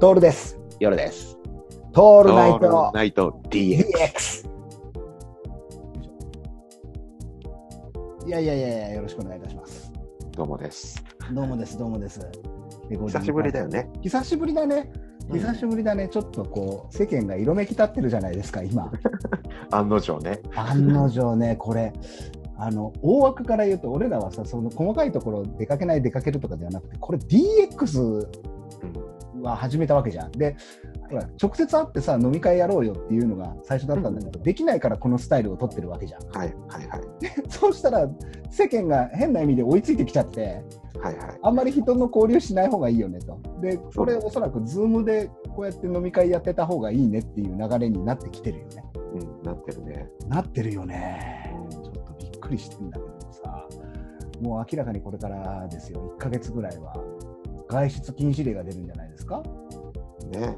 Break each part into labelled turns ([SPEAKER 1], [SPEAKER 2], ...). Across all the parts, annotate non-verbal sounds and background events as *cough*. [SPEAKER 1] トールです。
[SPEAKER 2] 夜です。
[SPEAKER 1] ト
[SPEAKER 2] オ
[SPEAKER 1] ールナイト
[SPEAKER 2] ナイト DX。
[SPEAKER 1] DX。いやいやいやいや、よろしくお願いいたします。
[SPEAKER 2] どうもです。
[SPEAKER 1] どうもです、どうもです。レコーディング
[SPEAKER 2] 久しぶりだよ。ね。
[SPEAKER 1] 久しぶりだね。
[SPEAKER 2] うん
[SPEAKER 1] 久しぶりだね。ちょっとこう、世間が色めき立ってるじゃないですか、今。
[SPEAKER 2] 案の定ね。
[SPEAKER 1] 案の定ね、これ。あの大枠から言うと、俺らはさ、その細かいところ出かけない、出かけるとかではなくて、これ DX は始めたわけじゃん。で、ほら直接会ってさ、飲み会やろうよっていうのが最初だったんだけど、できないからこのスタイルを取ってるわけじゃん。
[SPEAKER 2] はいはいはい。
[SPEAKER 1] そうしたら、世間が変な意味で追いついてきちゃって、
[SPEAKER 2] はいはい。
[SPEAKER 1] あんまり人の交流しない方がいいよねと。で、これおそらく Zoom でこうやって飲み会やってた方がいいねっていう流れになってきてるよね。
[SPEAKER 2] うん、なってるね。
[SPEAKER 1] なってるよね。ちょっとびっくりしてんだけどもさ、もう明らかにこれからですよ、1ヶ月ぐらいは外出禁止令が出るんじゃないですか
[SPEAKER 2] ね。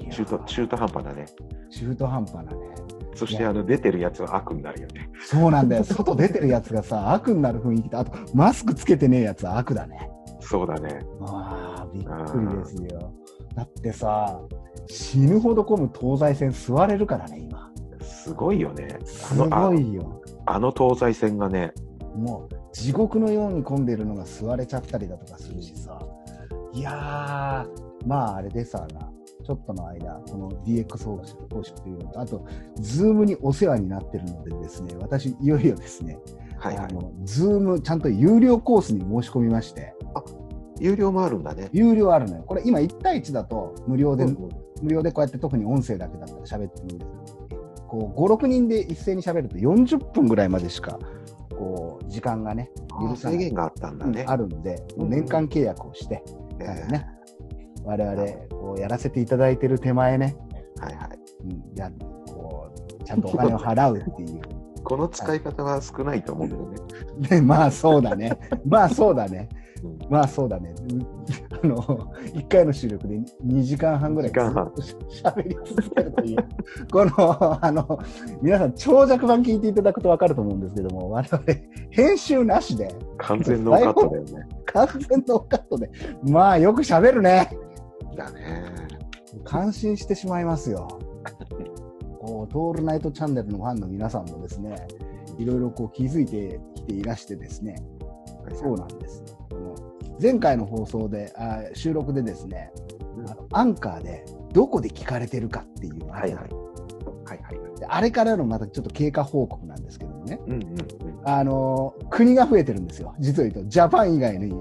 [SPEAKER 1] いや
[SPEAKER 2] 中途、中途半端だね。
[SPEAKER 1] 中途半端なね。
[SPEAKER 2] そし
[SPEAKER 1] い
[SPEAKER 2] て、
[SPEAKER 1] や
[SPEAKER 2] あの、出てるやつは悪になるよね。
[SPEAKER 1] そうなんだよ、外出てるやつがさ、悪になる雰囲気と、あとマスクつけてねえやつは悪だね。
[SPEAKER 2] そうだね。
[SPEAKER 1] ああ、びっくりですよ。だってさ、死ぬほど混む東西線座れるからね、今。
[SPEAKER 2] すごいよね。あ
[SPEAKER 1] す
[SPEAKER 2] の、あ
[SPEAKER 1] ごいよ。
[SPEAKER 2] あの東西線がね、
[SPEAKER 1] もう地獄のように混んでるのが座れちゃったりだとかするしさ。いやー、まああれでさな、ちょっとの間、この DX 方式方式というのと、あと、ズームにお世話になってるのでですね、私、いよいよですね、
[SPEAKER 2] はいは
[SPEAKER 1] あ
[SPEAKER 2] い。
[SPEAKER 1] の、ズーム、ちゃんと有料コースに申し込みまして、
[SPEAKER 2] 有料もあるんだね。
[SPEAKER 1] 有料あるのよ。これ今1対1だと無料で、
[SPEAKER 2] うん
[SPEAKER 1] 無料でこうやって特に音声だけだったら喋ってもいいんだけど、こう、5、6人で一斉に喋ると40分ぐらいまでしか、こう、時間がね、
[SPEAKER 2] あ制限があったんだね。
[SPEAKER 1] あるんで、
[SPEAKER 2] うん
[SPEAKER 1] 年間契約をして、
[SPEAKER 2] ね
[SPEAKER 1] なんかね、我々こうやらせていただいてる手前ね、
[SPEAKER 2] はいはい。
[SPEAKER 1] うん、やこうちゃんとお金を払うっていう。 *laughs*
[SPEAKER 2] この使い方は少ないと思うんだよね。
[SPEAKER 1] でまあそうだね、 *laughs* まあそうだね
[SPEAKER 2] うん、
[SPEAKER 1] まあそうだね、 *laughs* うんあの1回の収録で2時間半ぐらい
[SPEAKER 2] 二時間半
[SPEAKER 1] ずっとしゃべり続けるという、このあの皆さん、長尺版聞いていただくと分かると思うんですけども、我々、編集なしで、
[SPEAKER 2] 完全ノーカットだよね。
[SPEAKER 1] 完全ノーカットで、まあよくしゃべるね。
[SPEAKER 2] だね。
[SPEAKER 1] 感心してしまいます
[SPEAKER 2] *laughs*
[SPEAKER 1] よ。こうトールナイトチャンネルのファンの皆さんもですね、いろいろこう気づいてきていらしてですね、そうなんですよ。この前回の放送で、あ収録でですね、
[SPEAKER 2] うん
[SPEAKER 1] あのアンカーでどこで聞かれてるかっていう、
[SPEAKER 2] はいはい。はいはい。
[SPEAKER 1] であれからのまたちょっと経過報告なんですけどもね、
[SPEAKER 2] うんうんうん。
[SPEAKER 1] あの国が増えてるんですよ、実を言うと、ジャパン以外に、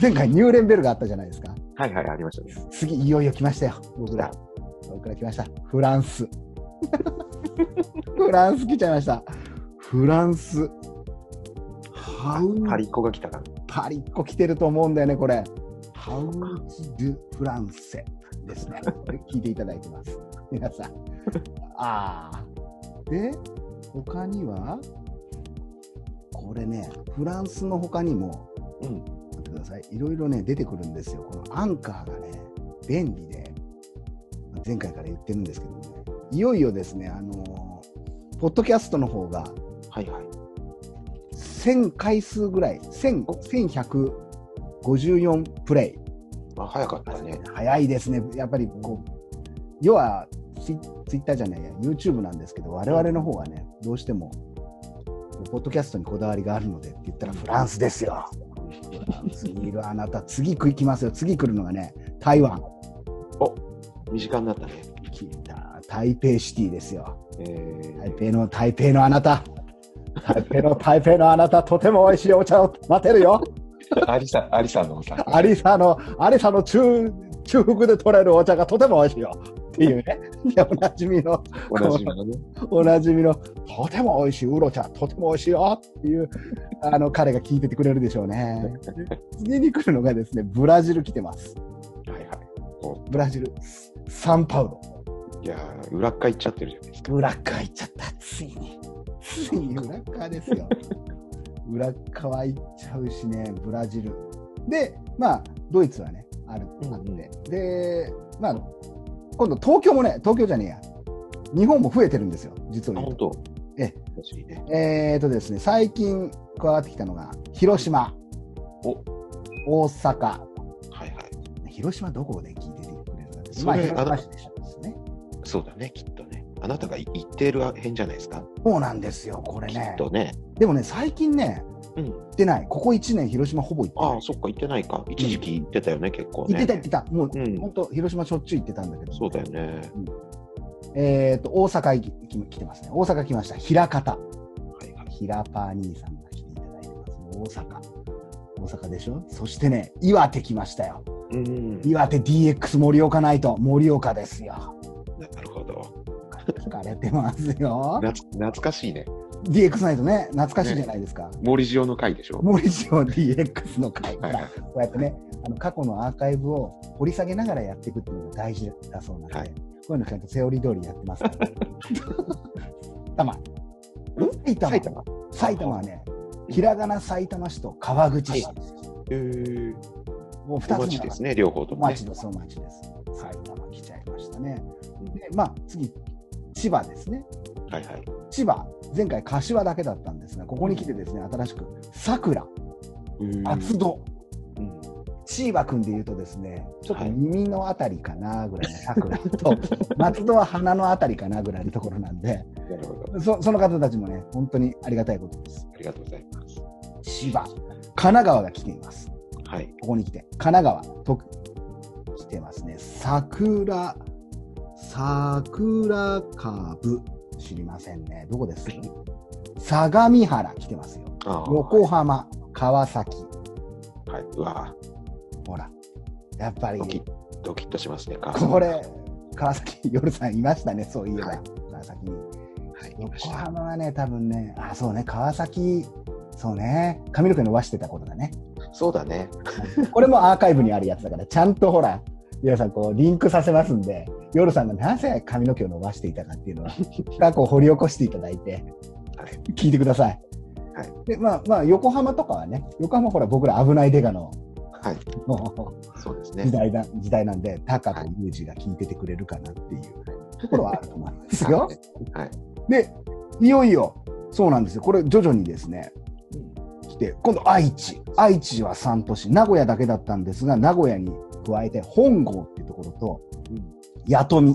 [SPEAKER 1] 前回ニューレンベルがあったじゃないですか、
[SPEAKER 2] はいはい、ありましたね。
[SPEAKER 1] 次、いよいよ来ましたよ、僕ら。僕ら来ました。フランス。フランス来ちゃいました。フランス。ハウ
[SPEAKER 2] パリッコが来たから。
[SPEAKER 1] パリッコ来てると思うんだよね、これ。ハウジ・ドゥ・フランセですね。これ聞いていただいてます。皆さん。ああ。で、他には、これね、フランスの他にも、
[SPEAKER 2] うん
[SPEAKER 1] 待ってください。いろいろね、出てくるんですよ。このアンカーがね、便利で、前回から言ってるんですけどね、いよいよですね、あのーポッドキャストの方が、
[SPEAKER 2] はいはい。
[SPEAKER 1] 1000回数ぐらい、1000 1154プレイ。
[SPEAKER 2] まあ、早かったね。
[SPEAKER 1] 早いですね。やっぱりこう、要はツイツイッターじゃないや、YouTube なんですけど、我々の方はね、どうしても、ポッドキャストにこだわりがあるのでって言ったらフランスですよ。フランスにいるあなた、次行きますよ。次来るのがね、台湾。
[SPEAKER 2] 身近になったね。
[SPEAKER 1] 聞いた台北シティですよ。
[SPEAKER 2] え
[SPEAKER 1] 台
[SPEAKER 2] ー、
[SPEAKER 1] 北の台北のあなた。台北の台北のあなた、とても美味しいお茶を待てるよ。
[SPEAKER 2] *laughs* アリさん、アリさんのさ、
[SPEAKER 1] アリサの、アリサの中、中腹で取れるお茶がとても美味しいよ。っていうね。いやおなじみの、
[SPEAKER 2] おなじみのね。
[SPEAKER 1] おなじみの、とても美味しいウーロ茶、とても美味しいよっていう、あの、彼が聞いててくれるでしょうね。次に来るのがですね、ブラジル来てます。
[SPEAKER 2] *laughs* はいはい。
[SPEAKER 1] ブラジル、サンパウロ。
[SPEAKER 2] いやー、裏っか行っちゃってるじゃないですか。
[SPEAKER 1] 裏っ側行っちゃった、ついに。ついに裏っ側ですよ。裏っ側行っちゃうしね、ブラジル。で、まあ、ドイツはね、ある
[SPEAKER 2] うん
[SPEAKER 1] あって、で、まあ、今度、東京もね、東京じゃねえや、日本も増えてるんですよ、実を
[SPEAKER 2] あ、
[SPEAKER 1] 言う
[SPEAKER 2] 本
[SPEAKER 1] と。
[SPEAKER 2] 当。
[SPEAKER 1] ええ
[SPEAKER 2] 確かにね。
[SPEAKER 1] えーとですね、最近加わってきたのが、広島、大
[SPEAKER 2] お
[SPEAKER 1] 阪、
[SPEAKER 2] はいはい。
[SPEAKER 1] 広島どこで聞いてる
[SPEAKER 2] そ
[SPEAKER 1] まあ、
[SPEAKER 2] れ
[SPEAKER 1] 広
[SPEAKER 2] あ
[SPEAKER 1] 島
[SPEAKER 2] な
[SPEAKER 1] 市でしたですね。
[SPEAKER 2] そうだね、きっとね。あなたがい言っている辺じゃないですか。
[SPEAKER 1] そうなんですよ、これ
[SPEAKER 2] きっ
[SPEAKER 1] ね。
[SPEAKER 2] とね。
[SPEAKER 1] でもね、最近ね、
[SPEAKER 2] うん
[SPEAKER 1] 行っ。てない。ここ1年、広島ほぼ行ってない。
[SPEAKER 2] ああ、そっか、行ってないか。一時期行ってたよね、結構
[SPEAKER 1] 行って
[SPEAKER 2] ね。
[SPEAKER 1] た、行ってた。もう、
[SPEAKER 2] うん
[SPEAKER 1] 本当、広島しょっちゅう行ってたんだけど、
[SPEAKER 2] そうだよね。
[SPEAKER 1] えっ、と、大阪行き来来てますね。大阪来ました。平方。
[SPEAKER 2] はいはい。
[SPEAKER 1] 平パー兄さんが来ていただいてますね。大阪。大阪でしょそしてね、岩手来ましたよ。
[SPEAKER 2] うん。
[SPEAKER 1] 岩手 DX 盛岡ないと、盛岡ですよ。
[SPEAKER 2] なるほど。
[SPEAKER 1] 疲れてますよ。
[SPEAKER 2] なつ懐かしいね。
[SPEAKER 1] DX ないとね、懐かしいじゃないですか。
[SPEAKER 2] 森塩の回でしょ。
[SPEAKER 1] 森城 DX の会
[SPEAKER 2] はい
[SPEAKER 1] だ。こうやってね、あの過去のアーカイブを掘り下げながらやっていくっていうのが大事だそうなんで、
[SPEAKER 2] はい
[SPEAKER 1] こういうのちゃんとセオリー通りやって
[SPEAKER 2] *laughs*
[SPEAKER 1] ますから。玉。埼玉
[SPEAKER 2] 埼玉。
[SPEAKER 1] 埼玉はね、ひらがな埼玉市と川口市です。
[SPEAKER 2] えー、
[SPEAKER 1] もう
[SPEAKER 2] お
[SPEAKER 1] 2つ
[SPEAKER 2] 待ち
[SPEAKER 1] の
[SPEAKER 2] ですね、両方とも、ね。
[SPEAKER 1] 町です、お町です。埼玉来ちゃいましたね。で、まあ、次、千葉ですね。
[SPEAKER 2] はいはい。
[SPEAKER 1] 千葉、前回柏だけだったんですが、ここに来てですね、新しく、桜、厚戸。
[SPEAKER 2] うん
[SPEAKER 1] シーバ君で言うとですね、ちょっと
[SPEAKER 2] はい
[SPEAKER 1] 耳のあたりかなぐらいの桜と、松戸は鼻のあたりかなぐらいのところなんで、
[SPEAKER 2] なるほど。
[SPEAKER 1] そその方たちもね、本当にありがたいことです。
[SPEAKER 2] ありがとうございます。
[SPEAKER 1] 千葉、神奈川が来ています。
[SPEAKER 2] はい。
[SPEAKER 1] ここに来て、神奈川、と来てますね。桜、桜カブ、知りませんね。どこです相模原来てますよ。
[SPEAKER 2] あー
[SPEAKER 1] 横浜、川崎、
[SPEAKER 2] はい。うわ
[SPEAKER 1] ほら、やっぱ
[SPEAKER 2] ー
[SPEAKER 1] り
[SPEAKER 2] ド。キッ、ドキッとしますね、川崎
[SPEAKER 1] これ、川崎夜さんいましたね、そういえば、
[SPEAKER 2] はい
[SPEAKER 1] 川崎に。
[SPEAKER 2] はい、いまし
[SPEAKER 1] 横
[SPEAKER 2] た。
[SPEAKER 1] 浜はね、多分ね、あ、そうね、川崎、そうね、髪の毛伸ばしてたことだね。
[SPEAKER 2] そうだね。
[SPEAKER 1] これもアーカイブにあるやつだから、ちゃんとほら、皆さん、こう、リンクさせますんで、夜さんがなぜ髪の毛を伸ばしていたかっていうの
[SPEAKER 2] *laughs*
[SPEAKER 1] は、過去を掘り起こしていただいて、
[SPEAKER 2] はい。
[SPEAKER 1] 聞いてください。
[SPEAKER 2] はい
[SPEAKER 1] で、まあ、まあ、横浜とかはね、横浜ほら、僕ら危ないデカの、
[SPEAKER 2] はい。
[SPEAKER 1] もう
[SPEAKER 2] そう *laughs* です
[SPEAKER 1] 時
[SPEAKER 2] ね。
[SPEAKER 1] 代だ時代なんで、タカとユージが聞いててくれるかなっていうところはあると思いますよ。
[SPEAKER 2] はい。
[SPEAKER 1] で、いよいよ、そうなんですよ、これ、徐々にですね、来て、今度、愛知、愛知は3都市、名古屋だけだったんですが、名古屋に加えて、本郷っていうところと、弥富、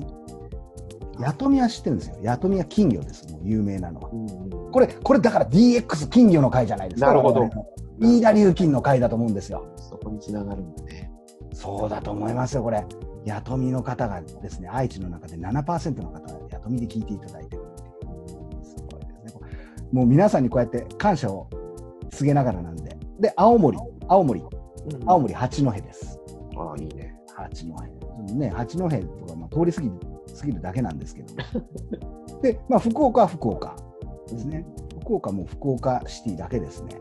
[SPEAKER 1] 弥富は知ってるんですよ、弥富は金魚です、もう有名なのは。こ
[SPEAKER 2] これ、
[SPEAKER 1] れ、これだから DX 金魚の会じゃないですか、
[SPEAKER 2] なるほど
[SPEAKER 1] 我々の飯田流金の会だと思うんですよ。
[SPEAKER 2] そこにつながるんだね。
[SPEAKER 1] そうだと思いますよ、これ。やとみの方がですね、愛知の中で7%の方がやとみで聞いていただいてるっていう。すごいですね。これもう皆さんにこうやって感謝を告げながらなんで。で、青森、青森、青森八戸です。
[SPEAKER 2] ああ、いいね。
[SPEAKER 1] 八戸。ね、八戸とかまあ通り過ぎる過ぎるだけなんですけども。で、まあ、福岡は福岡ですね。福岡も福岡シティだけですね。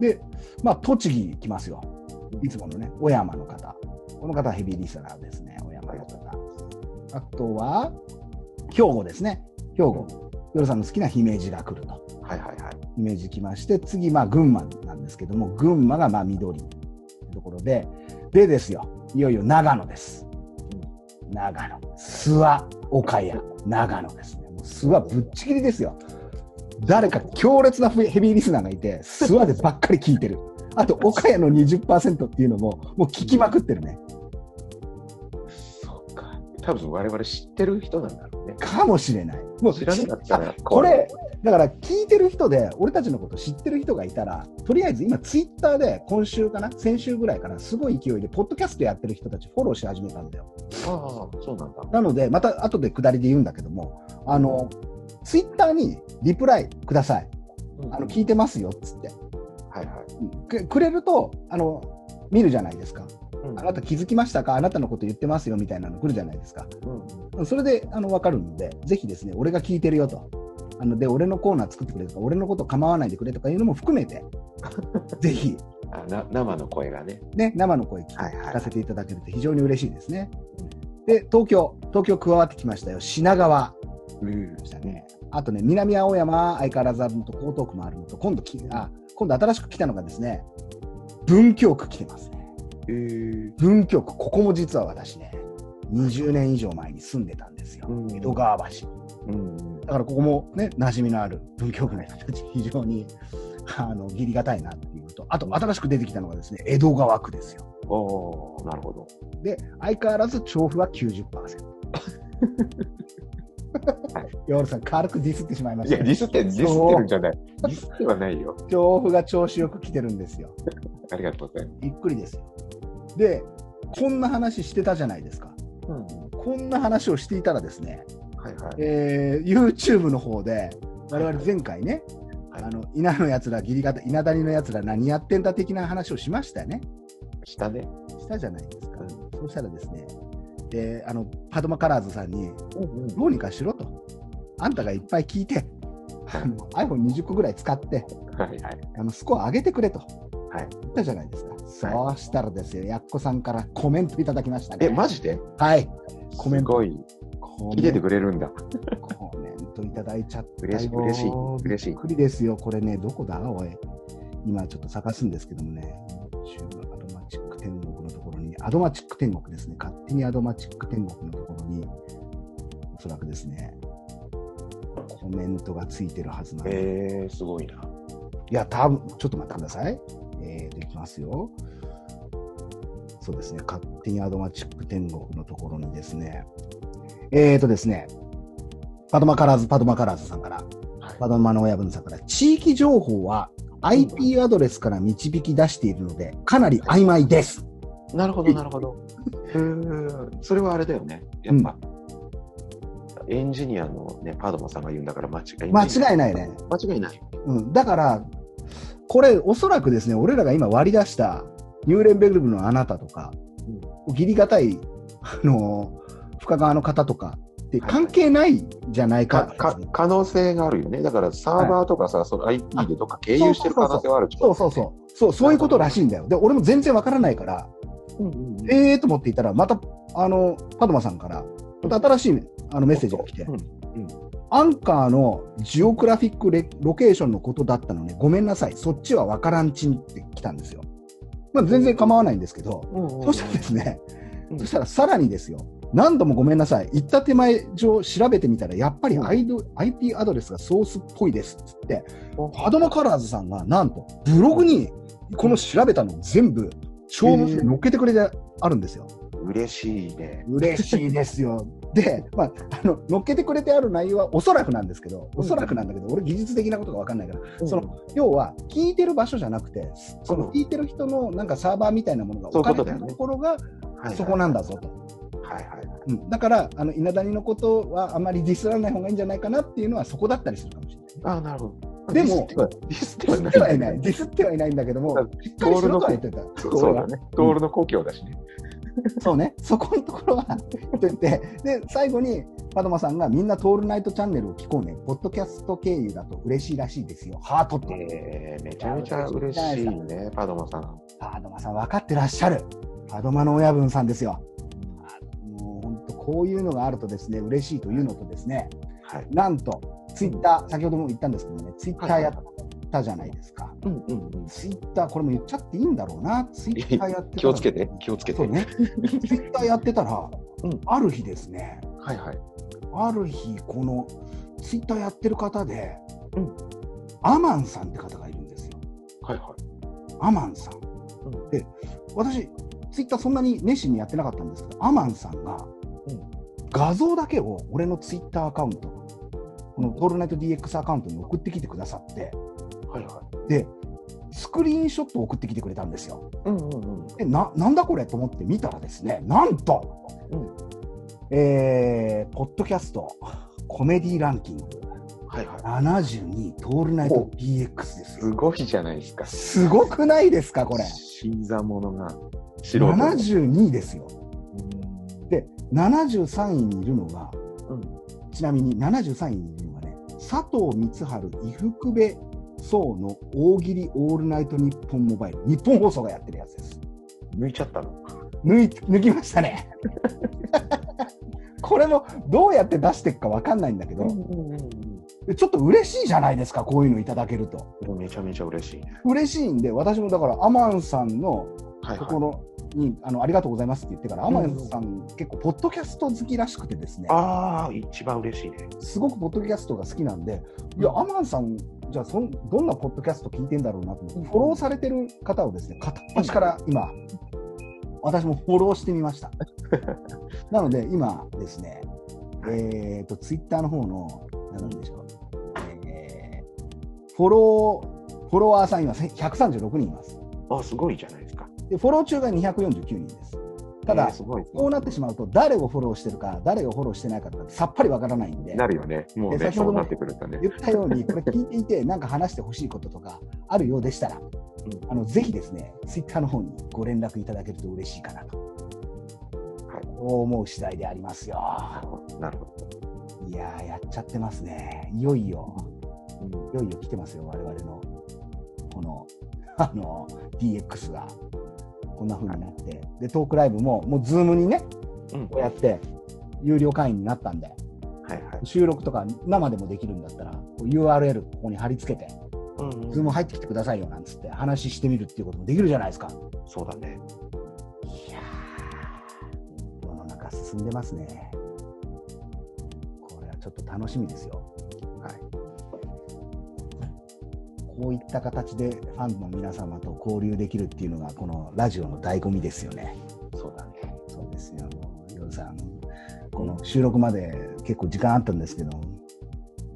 [SPEAKER 1] で、まあ、栃木来ますよ。いつものね、小山の方。この方はヘビーリスナーですね、小山の方。あとは、兵庫ですね。兵庫。夜さんの好きな姫路が来ると。
[SPEAKER 2] はいはいはい。
[SPEAKER 1] 姫路来まして、次、まあ、群馬なんですけども、群馬がまあ緑というところで、でですよ、いよいよ長野です。長野。諏訪、岡谷、長野ですね。もう諏訪ぶっちぎりですよ。誰か強烈なヘビーリスナーがいて、諏訪でばっかり聞いてる。あと、岡谷の20%っていうのも、もう聞きまくってるね。
[SPEAKER 2] そうか。多分我々知ってる人なんだろうね。
[SPEAKER 1] かもしれない。もう
[SPEAKER 2] 知らなかっ
[SPEAKER 1] あ
[SPEAKER 2] たら、
[SPEAKER 1] これ、だから聞いてる人で、俺たちのこと知ってる人がいたら、とりあえず今、ツイッターで今週かな、先週ぐらいからすごい勢いで、ポッドキャストやってる人たち、フォローし始めたんだよ。
[SPEAKER 2] ああ、そうなんだ。
[SPEAKER 1] なので、また後で下りで言うんだけども、あの、ツイッターにリプライください。あの、聞いてますよっつって。
[SPEAKER 2] はいはい。
[SPEAKER 1] うんくくれると、あの、見るじゃないですか。あなた気づきましたかあなたのこと言ってますよみたいなの来るじゃないですか。それであの分かるので、ぜひですね、俺が聞いてるよと。あので、俺のコーナー作ってくれとか、俺のこと構わないでくれとかいうのも含め
[SPEAKER 2] *laughs*
[SPEAKER 1] て、ぜひ、
[SPEAKER 2] あな生の声がね。
[SPEAKER 1] ね、生の声聞
[SPEAKER 2] はいは
[SPEAKER 1] かせていただけると非常に嬉しいですね。で、東京、東京加わってきましたよ。品川
[SPEAKER 2] うん
[SPEAKER 1] でしたね。あとね、南青山、相変わらずあるのと江東区もあるのと、今度きあ、今度新しく来たのがですね、文京区来てますね。
[SPEAKER 2] えー
[SPEAKER 1] 文京区、ここも実は私ね、20年以上前に住んでたんですよ。
[SPEAKER 2] うん
[SPEAKER 1] 江戸川橋。
[SPEAKER 2] うん
[SPEAKER 1] だからここもね、馴染みのある文京区の人たち、 *laughs* 非常にあの義理がたいなっていうのと、あと新しく出てきたのがですね、江戸川区ですよ。
[SPEAKER 2] おーなるほど。
[SPEAKER 1] で、相変わらず調布は90%。ヨールさん、軽くディスってしまいま
[SPEAKER 2] い
[SPEAKER 1] した
[SPEAKER 2] や、
[SPEAKER 1] ね、
[SPEAKER 2] ディスって、ディスってるんじゃない。ディスってはないよ。
[SPEAKER 1] 調布が調子よく来てるんですよ。
[SPEAKER 2] ありがとうございま
[SPEAKER 1] びっくりですよ。で、こんな話してたじゃないですか。
[SPEAKER 2] す。うん。
[SPEAKER 1] こんな話をしていたらですね、
[SPEAKER 2] はいはい。
[SPEAKER 1] えー YouTube の方で、我々前回ね、
[SPEAKER 2] はい
[SPEAKER 1] あの稲のやつら、義理方、稲谷のやつら、何やってんだ的な話をしましたよね。
[SPEAKER 2] 下ね。
[SPEAKER 1] したじゃないですか。
[SPEAKER 2] うん
[SPEAKER 1] そうしたらですね、えーあのパドマカラーズさんに、
[SPEAKER 2] うんうん。
[SPEAKER 1] どうにかしろと、あんたがいっぱい聞いて、あの iPhone20 個ぐらい使って、
[SPEAKER 2] はいはい。
[SPEAKER 1] あのスコア上げてくれと、
[SPEAKER 2] はい
[SPEAKER 1] 言ったじゃないですか。そうしたらですよ、やっこさんからコメントいただきましたね。
[SPEAKER 2] え、マジで
[SPEAKER 1] はい。コメン
[SPEAKER 2] す
[SPEAKER 1] ト。
[SPEAKER 2] ごい。
[SPEAKER 1] コ
[SPEAKER 2] 聞い
[SPEAKER 1] メ
[SPEAKER 2] て
[SPEAKER 1] ン
[SPEAKER 2] てくれるんだ。
[SPEAKER 1] トコメントいただいちゃったよ
[SPEAKER 2] 嬉しい嬉しい嬉しい
[SPEAKER 1] びっくりですよ、これね、どこだおい。今ちょっと探すんですけどもね、YouTube アドマチック天国のところに、アドマチック天国ですね、勝手にアドマチック天国のところに、おそらくですね、コメントがついてるはずなんで、
[SPEAKER 2] えー、すごいな。
[SPEAKER 1] いや、多分ちょっと待ってください。えー、できますよ。そうですね、勝手にアドマチック天国のところにですね、えーとですね、パドマカラーズ、パドマカラーズさんから、
[SPEAKER 2] はい
[SPEAKER 1] パドマの親分さんから、地域情報は IP アドレスから導き出しているので、かなり曖昧です。
[SPEAKER 2] なるほど、なるほど。うーん、それはあれだよね。やっぱ、エンジニアのね、パードマさんが言うんだから間違
[SPEAKER 1] 間
[SPEAKER 2] いない。
[SPEAKER 1] 違いないね。
[SPEAKER 2] 間違いない。
[SPEAKER 1] うん、だから、これ、おそらくですね、俺らが今割り出した、ニューレンベルグのあなたとか、義理堅い、あのー深川の方とかって
[SPEAKER 2] はい
[SPEAKER 1] 関係ないじゃない
[SPEAKER 2] か
[SPEAKER 1] か。
[SPEAKER 2] か可能性があるよね。だからサーバーとかさ、その IP でどっか経由してる可能性はあるって
[SPEAKER 1] そ
[SPEAKER 2] こ
[SPEAKER 1] う
[SPEAKER 2] と
[SPEAKER 1] そうそう。そう、そういうことらしいんだよ。で、俺も全然わからないから、
[SPEAKER 2] うんうんうん
[SPEAKER 1] えーと思っていたら、また、あの、パドマさんから、また新しいあのメッセージが来て
[SPEAKER 2] うん、
[SPEAKER 1] アンカーのジオグラフィックレロケーションのことだったのね、ごめんなさい、そっちはわからんちんって来たんですよ。まあ、全然構わないんですけど、
[SPEAKER 2] うんうんう
[SPEAKER 1] そ
[SPEAKER 2] ん
[SPEAKER 1] したらですね
[SPEAKER 2] う、ん
[SPEAKER 1] そしたらさらにですよ、何度もごめんなさい、言った手前上調べてみたら、やっぱりアイド IP アドレスがソースっぽいですっつって、ハドマカラーズさんがなんとブログにこの調べたの全部長文で載っけてくれてあるんですよ。
[SPEAKER 2] 嬉しいね。
[SPEAKER 1] 嬉しいですよ。で、まあ、あの載っけてくれてある内容はおそらくなんですけど、おそらくなんだけど、俺技術的なことが分かんないから、その要は聞いてる場所じゃなくて、その聞いてる人のなんかサーバーみたいなものが
[SPEAKER 2] そう
[SPEAKER 1] 置
[SPEAKER 2] いう
[SPEAKER 1] か
[SPEAKER 2] こ
[SPEAKER 1] れて
[SPEAKER 2] とだよ
[SPEAKER 1] る
[SPEAKER 2] ね
[SPEAKER 1] ところが
[SPEAKER 2] はい
[SPEAKER 1] そこなんだぞと。
[SPEAKER 2] はいはいはい。
[SPEAKER 1] うん、だから、あの稲谷のことはあまりディスらない方がいいんじゃないかなっていうのはそこだったりするかもしれない。
[SPEAKER 2] ああ、なるほど。
[SPEAKER 1] でも
[SPEAKER 2] ディスって
[SPEAKER 1] ディ
[SPEAKER 2] は
[SPEAKER 1] スって
[SPEAKER 2] ディスて
[SPEAKER 1] は
[SPEAKER 2] はいい
[SPEAKER 1] ない、
[SPEAKER 2] ない。
[SPEAKER 1] ディスってはいないんだけども、しっかり
[SPEAKER 2] ボ
[SPEAKER 1] し
[SPEAKER 2] ール
[SPEAKER 1] ろ
[SPEAKER 2] の
[SPEAKER 1] とは言ってた。
[SPEAKER 2] そうそうだね。
[SPEAKER 1] 俺
[SPEAKER 2] ド
[SPEAKER 1] は
[SPEAKER 2] ールの故郷だしね。
[SPEAKER 1] そうね、そこのところはと言って、で最後にパドマさんがみんなトールナイトチャンネルを聞こうね、ポッドキャスト経由だと嬉しいらしいですよ、ハートって。
[SPEAKER 2] えー、めちゃめちゃ嬉しいね、パドマさん。
[SPEAKER 1] パドマさん、分かってらっしゃる、パドマの親分さんですよ。もう本当、こういうのがあるとですね、嬉しいというのとですね、
[SPEAKER 2] はい。
[SPEAKER 1] なんとツイッター、先ほども言ったんですけどね、ツイッターやったじゃないですか。
[SPEAKER 2] うんうんうん。
[SPEAKER 1] ツイッター、これも言っちゃっていいんだろうな、ツイッターやってたら
[SPEAKER 2] 気をつけて、気をつけて。
[SPEAKER 1] そうね、ツイッターやってたら、
[SPEAKER 2] うん
[SPEAKER 1] ある日ですね、
[SPEAKER 2] はいはい。
[SPEAKER 1] ある日、このツイッターやってる方で、
[SPEAKER 2] うん
[SPEAKER 1] アマンさんって方がいるんですよ、
[SPEAKER 2] はいはい。
[SPEAKER 1] アマンさん。
[SPEAKER 2] うん
[SPEAKER 1] で、私、ツイッターそんなに熱心にやってなかったんですけど、アマンさんが、
[SPEAKER 2] うん
[SPEAKER 1] 画像だけを俺のツイッターアカウント、この「トールナイト DX」アカウントに送ってきてくださって、
[SPEAKER 2] はいはい。
[SPEAKER 1] で、スクリーンショットを送ってきてくれたんですよ。
[SPEAKER 2] うんうんうん。
[SPEAKER 1] でななんだこれと思って見たらですね、なんと、
[SPEAKER 2] うん
[SPEAKER 1] えーポッドキャストコメディランキング
[SPEAKER 2] はいはい。
[SPEAKER 1] 72トールナイト DX です
[SPEAKER 2] す
[SPEAKER 1] よ。
[SPEAKER 2] ごいじゃないですか。
[SPEAKER 1] すごくないですか、これ。
[SPEAKER 2] 新参者が素人の。
[SPEAKER 1] 72位ですよ。
[SPEAKER 2] うん
[SPEAKER 1] で、73位にいるのが、
[SPEAKER 2] うん
[SPEAKER 1] ちなみに73位にいるのがね、佐藤光春、伊福部総の大喜利オールナイト日本モバイル、日本放送がやってるやつです。
[SPEAKER 2] 抜いちゃったの。
[SPEAKER 1] 抜い抜きました
[SPEAKER 2] *laughs*
[SPEAKER 1] ね。これもどうやって出していくかわかんないんだけど、
[SPEAKER 2] うんうんうん
[SPEAKER 1] でちょっと嬉しいじゃないですか、こういうのいただけると。
[SPEAKER 2] うん。めちゃめちゃ嬉しいね。
[SPEAKER 1] 嬉しいんで、私もだから、アマンさんの
[SPEAKER 2] はい
[SPEAKER 1] と
[SPEAKER 2] は
[SPEAKER 1] こ
[SPEAKER 2] い。
[SPEAKER 1] ろに、あのありがとうございますって言ってから、ア
[SPEAKER 2] ん
[SPEAKER 1] マンさん、結構、ポッドキャスト好きらしくてですね、
[SPEAKER 2] ああ、一番嬉しいね。
[SPEAKER 1] すごくポッドキャストが好きなんで、いや、アマンさん、じゃあそん、どんなポッドキャスト聞いてんだろうなと思って、
[SPEAKER 2] うん
[SPEAKER 1] フォローされてる方をですね、片っ端から今、私もフォローしてみま
[SPEAKER 2] *laughs*
[SPEAKER 1] した。なので、今ですね、えっ、と、ツイッターの方の、なんでしょう、えーフォロー、フォロワーさん今、136人います。
[SPEAKER 2] あ、すごいじゃないですか。
[SPEAKER 1] で、フォロー中が249人です。た
[SPEAKER 2] えー
[SPEAKER 1] だ、
[SPEAKER 2] すごいですね
[SPEAKER 1] こうなってしまうと、誰をフォローしてるか、誰をフォローしてないかとか、さっぱりわからないんで。
[SPEAKER 2] なるよね。もう
[SPEAKER 1] で
[SPEAKER 2] ね、
[SPEAKER 1] 先ほ
[SPEAKER 2] そ
[SPEAKER 1] ど
[SPEAKER 2] う
[SPEAKER 1] も
[SPEAKER 2] なってくるとね。
[SPEAKER 1] 言ったように、これ聞いていて、なんか話してほしいこととかあるようでしたら、
[SPEAKER 2] ん
[SPEAKER 1] あのぜひですね、ツイッターの方にご連絡いただけると嬉しいかなと
[SPEAKER 2] は
[SPEAKER 1] 思う次第でありますよ。
[SPEAKER 2] い。なるほど。
[SPEAKER 1] いやー、やっちゃってますね。いよいよ、いよいよ来てますよ、我々の、この、 *laughs* あの、DX が、こんな風になって、で、トークライブも、もう、ズームにね、
[SPEAKER 2] うん。
[SPEAKER 1] こう
[SPEAKER 2] は
[SPEAKER 1] やって、有料会員になったんで、
[SPEAKER 2] いはい。
[SPEAKER 1] 収録とか生でもできるんだったら、こう URL ここに貼り付けて、
[SPEAKER 2] うん
[SPEAKER 1] ズーム入ってきてくださいよなんつって話してみるっていうこともできるじゃないですか。
[SPEAKER 2] そうだね。
[SPEAKER 1] いやー、世の中進んでますね。これはちょっと楽しみですよ。はい。こういった形でファンの皆様と交流できるっていうのが、このラジオの醍醐味ですよね。
[SPEAKER 2] そうだね。
[SPEAKER 1] そうですよ。もうヨルさん、この収録まで結構時間あったんですけど、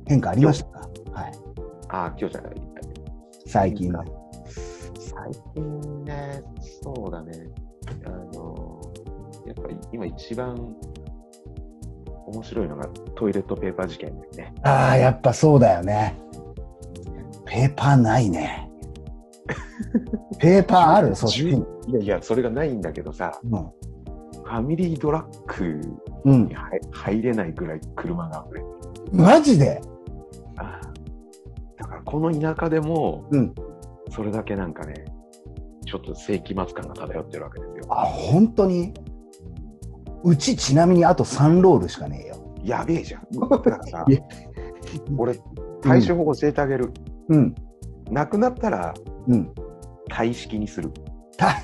[SPEAKER 1] 変化ありましたかはい。
[SPEAKER 2] あ、今日じゃない。
[SPEAKER 1] 最近の。
[SPEAKER 2] 最近ね、そうだね。あの、やっぱり今一番面白いのがトイレットペーパー事件だよね。
[SPEAKER 1] ああ、やっぱそうだよね。ペーパーないね。ペーパーあるそう
[SPEAKER 2] *laughs* 十いやいや、それがないんだけどさ、
[SPEAKER 1] うん。
[SPEAKER 2] ファミリードラッグ
[SPEAKER 1] うん
[SPEAKER 2] に。入入れないぐらい車が溢れてる。
[SPEAKER 1] マジで
[SPEAKER 2] あだからこの田舎でも、
[SPEAKER 1] うん。
[SPEAKER 2] それだけなんかね、ちょっと世紀末感が漂ってるわけですよ。
[SPEAKER 1] あ、本当にうちちなみにあと3ロールしかねえよ。
[SPEAKER 2] やべえじゃん。だからさ
[SPEAKER 1] いや、
[SPEAKER 2] 俺、対処法教えてあげる。
[SPEAKER 1] うん。
[SPEAKER 2] なくなったら、
[SPEAKER 1] うん。 *laughs*
[SPEAKER 2] 体式にする。
[SPEAKER 1] たあ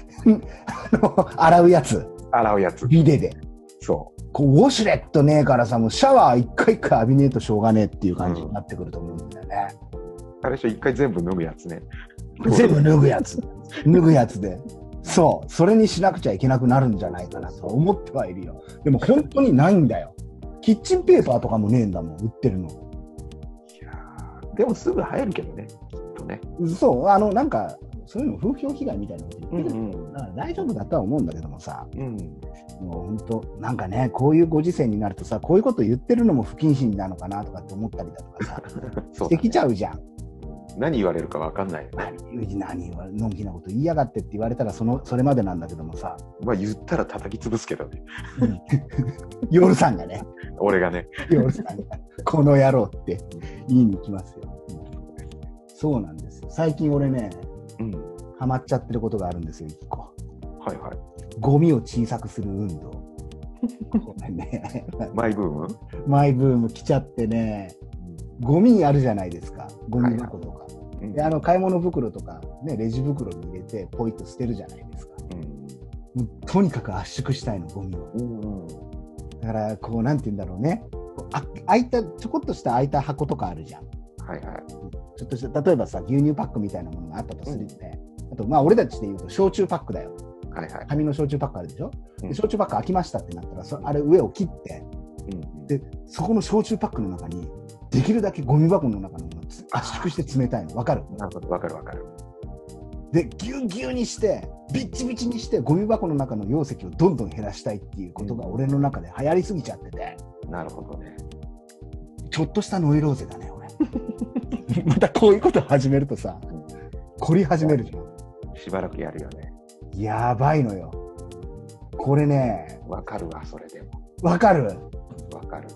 [SPEAKER 1] の、洗うやつ。
[SPEAKER 2] 洗うやつ。
[SPEAKER 1] ビデで。
[SPEAKER 2] そ
[SPEAKER 1] こうウォシュレットねえからさ、もうシャワー一回一回浴びねえとしょうがねえっていう感じになってくると思うんだよね。
[SPEAKER 2] う。あれでしょ、一回全部脱ぐやつね。
[SPEAKER 1] 全部脱ぐやつ。脱ぐやつで。そう。それにしなくちゃいけなくなるんじゃないかなと思ってはいるよ。でも本当にないんだよ。キッチンペーパーとかもねえんだもん、売ってるの。
[SPEAKER 2] いやーでもすぐ入るけどね、きっとね。
[SPEAKER 1] そう、あの、なんか、そういうの風評被害みたいなこと言ってる、
[SPEAKER 2] ん
[SPEAKER 1] だから大丈夫だとは思うんだけどもさ、
[SPEAKER 2] うん。
[SPEAKER 1] もう本当、なんかね、こういうご時世になるとさ、こういうこと言ってるのも不謹慎なのかなとかって思ったりだとかさ、
[SPEAKER 2] そう
[SPEAKER 1] で
[SPEAKER 2] だ
[SPEAKER 1] き
[SPEAKER 2] ね。
[SPEAKER 1] ちゃうじゃん。
[SPEAKER 2] 何言われるかわかんないよね。
[SPEAKER 1] 何、何、のんきなこと言いやがってって言われたら、その、それまでなんだけどもさ、
[SPEAKER 2] まあ言ったら叩き潰すけどね。
[SPEAKER 1] 夜さんがね、
[SPEAKER 2] 俺がね。
[SPEAKER 1] 夜さんが、 *laughs* この野郎って言いに来ますよ。そうなんですよ。最近俺ね、
[SPEAKER 2] うん。
[SPEAKER 1] ハマっちゃってることがあるんですよ、一個。
[SPEAKER 2] はいはい。
[SPEAKER 1] ゴミを小さくする運動。これね、
[SPEAKER 2] マイブーム
[SPEAKER 1] マイブーム来ちゃってね、ゴミあるじゃないですか、ゴミ箱とか。
[SPEAKER 2] うん
[SPEAKER 1] であの買い物袋とか、ね、レジ袋に入れて、ポイッと捨てるじゃないですか。もうとにかく圧縮したいの、ゴミを。
[SPEAKER 2] うん。うん。
[SPEAKER 1] だから、こう、なんて言うんだろうね。こうあ開いた、ちょこっとした開いた箱とかあるじゃん。
[SPEAKER 2] はいはい。
[SPEAKER 1] ちょっとした、例えばさ、牛乳パックみたいなものがあったとするよね。あと、まあ、俺たちで言うと、焼酎パックだよ。
[SPEAKER 2] はいはい。
[SPEAKER 1] 紙の焼酎パックあるでしょ、で
[SPEAKER 2] うん
[SPEAKER 1] 焼酎パック開きましたってなったら、そあれ上を切って、
[SPEAKER 2] うん。
[SPEAKER 1] でそこの焼酎パックの中にできるだけゴミ箱の中のものをつ圧縮して冷たいのわかる
[SPEAKER 2] なるほど、わかるわかる。
[SPEAKER 1] でぎゅうぎゅうにしてビッチビチにしてゴミ箱の中の容積をどんどん減らしたいっていうことが俺の中で流行りすぎちゃってて
[SPEAKER 2] なるほどね。
[SPEAKER 1] ちょっとしたノイローゼだね俺 *laughs* またこういうこと始めるとさ凝り始めるじゃん
[SPEAKER 2] しばらくやるよね。
[SPEAKER 1] やばいのよこれね
[SPEAKER 2] わかるわ、それでも。
[SPEAKER 1] わかる
[SPEAKER 2] わかる。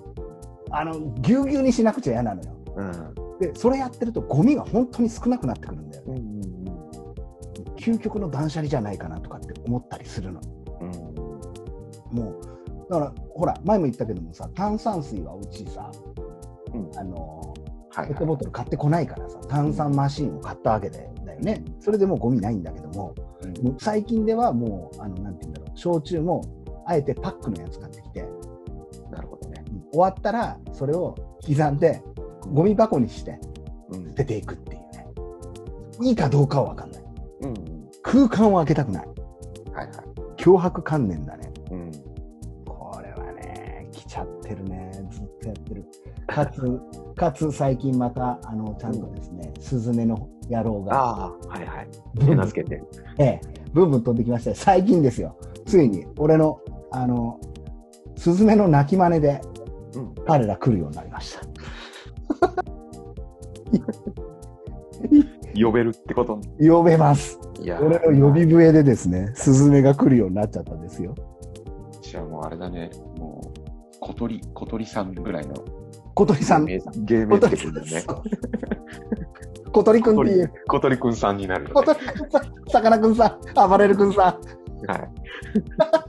[SPEAKER 1] あのぎゅうぎゅうにしなくちゃ嫌なのよ
[SPEAKER 2] うん。
[SPEAKER 1] でそれやってるとゴミが本当に少なくなってくるんだよね
[SPEAKER 2] うん
[SPEAKER 1] 究極の断捨離じゃないかなとかって思ったりするの
[SPEAKER 2] うんうん。
[SPEAKER 1] もうだからほら前も言ったけどもさ炭酸水はうちさ、
[SPEAKER 2] うん
[SPEAKER 1] あの
[SPEAKER 2] はい
[SPEAKER 1] ペットボトル買ってこないからさ炭酸マシーンを買ったわけでだよねそれでもうゴミないんだけどももう最近ではもうあのなんて言うんだろう焼酎もあえてパックのやつ買ってきて、
[SPEAKER 2] なるほどね。
[SPEAKER 1] うん終わったらそれを刻んでゴミ箱にして
[SPEAKER 2] うん
[SPEAKER 1] 捨。てていくっていうねいいかどうかは分かんない
[SPEAKER 2] うん。
[SPEAKER 1] 空間を空けたくない
[SPEAKER 2] はいはい。
[SPEAKER 1] 脅迫観念だね。
[SPEAKER 2] うん。
[SPEAKER 1] これはね、来ちゃってるね。ずっとやってる。かつ、 *laughs* かつ最近また、あの、ちゃんとですね、スズメの野郎が、
[SPEAKER 2] ああ、はいはい。
[SPEAKER 1] ブンブ
[SPEAKER 2] 手
[SPEAKER 1] ン
[SPEAKER 2] なずけて。
[SPEAKER 1] ええ、ブンブン飛んできましたよ最近ですよ。ついに、俺の、あの、スズメの鳴き真似で、
[SPEAKER 2] うん。
[SPEAKER 1] 彼ら来るようになりました。
[SPEAKER 2] 呼べるってこと
[SPEAKER 1] 呼べます。
[SPEAKER 2] いや
[SPEAKER 1] 俺の呼び笛でですね、スズメが来るようになっちゃったんですよ。
[SPEAKER 2] じゃあもうあれだね、もう、小鳥、小鳥さんぐらいの
[SPEAKER 1] 小鳥さん。
[SPEAKER 2] 芸名さん。芸名
[SPEAKER 1] 小
[SPEAKER 2] って
[SPEAKER 1] 鳥さ
[SPEAKER 2] こと
[SPEAKER 1] ん
[SPEAKER 2] だよね。
[SPEAKER 1] 小鳥くん
[SPEAKER 2] 小
[SPEAKER 1] ってい
[SPEAKER 2] 鳥
[SPEAKER 1] う。
[SPEAKER 2] 小鳥くんさんになるよ
[SPEAKER 1] 小
[SPEAKER 2] ね、
[SPEAKER 1] 鳥くんさん、さかなクンさん、暴れるくんさ
[SPEAKER 2] は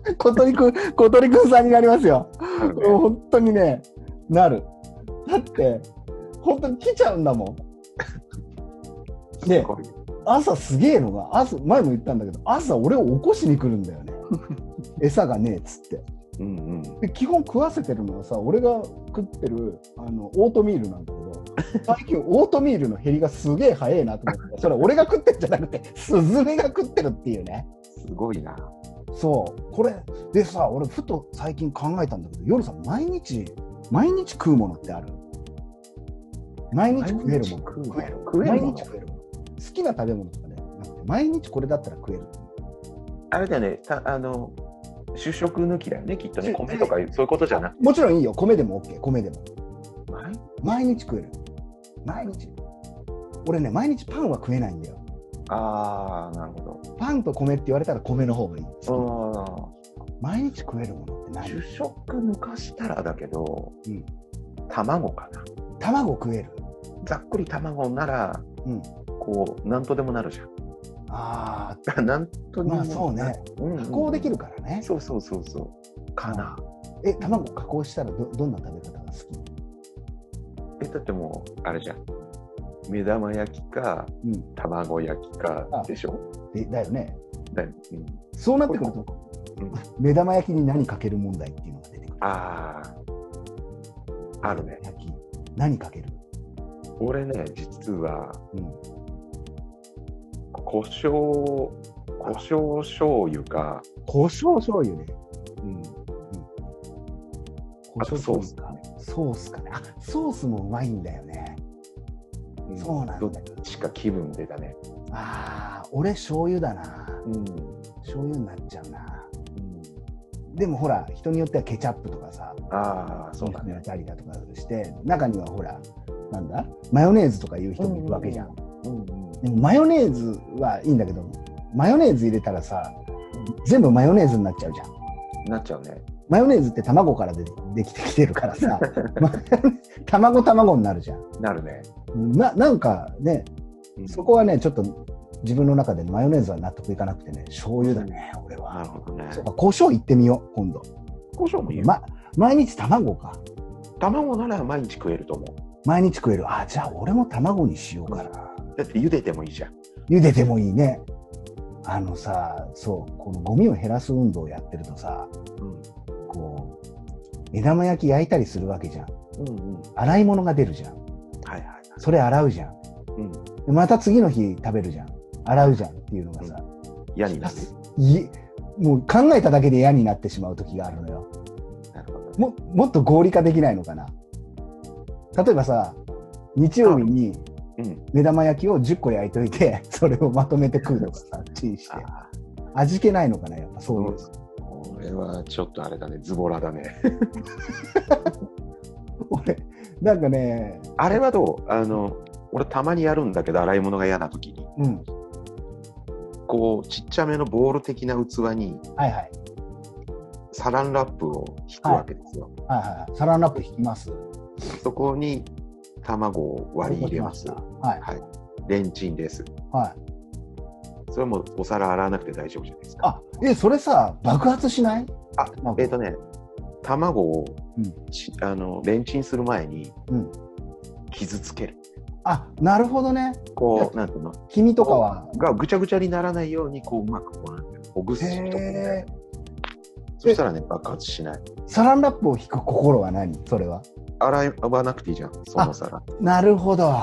[SPEAKER 2] い。
[SPEAKER 1] ん、小鳥くん、小鳥くんさんになりますよ。
[SPEAKER 2] なるね
[SPEAKER 1] もう本当にね、なる。だって、本当に来ちゃうんだもん。で、朝すげえのが、朝、前も言ったんだけど、朝俺を起こしに来るんだよね。餌がねえっつって。
[SPEAKER 2] うんうん。
[SPEAKER 1] で基本食わせてるのはさ俺が食ってるあのオートミールなんだけ
[SPEAKER 2] *laughs*
[SPEAKER 1] ど最近オートミールの減りがすげえ早いなと思ってそれ俺が食ってるんじゃなくてスズメが食ってるっていうね
[SPEAKER 2] すごいな。
[SPEAKER 1] そうこれでさ俺ふと最近考えたんだけど夜さ毎日毎日食うものってある毎日食えるもの
[SPEAKER 2] 毎日
[SPEAKER 1] 食える
[SPEAKER 2] 食える
[SPEAKER 1] 毎
[SPEAKER 2] もの
[SPEAKER 1] 日食えるもの好きな食べ物とかねなくて毎日これだったら食える
[SPEAKER 2] あれだよね、たあの、主食抜きだよね、きっとね。
[SPEAKER 1] 主
[SPEAKER 2] 米とかそういうことじゃなくて。
[SPEAKER 1] もちろんいいよ米でも OK 米でも
[SPEAKER 2] 毎
[SPEAKER 1] 毎日食える毎日俺ね毎日パンは食えないんだよ
[SPEAKER 2] ああ、なるほ
[SPEAKER 1] パンと米って言われたら米の方がいい
[SPEAKER 2] ど。
[SPEAKER 1] 毎日食えるものって
[SPEAKER 2] うん。
[SPEAKER 1] 何
[SPEAKER 2] 主食抜かしたらだけど、
[SPEAKER 1] うん
[SPEAKER 2] 卵かな。
[SPEAKER 1] 卵食える
[SPEAKER 2] ざっくり卵なら、
[SPEAKER 1] うん
[SPEAKER 2] こう、なんとでもなるじゃ
[SPEAKER 1] あ
[SPEAKER 2] ん。 *laughs* なんと
[SPEAKER 1] あ
[SPEAKER 2] でも
[SPEAKER 1] まあそうね
[SPEAKER 2] うんうん
[SPEAKER 1] 加工できるからね
[SPEAKER 2] そうそうそうそう。かな。
[SPEAKER 1] え卵加工したらどどんな食べ方が好き
[SPEAKER 2] え、だってもう、あれじゃん。目玉焼きか、
[SPEAKER 1] うん
[SPEAKER 2] 卵焼きか
[SPEAKER 1] あ
[SPEAKER 2] でしょ
[SPEAKER 1] でだよね
[SPEAKER 2] だようん、
[SPEAKER 1] そうなってくると
[SPEAKER 2] うん
[SPEAKER 1] 目玉焼きに何かける問題っていうのが出てくる
[SPEAKER 2] ああ。あるね。
[SPEAKER 1] 焼き何かける
[SPEAKER 2] 俺ね、実は、
[SPEAKER 1] うん
[SPEAKER 2] 胡椒、胡椒醤油か、
[SPEAKER 1] 胡椒醤油ねうん胡
[SPEAKER 2] あとソース
[SPEAKER 1] かソースかねあソースもうまいんだよね
[SPEAKER 2] うん
[SPEAKER 1] そうなんだ
[SPEAKER 2] どっちか気分でだね。
[SPEAKER 1] ああ、俺醤油だな。
[SPEAKER 2] うん。
[SPEAKER 1] 醤油になっちゃうな。でもほら、人によってはケチャップとかさ、
[SPEAKER 2] ああ、そうだ
[SPEAKER 1] やっ
[SPEAKER 2] ね。
[SPEAKER 1] たりだとかして、中にはほら、なんだマヨネーズとかいう人もいるわけじゃん。
[SPEAKER 2] うんうん。
[SPEAKER 1] でもマヨネーズはいいんだけど、マヨネーズ入れたらさ、全部マヨネーズになっちゃうじゃん。
[SPEAKER 2] なっちゃうね。
[SPEAKER 1] マヨネーズって卵からでできてきてるから
[SPEAKER 2] *laughs*
[SPEAKER 1] さ、マヨ卵卵になるじゃん。
[SPEAKER 2] なるね。
[SPEAKER 1] ななんかね、
[SPEAKER 2] うん
[SPEAKER 1] そこはね、ちょっと自分の中でマヨネーズは納得いかなくてね、醤油だね、俺は。
[SPEAKER 2] なるほどね。
[SPEAKER 1] そうか、胡椒いってみよう、今度。
[SPEAKER 2] 胡椒もいいよ。
[SPEAKER 1] ま、毎日卵か。
[SPEAKER 2] 卵なら毎日食えると思
[SPEAKER 1] 毎日食える。あ、じゃあ俺も卵にしようかな。
[SPEAKER 2] う。だって茹でてもいいじゃん。
[SPEAKER 1] 茹でてもいいね。あのさ、そう、このゴミを減らす運動をやってるとさ、
[SPEAKER 2] うん。
[SPEAKER 1] こう、目玉焼き焼いたりするわけじゃん。
[SPEAKER 2] うんうん。
[SPEAKER 1] 洗い物が出るじゃん。
[SPEAKER 2] はいはい。
[SPEAKER 1] それ洗うじゃん。
[SPEAKER 2] うん。
[SPEAKER 1] でまた次の日食べるじゃん。洗うじゃんっていうのがさ、
[SPEAKER 2] 嫌になる。
[SPEAKER 1] いもう考えただけで嫌になってしまう時があるのよ。
[SPEAKER 2] なるほどね。
[SPEAKER 1] ももっと合理化できないのかな例えばさ日曜日に
[SPEAKER 2] うん。
[SPEAKER 1] 目玉焼きを10個焼いといて *laughs* それをまとめて食うとかさチンして
[SPEAKER 2] ああ。
[SPEAKER 1] 味気ないのかなやっぱそういう、
[SPEAKER 2] これはちょっとあれだね、ズボラだね。
[SPEAKER 1] 俺なんかね
[SPEAKER 2] あれはどうあの、俺たまにやるんだけど、洗い物が嫌な時に。
[SPEAKER 1] うん
[SPEAKER 2] こう、ちっちゃめのボール的な器に
[SPEAKER 1] はいはい
[SPEAKER 2] サランラップを引くわけですよ。
[SPEAKER 1] はいはいサランラップ引きます
[SPEAKER 2] そこに卵を割り入れます
[SPEAKER 1] そ。こ来ましたはい
[SPEAKER 2] レンチンです。
[SPEAKER 1] はい
[SPEAKER 2] それはもうお皿洗わなくて大丈夫じゃないですか。
[SPEAKER 1] あえそれさ爆発しない
[SPEAKER 2] あ
[SPEAKER 1] なんか
[SPEAKER 2] えっ、とね、卵を、
[SPEAKER 1] うん
[SPEAKER 2] ちあのレンチンする前に
[SPEAKER 1] うん
[SPEAKER 2] 傷つける。
[SPEAKER 1] あなるほどね
[SPEAKER 2] こう、なんていうの
[SPEAKER 1] 黄身とかは
[SPEAKER 2] がぐちゃぐちゃにならないように、こう、うまくこうなんていうのほぐすとこね。
[SPEAKER 1] へえ
[SPEAKER 2] そしたらね、爆発しない。
[SPEAKER 1] サランラップを引く心は何それは
[SPEAKER 2] 洗わなくていいじゃん、その皿。
[SPEAKER 1] なるほど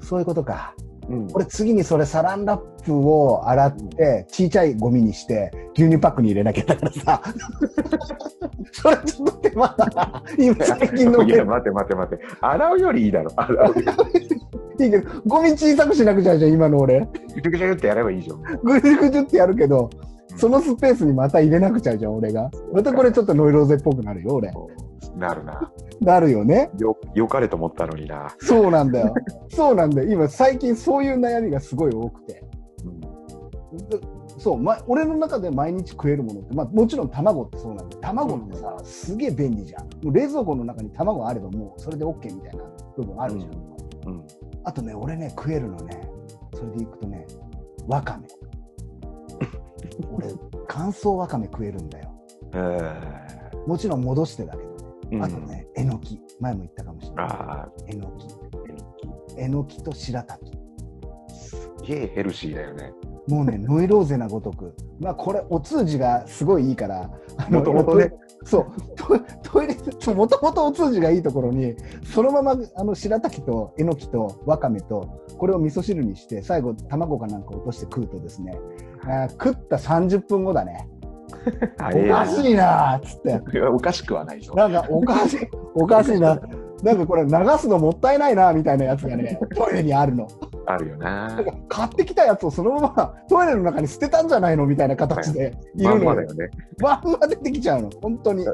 [SPEAKER 1] そういうことか
[SPEAKER 2] うん
[SPEAKER 1] 俺次にそれサランラップを洗って、ちいちゃいゴミにして、牛乳パックに入れなきゃだからさ。 *laughs* それちょっと手間だな。今最近の
[SPEAKER 2] *laughs* い
[SPEAKER 1] 俺
[SPEAKER 2] や、待て待て待て。洗うよりいいだろ。洗うより。
[SPEAKER 1] いいけど、ゴミ小さくしなくちゃじゃん、今の俺。
[SPEAKER 2] ぐちゃぐちゃってやればいいじゃん。
[SPEAKER 1] ぐじゅぐじゅってやるけど、そのスペースにまた入れなくちゃじゃん、俺が。またこれちょっとノイローゼっぽくなるよ、俺。
[SPEAKER 2] なるな。
[SPEAKER 1] *laughs* なるよね。
[SPEAKER 2] よ、よかれと思ったのにな。
[SPEAKER 1] そうなんだよ。そうなんだよ。今、最近そういう悩みがすごい多くて。
[SPEAKER 2] うん
[SPEAKER 1] でそう、ま、俺の中で毎日食えるものって、まあ、もちろん卵ってそうなんだよ卵ってさ、すげえ便利じゃん。もう冷蔵庫の中に卵あればもうそれで OK みたいな部分あるじゃん。
[SPEAKER 2] うん。
[SPEAKER 1] あとね、俺ね、食えるのね、それでいくとね、わか *laughs* め。俺、乾燥わかめ食えるんだよ。
[SPEAKER 2] えー
[SPEAKER 1] もちろん戻してだけどね。
[SPEAKER 2] うん
[SPEAKER 1] あと。ね、えのき。前も言ったかもしれな
[SPEAKER 2] ああ、
[SPEAKER 1] い。えのき。えのきと白滝。
[SPEAKER 2] すげえヘルシーだよね。
[SPEAKER 1] もうね、ノイローゼなごとく。まあ、これ、お通じがすごいいいから。あの
[SPEAKER 2] もともとね。
[SPEAKER 1] そう、トトイレ、そうもともとお通じがいいところに、そのまま、あの、白滝とえのきとわかめと、これを味噌汁にして、最後、卵かなんか落として食うとですね、あー食った30分後だね。おかしいなーっつって。
[SPEAKER 2] い *laughs* やおかしくはないぞ。
[SPEAKER 1] なんか、おかしい、おかしいな。なんかこれ流すのもったいないなみたいなやつがね、トイレにあるの。
[SPEAKER 2] あるよな。
[SPEAKER 1] 買ってきたやつをそのままトイレの中に捨てたんじゃないのみたいな形でい
[SPEAKER 2] ま
[SPEAKER 1] る
[SPEAKER 2] ん
[SPEAKER 1] の
[SPEAKER 2] まだ
[SPEAKER 1] よ。
[SPEAKER 2] よね。
[SPEAKER 1] まんま出てきちゃうの、本当に。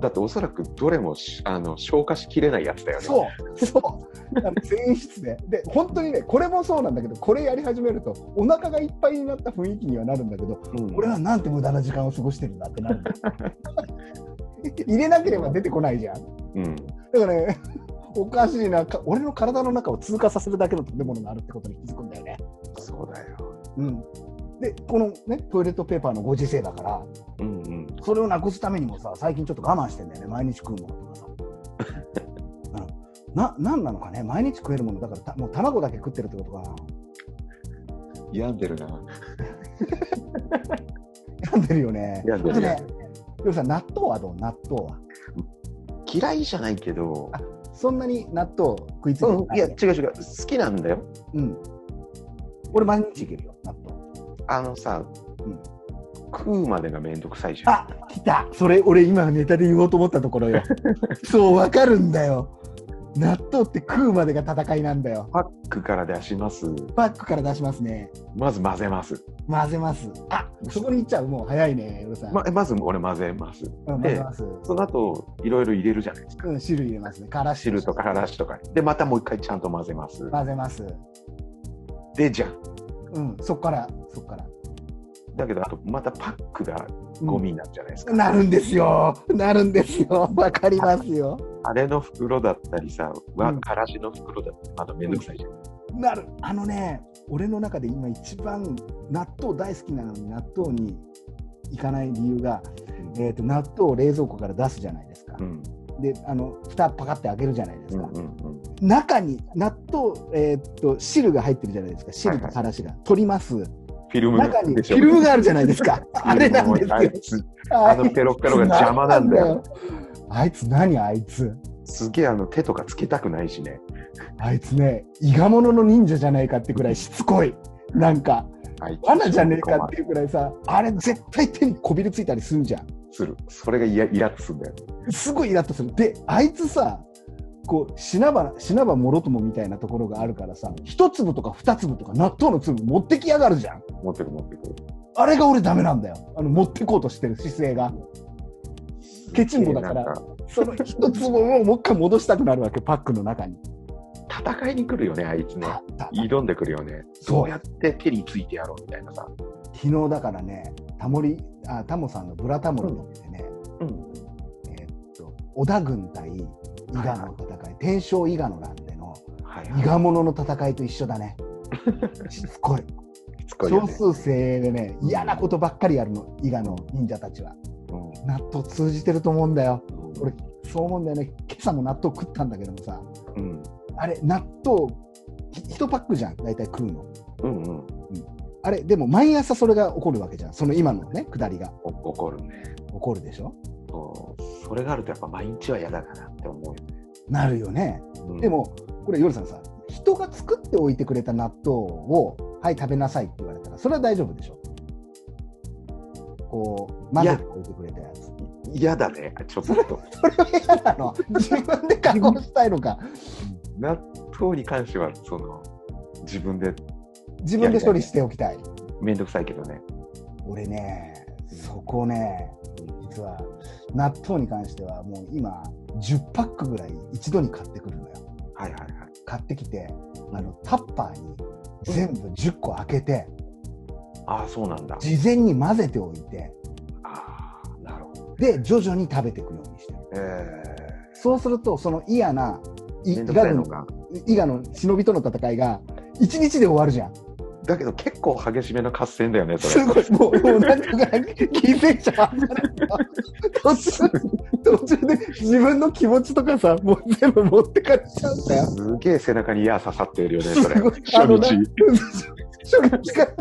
[SPEAKER 2] だっておそらくどれもしあの消化しきれないやつだよね。
[SPEAKER 1] そう、そう、あの全室で。で、本当にね、これもそうなんだけど、これやり始めると、お腹がいっぱいになった雰囲気にはなるんだけど、
[SPEAKER 2] うん
[SPEAKER 1] 俺はなんて無駄な時間を過ごしてるんだってなるん *laughs* だよ入れなければ出てこないじゃん。
[SPEAKER 2] うん。
[SPEAKER 1] だからね、 *laughs* おかしいな、か俺の体の中を通過させるだけの食べ物があるってことに気づくんだよね。
[SPEAKER 2] そうだよ。
[SPEAKER 1] うん。で、このね、トイレットペーパーのご時世だから、
[SPEAKER 2] うんうん。
[SPEAKER 1] それをなくすためにもさ、最近ちょっと我慢してんだよね、毎日食うものとかさ。うんな、なんなのかね、毎日食えるものだからた、もう卵だけ食ってるってことかな。
[SPEAKER 2] 病んでるな。
[SPEAKER 1] 病んでるよね。
[SPEAKER 2] 病んで
[SPEAKER 1] あと
[SPEAKER 2] る
[SPEAKER 1] ね、よさん、納豆はどう納豆は。
[SPEAKER 2] 嫌いじゃないけど。
[SPEAKER 1] そんなに納豆食いついて
[SPEAKER 2] うん。
[SPEAKER 1] ない
[SPEAKER 2] や違う違う。好きなんだよ。
[SPEAKER 1] うん。俺、毎日いけるよ、納豆。
[SPEAKER 2] あのさ、
[SPEAKER 1] うん
[SPEAKER 2] 食うまでがめんどくさいじゃん。
[SPEAKER 1] あ、来た。それ、俺、今ネタで言おうと思ったところ
[SPEAKER 2] *laughs*
[SPEAKER 1] よ。そう、わかるんだよ。納豆って食うまでが戦いなんだよ。
[SPEAKER 2] パックから出します。
[SPEAKER 1] パックから出しますね。
[SPEAKER 2] まず混ぜます。
[SPEAKER 1] 混ぜます。あ、そこに行っちゃう。もう早いね、よさん。
[SPEAKER 2] ままず俺混ぜます。
[SPEAKER 1] うん混ぜます。
[SPEAKER 2] その後いろいろ入れるじゃないですか。
[SPEAKER 1] うん、汁入れますね。からし
[SPEAKER 2] 汁とかからしとか。でまたもう一回ちゃんと混ぜます。
[SPEAKER 1] 混ぜます。
[SPEAKER 2] でじゃん。
[SPEAKER 1] うん、そっから、そっから。
[SPEAKER 2] だけどあとまたパックが
[SPEAKER 1] うん
[SPEAKER 2] ゴミになるじゃないですか。
[SPEAKER 1] なるんですよ。なるんですよ。わかりますよ。
[SPEAKER 2] あれの袋だったりさ、わ
[SPEAKER 1] うん
[SPEAKER 2] からしの袋だったり、まだめんどくさいじゃん。
[SPEAKER 1] なる。あのね、俺の中で今一番納豆大好きなのに納豆に行かない理由が、えー、と納豆を冷蔵庫から出すじゃないですか。
[SPEAKER 2] うん、
[SPEAKER 1] で、あの蓋パカって開けるじゃないで
[SPEAKER 2] う
[SPEAKER 1] す
[SPEAKER 2] ん
[SPEAKER 1] か。、
[SPEAKER 2] うん、うん。
[SPEAKER 1] 中に納豆、えー、と汁が入ってるじゃないですか。汁とからしが、取ります。
[SPEAKER 2] フィルム
[SPEAKER 1] 中にフ
[SPEAKER 2] でしょ
[SPEAKER 1] ィルムがあるじゃないです
[SPEAKER 2] *laughs*
[SPEAKER 1] か。あれなんです
[SPEAKER 2] あ
[SPEAKER 1] よ。
[SPEAKER 2] いつあのペロペロが邪魔なんだよ。。
[SPEAKER 1] あいつ何あいつ。
[SPEAKER 2] すげえあの手とかつけたくないしね。
[SPEAKER 1] あいつね、伊賀者の忍者じゃないかってくらいしつこい。なんか、
[SPEAKER 2] あいつ
[SPEAKER 1] 罠じゃねえかっていうくらいさ、あれ絶対手にこびりついたりするじゃん。
[SPEAKER 2] する。それがイライラッとするんだよ。
[SPEAKER 1] すごいイラッとする。で、あいつさ、こう、死なば、死なばもろともみたいなところがあるからさ、一粒とか二粒とか納豆の粒持ってきやがるじゃん。
[SPEAKER 2] 持ってく持ってく。
[SPEAKER 1] あれが俺ダメなんだよ。あの、持ってこうとしてる姿勢が。ケチンコだから
[SPEAKER 2] なんか
[SPEAKER 1] その一粒をもう一回戻したくなるわけ、パックの中に。
[SPEAKER 2] 戦いに来るよね、あいつね。
[SPEAKER 1] あった
[SPEAKER 2] 挑んでくるよね。
[SPEAKER 1] そう
[SPEAKER 2] どうやって手についてやろうみたいなさ。
[SPEAKER 1] 昨日だからね、タモリ、あ、タモさんのブラタモリの時でね、
[SPEAKER 2] うん。
[SPEAKER 1] えーっと、織田軍対伊賀の戦い、天正伊賀の乱での
[SPEAKER 2] はい
[SPEAKER 1] 伊
[SPEAKER 2] は
[SPEAKER 1] 賀者の戦いと一緒だ
[SPEAKER 2] *laughs*
[SPEAKER 1] ね。しつこい。
[SPEAKER 2] い。しつこいよ
[SPEAKER 1] 少
[SPEAKER 2] ね。
[SPEAKER 1] 数精鋭でね、嫌なことばっかりやるの、伊賀の忍者たちは。
[SPEAKER 2] うん
[SPEAKER 1] 納豆通じてると思うんだよ。
[SPEAKER 2] う
[SPEAKER 1] 俺、そう思うんだよね。今朝も納豆食ったんだけどもさ、
[SPEAKER 2] ん。
[SPEAKER 1] あれ、納豆、ひ一パックじゃん、大体食うの。
[SPEAKER 2] うんうん。
[SPEAKER 1] あれ、でも毎朝それが起こるわけじゃん。その今のね、下りが
[SPEAKER 2] お怒るね。
[SPEAKER 1] 起こるでしょ。
[SPEAKER 2] そうそれがあるとやっぱ毎日は嫌だなって思うよね。
[SPEAKER 1] なるよね。
[SPEAKER 2] うん
[SPEAKER 1] で、も、これ、夜さんさ、一人が作っておいてくれた納豆を、はい、食べなさいって言われたら、それは大丈夫でしょ。こう、混ぜておいてくれたやつ。
[SPEAKER 2] 嫌だね、ちょっ *laughs* と。
[SPEAKER 1] それは嫌なの。自分で加工したいのか。
[SPEAKER 2] 納豆に関しては、その、自分で
[SPEAKER 1] 自分で処理しておきたい。
[SPEAKER 2] めんどくさいけどね。
[SPEAKER 1] 俺ね、そこね、実は、納豆に関しては、もう今、10パックぐらい一度に買ってくるのよ。
[SPEAKER 2] はいはいはい。
[SPEAKER 1] 買ってきて、あの、タッパーに全部10個開けて、
[SPEAKER 2] ああ、そうなんだ。
[SPEAKER 1] 事前に混ぜておいて、
[SPEAKER 2] ああ、なるほど。
[SPEAKER 1] で、徐々に食べていくようにしてる。
[SPEAKER 2] え
[SPEAKER 1] そうすると、その嫌な、
[SPEAKER 2] え
[SPEAKER 1] い
[SPEAKER 2] めん
[SPEAKER 1] 伊
[SPEAKER 2] どくさ
[SPEAKER 1] 賀
[SPEAKER 2] いの
[SPEAKER 1] の
[SPEAKER 2] か。
[SPEAKER 1] 伊賀の忍びとの戦いが、1日で終わるじゃん。
[SPEAKER 2] だけど結構激しめの合戦だよね、そ
[SPEAKER 1] す
[SPEAKER 2] れ。
[SPEAKER 1] ごい、もう、もうなんとか、犠牲者半端ないよ途中、途中で自分の気持ちとかさ、もう全部持ってかれちゃうんだよ。
[SPEAKER 2] すげえ背中に矢刺さってるよね、それ。
[SPEAKER 1] すごいあの
[SPEAKER 2] 初日。
[SPEAKER 1] 初日から、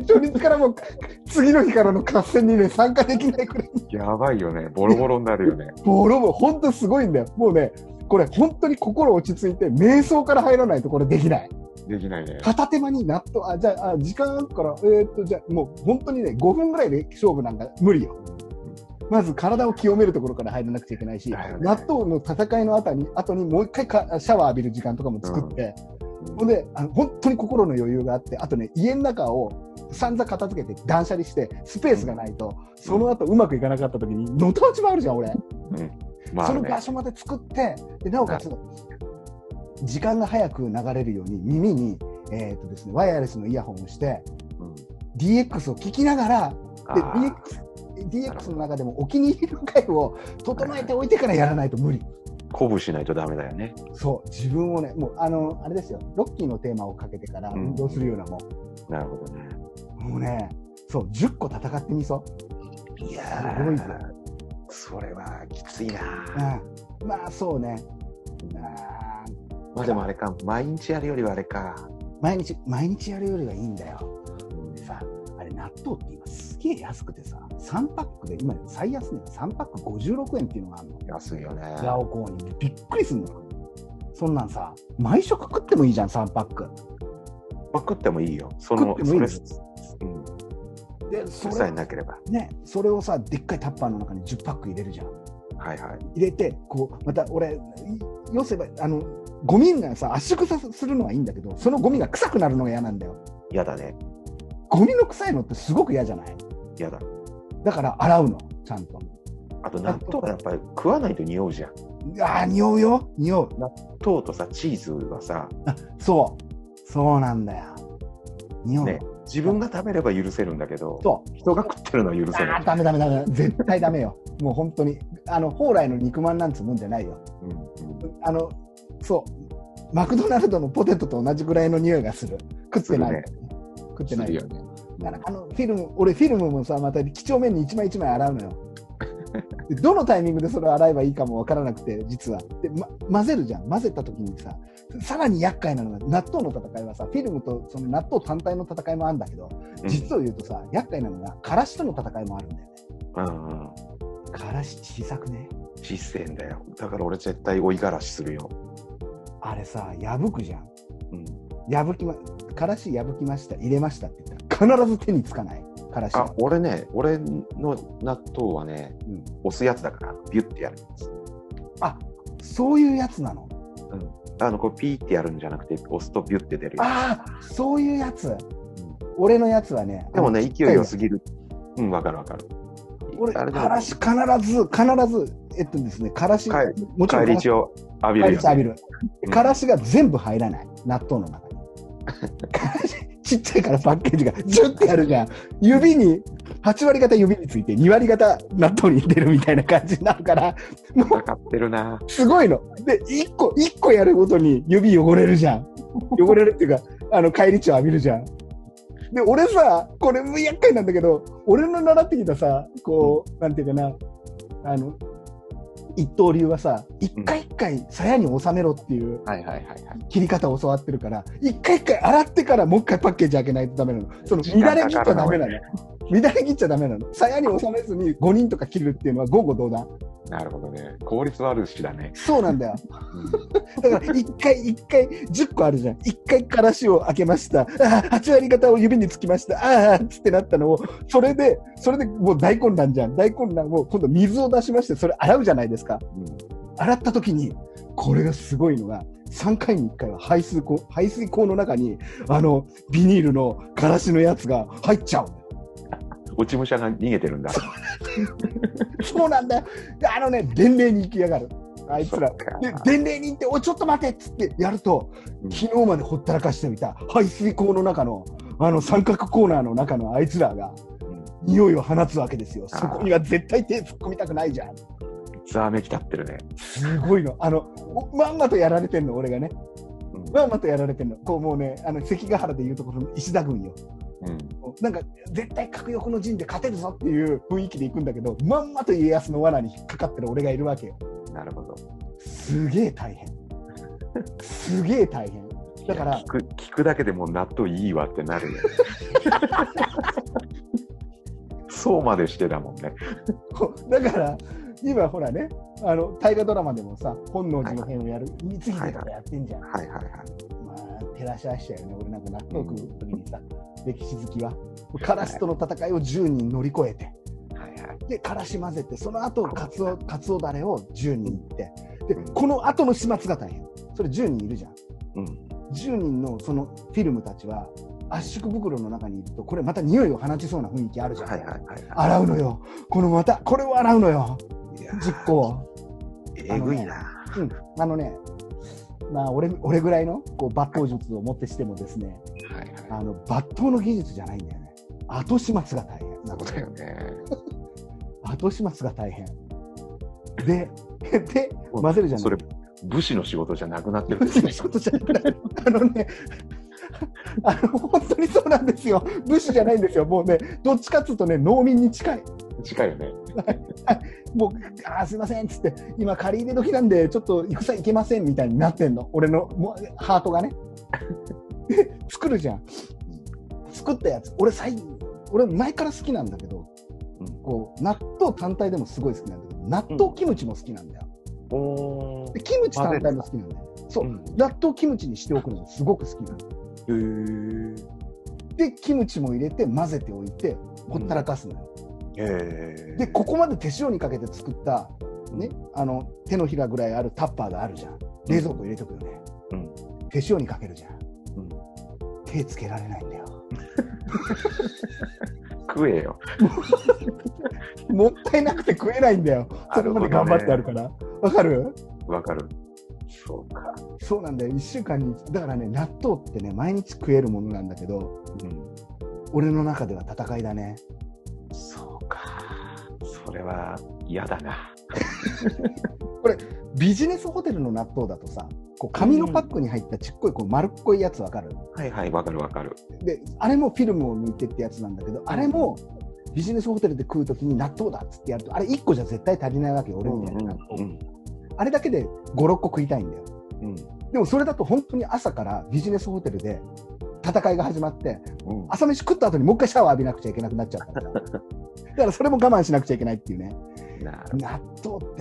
[SPEAKER 1] 初日からもう、次の日からの合戦にね、参加できないくらい、
[SPEAKER 2] やばいよね。ボロボロになるよ *laughs* ね。
[SPEAKER 1] ボロボロ、ほんとすごいんだよ。もうね、これ、本当に心落ち着いて、瞑想から入らないとこれできない。
[SPEAKER 2] できないね。
[SPEAKER 1] 片手間に納豆、あ、じゃあ、あ時間あるから、えーっと、じゃあ、もう本当にね、5分ぐらいで勝負なんか無理よ。まず体を清めるところから入らなくちゃいけないし、
[SPEAKER 2] だよね
[SPEAKER 1] 納豆の戦いの後に、後にもう一回かシャワー浴びる時間とかも作って、ほんであの、本当に心の余裕があって、あとね、家の中を散々片付けて断捨離して、スペースがないと、その後うまくいかなかった時に、のたうち回るじゃん、俺。
[SPEAKER 2] まあ
[SPEAKER 1] その場
[SPEAKER 2] ね、
[SPEAKER 1] 所まで作って、でなおかつ、時間が早く流れるように耳に、えーとですね、ワイヤレスのイヤホンをして、
[SPEAKER 2] うん、
[SPEAKER 1] DX を聞きながら、
[SPEAKER 2] あ
[SPEAKER 1] で
[SPEAKER 2] ー
[SPEAKER 1] DX, DX の中でもお気に入りの回を整えておいてからやらないと無理。
[SPEAKER 2] 鼓舞しないとダメだよね。
[SPEAKER 1] そう、自分をね、もう、あの、あれですよ、ロッキーのテーマをかけてから
[SPEAKER 2] うん
[SPEAKER 1] 運動するようなもん、
[SPEAKER 2] なるほどね。
[SPEAKER 1] もうね、そう、10個戦ってみそう。
[SPEAKER 2] いや
[SPEAKER 1] すごい
[SPEAKER 2] ー
[SPEAKER 1] ぞ
[SPEAKER 2] それはきついな。
[SPEAKER 1] うん、まあ、そうね。あー
[SPEAKER 2] まあでもあれか、毎日やるよりはあれか。
[SPEAKER 1] 毎日、毎日やるよりはいいんだよ。
[SPEAKER 2] うん
[SPEAKER 1] さあれ納豆って今すげえ安くてさ3パックで今最安値が3パック56円っていうのがあるの
[SPEAKER 2] 安いよね。
[SPEAKER 1] ラオコーにびっくりすんのそんなんさ毎食食ってもいいじゃん3パック
[SPEAKER 2] 食ってもいいよ。その
[SPEAKER 1] 食ってもいいよ
[SPEAKER 2] それうん、
[SPEAKER 1] で
[SPEAKER 2] そ
[SPEAKER 1] そ
[SPEAKER 2] れさ
[SPEAKER 1] れ,、
[SPEAKER 2] えなければ。
[SPEAKER 1] ね、それをさでっかいタッパーの中に10パック入れるじゃん
[SPEAKER 2] はいはい。
[SPEAKER 1] 入れてこうまた俺よせばあのゴミがさ圧縮さするのはいいんだけどそのゴミが臭くなるのが嫌なんだよ
[SPEAKER 2] 嫌だね。
[SPEAKER 1] ゴミの臭いのってすごく嫌じゃない
[SPEAKER 2] 嫌だ。
[SPEAKER 1] だから洗うのちゃんと
[SPEAKER 2] あと納豆はやっぱり食わないと匂うじゃん。
[SPEAKER 1] あー匂うよ匂う
[SPEAKER 2] 納豆とさ、チーズはさ、
[SPEAKER 1] そう、そうなんだよ。日本、
[SPEAKER 2] ね、自分が食べれば許せるんだけど、
[SPEAKER 1] と、
[SPEAKER 2] 人が食ってるのは許せ
[SPEAKER 1] あ
[SPEAKER 2] な
[SPEAKER 1] ー
[SPEAKER 2] い。
[SPEAKER 1] ダメダメダメ、絶対ダメよ。もう本当に、あの蓬莱の肉まんなんつもんじゃないよ。
[SPEAKER 2] うんうん
[SPEAKER 1] あの、そう、マクドナルドのポテトと同じぐらいの匂いがする。食ってない。
[SPEAKER 2] するね
[SPEAKER 1] 食ってな
[SPEAKER 2] す
[SPEAKER 1] い
[SPEAKER 2] るよね。
[SPEAKER 1] だからあのフィルム、俺フィルムもさ、また几帳面に一枚一枚洗うのよ。 *laughs* でどのタイミングでそれを洗えばいいかもわからなくて、実は。で、ま、混ぜるじゃん。混ぜた時にさ、さらに厄介なのが、納豆の戦いはさ、フィルムとその納豆単体の戦いもあるんだけど、
[SPEAKER 2] うん
[SPEAKER 1] 実を言うとさ、厄介なのが、からしとの戦いもあるんだよね。
[SPEAKER 2] うんうん
[SPEAKER 1] からし小さくね。
[SPEAKER 2] 実践だよ。だから俺絶対追いがらしするよ。
[SPEAKER 1] あれさ、破くじゃん。
[SPEAKER 2] うん、
[SPEAKER 1] 破きま、からし破きました、入れましたって言ったら、必ず手につかない。からし。
[SPEAKER 2] あ、俺ね、俺の納豆はね、
[SPEAKER 1] うん
[SPEAKER 2] 押すやつだから、ビュッてやるんです。
[SPEAKER 1] そういうやつなの。
[SPEAKER 2] あの、こうピーってやるんじゃなくて、押すとビュッて出るよ。
[SPEAKER 1] ああ、そういうやつ。俺のやつはね、
[SPEAKER 2] でも
[SPEAKER 1] あ
[SPEAKER 2] ね、
[SPEAKER 1] の
[SPEAKER 2] 勢い良すぎる。うん、わかるわかる。
[SPEAKER 1] 俺、
[SPEAKER 2] あれでも
[SPEAKER 1] からし必ず、必ず、えっとですね、からし、
[SPEAKER 2] 帰
[SPEAKER 1] も
[SPEAKER 2] 帰
[SPEAKER 1] か
[SPEAKER 2] り
[SPEAKER 1] らし
[SPEAKER 2] 血を浴び
[SPEAKER 1] 帰
[SPEAKER 2] る
[SPEAKER 1] り
[SPEAKER 2] よ、
[SPEAKER 1] 血浴び
[SPEAKER 2] ね。
[SPEAKER 1] る。
[SPEAKER 2] うん
[SPEAKER 1] からしが全部入らない、納豆の中に。
[SPEAKER 2] *laughs*
[SPEAKER 1] からしちっちゃいからパッケージが、ジュッてやるじゃん。指に、8割方指について、2割方納豆に出るみたいな感じになるから、も
[SPEAKER 2] かかってるな。
[SPEAKER 1] う、すごいの。で、1個、一個やるごとに指汚れるじゃん。汚れるっていうか、あの、帰り血を浴びるじゃん。で、俺さ、これも厄介なんだけど、俺の習ってきたさ、こう、なんていうかな、あの、一刀流はさ、一回一回鞘に収めろっていう
[SPEAKER 2] はいはいはいはい。
[SPEAKER 1] 切り方を教わってるから、一回一回洗ってからもう一回パッケージ開けないとダメなの。その乱れ切っちゃダメなの。乱れ切っちゃダメなの。鞘に収めずに5人とか切るっていうのは午後どうだ
[SPEAKER 2] なるほどね。効率悪しだね。
[SPEAKER 1] そうなんだよ。だから一回一回10個あるじゃん一回からしを開けましたあー8割方を指につきましたあーっつってなったのをそれでそれでもう大混乱じゃん大混乱を今度水を出しましてそれ洗うじゃないですか
[SPEAKER 2] うん
[SPEAKER 1] 洗った時にこれがすごいのが3回に1回は排水口排水口の中にあのビニールのからしのやつが入っちゃう
[SPEAKER 2] 落ち武者が逃げて
[SPEAKER 1] *laughs*
[SPEAKER 2] るんだ。
[SPEAKER 1] そうなんだよであのね伝令に行きやがるあいつら
[SPEAKER 2] そっか
[SPEAKER 1] で伝令に行って「おいちょっと待て」っつってやると
[SPEAKER 2] うん
[SPEAKER 1] 昨日までほったらかしてみた排水口の中のあの三角コーナーの中のあいつらが
[SPEAKER 2] うん
[SPEAKER 1] 匂いを放つわけですよ
[SPEAKER 2] あー
[SPEAKER 1] そこには絶対手突っ込みたくないじゃん
[SPEAKER 2] ざわめき立ってるね。
[SPEAKER 1] すごいのあのおまんまとやられてんの俺がね
[SPEAKER 2] うん
[SPEAKER 1] まんまとやられてんのこうもうねあの関ヶ原でいうところの石田軍よ
[SPEAKER 2] うん
[SPEAKER 1] なんか絶対格欲の陣で勝てるぞっていう雰囲気で行くんだけどまんまと家康の罠に引っかかってる俺がいるわけよ
[SPEAKER 2] なるほど。
[SPEAKER 1] すげえ大
[SPEAKER 2] *laughs*
[SPEAKER 1] 変すげえ大変だから
[SPEAKER 2] いや聞く聞くだけでもう納豆いいわって
[SPEAKER 1] *laughs*
[SPEAKER 2] なるよね。そうまでしてだもんね。
[SPEAKER 1] こ *laughs* うだから今ほらねあの大河ドラマでもさ本能寺の変をやる三つ
[SPEAKER 2] は
[SPEAKER 1] 秀
[SPEAKER 2] い
[SPEAKER 1] と
[SPEAKER 2] は
[SPEAKER 1] かやってんじゃん、
[SPEAKER 2] はいはいはい。
[SPEAKER 1] まあ照らし合わせちゃうよね俺なんか納豆食う時にさ、歴史好きはカラスとの戦いを10人乗り越えて
[SPEAKER 2] はいはい。
[SPEAKER 1] でからし混ぜてその後かつおかつおだれを10人いってで
[SPEAKER 2] うん
[SPEAKER 1] この後の始末が大変それ10人いるじゃん
[SPEAKER 2] うん。
[SPEAKER 1] 10人のそのフィルムたちは圧縮袋の中にいるとこれまた匂いを放ちそうな雰囲気あるじゃん、
[SPEAKER 2] はいはいはいは
[SPEAKER 1] 洗うのよこのまたこれを洗うのよ
[SPEAKER 2] い。いや
[SPEAKER 1] 実行を。
[SPEAKER 2] えぐいな。
[SPEAKER 1] うん、あのね、まあ、俺俺ぐらいのこう抜刀術をもってしてもですね
[SPEAKER 2] はいはい。
[SPEAKER 1] あ
[SPEAKER 2] *laughs*
[SPEAKER 1] の抜刀の技術じゃないんだよね後始末が大変
[SPEAKER 2] そうだよね。
[SPEAKER 1] 後始末が大変でで混ぜるじゃない
[SPEAKER 2] それ、武士の仕事じゃなくなってるんですね。
[SPEAKER 1] 仕事じゃないあのねあの本当にそうなんですよ武士じゃないんですよもうねどっちかっつうとね農民に近い
[SPEAKER 2] 近いよね。
[SPEAKER 1] もう「あーすいません」っつって「今借り入れ時なんでちょっと戦行けません」みたいになってんの俺のもうハートがね *laughs* で作るじゃん作ったやつ俺最俺前から好きなんだけど、
[SPEAKER 2] うん
[SPEAKER 1] こう納豆単体でもすごい好きなんだけど納豆キムチも好きなんだよ、
[SPEAKER 2] おー
[SPEAKER 1] でキムチ単体も好きなんだよそう、
[SPEAKER 2] うん
[SPEAKER 1] 納豆キムチにしておくのがすごく好きなの
[SPEAKER 2] へー
[SPEAKER 1] でキムチも入れて混ぜておいてほったらかすのよ、
[SPEAKER 2] へー
[SPEAKER 1] でここまで手塩にかけて作ったね、あの手のひらぐらいあるタッパーがあるじゃん冷蔵庫入れとくよね、
[SPEAKER 2] うん
[SPEAKER 1] 手塩にかけるじゃん
[SPEAKER 2] うん
[SPEAKER 1] 手つけられないんだよ
[SPEAKER 2] 食えよ。
[SPEAKER 1] もったいなくて食えないんだ
[SPEAKER 2] *laughs*
[SPEAKER 1] よそ
[SPEAKER 2] な
[SPEAKER 1] こま
[SPEAKER 2] るほど
[SPEAKER 1] で
[SPEAKER 2] ね
[SPEAKER 1] 頑張ってあるからわかる
[SPEAKER 2] わかる。そうか。
[SPEAKER 1] そうなんだよ1週間にだからね納豆ってね毎日食えるものなんだけど
[SPEAKER 2] うん。
[SPEAKER 1] 俺の中では戦いだね
[SPEAKER 2] そうか。それは嫌だな。
[SPEAKER 1] ビジネスホテルの納豆だとさこう紙のパックに入ったちっこいこう丸っこいやつわかる
[SPEAKER 2] はいはい、わかるわかる。
[SPEAKER 1] であれもフィルムを抜いてってやつなんだけどあれもビジネスホテルで食うときに納豆だっつってやるとあれ1個じゃ絶対足りないわけよ俺みたいな納
[SPEAKER 2] う
[SPEAKER 1] 豆、
[SPEAKER 2] ん。
[SPEAKER 1] あれだけで56個食いたいんだよ
[SPEAKER 2] うん。
[SPEAKER 1] でもそれだと本当に朝からビジネスホテルで戦いが始まって
[SPEAKER 2] うん
[SPEAKER 1] 朝飯食った後にもう一回シャワー浴びなくちゃいけなくなっちゃ
[SPEAKER 2] *laughs*
[SPEAKER 1] うからだからそれも我慢しなくちゃいけないっていうね
[SPEAKER 2] なる
[SPEAKER 1] 納豆っ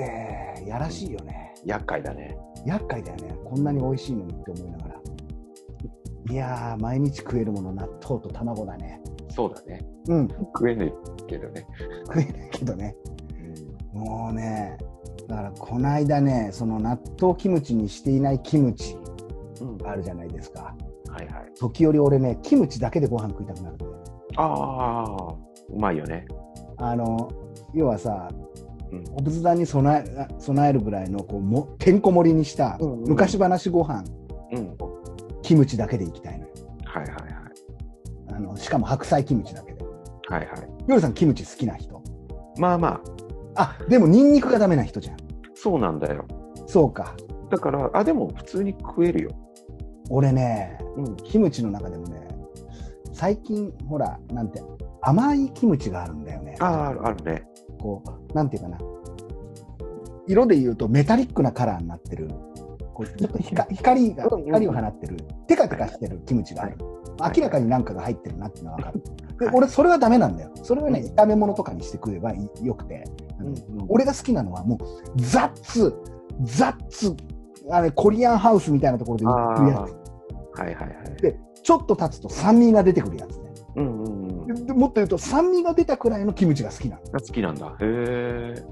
[SPEAKER 1] てやらしいよね
[SPEAKER 2] 厄介だね。
[SPEAKER 1] 厄介だよねこんなに美味しいのにって思いながらいやー毎日食えるもの納豆と卵だね
[SPEAKER 2] そうだね。
[SPEAKER 1] うん
[SPEAKER 2] 食えないけどね。
[SPEAKER 1] 食えないけどねもうねだからこの間ねその納豆キムチにしていないキムチ
[SPEAKER 2] うん。
[SPEAKER 1] あるじゃないですか
[SPEAKER 2] はいはい。
[SPEAKER 1] 時折俺ねキムチだけでご飯食いたくなるんだよね
[SPEAKER 2] ああ、うまいよね。
[SPEAKER 1] あの要はさ、
[SPEAKER 2] うん
[SPEAKER 1] お仏壇に備え備えるぐらいのこうもてんこ盛りにした
[SPEAKER 2] うんうんうん
[SPEAKER 1] 昔話ご飯、
[SPEAKER 2] うん。
[SPEAKER 1] キムチだけでいきたいのよ
[SPEAKER 2] はいはいはい。
[SPEAKER 1] あのしかも白菜キムチだけで
[SPEAKER 2] はいはい。
[SPEAKER 1] ヨルさんキムチ好きな人
[SPEAKER 2] まあまあ、
[SPEAKER 1] あでもニンニクがダメな人じゃん
[SPEAKER 2] そうなんだよ。
[SPEAKER 1] そうか
[SPEAKER 2] だから、あ、でも普通に食えるよ。
[SPEAKER 1] 俺ね
[SPEAKER 2] うん。
[SPEAKER 1] キムチの中でもね最近ほらなんて甘いキムチがあるんだよね
[SPEAKER 2] ああ、あるあるね。
[SPEAKER 1] こうなんていうかな色で言うとメタリックなカラーになってる
[SPEAKER 2] *laughs*
[SPEAKER 1] こうちょっと光光が
[SPEAKER 2] うんうん
[SPEAKER 1] 光を放ってるテカテカしてるキムチがある、
[SPEAKER 2] はい
[SPEAKER 1] 明らかに何かが入
[SPEAKER 2] *laughs*
[SPEAKER 1] ってるなっていうのは分かる、で
[SPEAKER 2] はい
[SPEAKER 1] 俺それはダメなんだよそれはね
[SPEAKER 2] うん
[SPEAKER 1] 炒め物とかにして食えばいいよくてあの俺が好きなのはもうザッツザッツあれコリアンハウスみたいなところで売ってるや
[SPEAKER 2] あーはいはいはい。
[SPEAKER 1] でつちょっと経つと酸味が出てくるやつね
[SPEAKER 2] うんうんうん。
[SPEAKER 1] ででもっと言うと酸味が出たくらいのキムチが好きなの
[SPEAKER 2] が好きなんだ。へえ。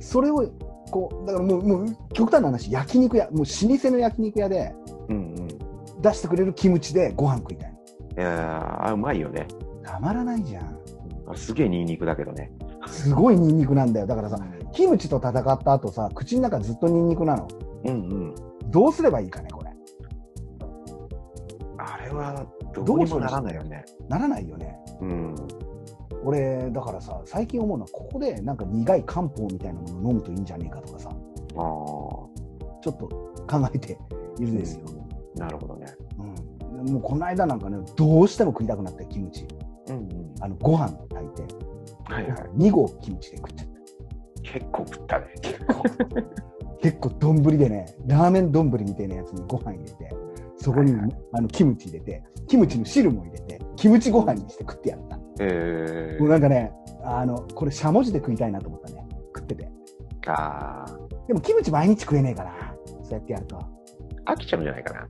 [SPEAKER 1] それをこうだからもうもう極端な話焼肉屋もう老舗の焼肉屋で
[SPEAKER 2] うんうん。い
[SPEAKER 1] 出してくれるキムチでご飯食いたいの
[SPEAKER 2] やーあ、うまいよね。
[SPEAKER 1] たまらないじゃん
[SPEAKER 2] あすげえニンニクだけどね。
[SPEAKER 1] すごいニンニクなんだよだからさキムチと戦った後さ口の中ずっとニンニクなの
[SPEAKER 2] うんうん。
[SPEAKER 1] どうすればいいかねこれ
[SPEAKER 2] あれはどうにもならないよね。
[SPEAKER 1] ならないよね
[SPEAKER 2] うん。
[SPEAKER 1] 俺だからさ最近思うのはここでなんか苦い漢方みたいなもの飲むといいんじゃねえかとかさ
[SPEAKER 2] ああ。
[SPEAKER 1] ちょっと考えているんですよ、
[SPEAKER 2] なるほどね。
[SPEAKER 1] うん、もうこの間なんかねどうしても食いたくなってキムチ
[SPEAKER 2] うんうん。
[SPEAKER 1] あのご飯炊いて
[SPEAKER 2] はいはい。
[SPEAKER 1] 2合キムチで食っちゃった
[SPEAKER 2] 結構食ったね。
[SPEAKER 1] 結構丼でねラーメン丼みたいなやつにご飯入れてそこに、
[SPEAKER 2] はい
[SPEAKER 1] あのキムチ入れてキムチの汁も入れてキムチご飯にして食ってやった、
[SPEAKER 2] え
[SPEAKER 1] もうなんかねあのこれしゃもじで食いたいなと思ったね食ってて
[SPEAKER 2] ー、あー
[SPEAKER 1] でもキムチ毎日食えねえからそうやってやると
[SPEAKER 2] 飽きちゃうんじゃないかな。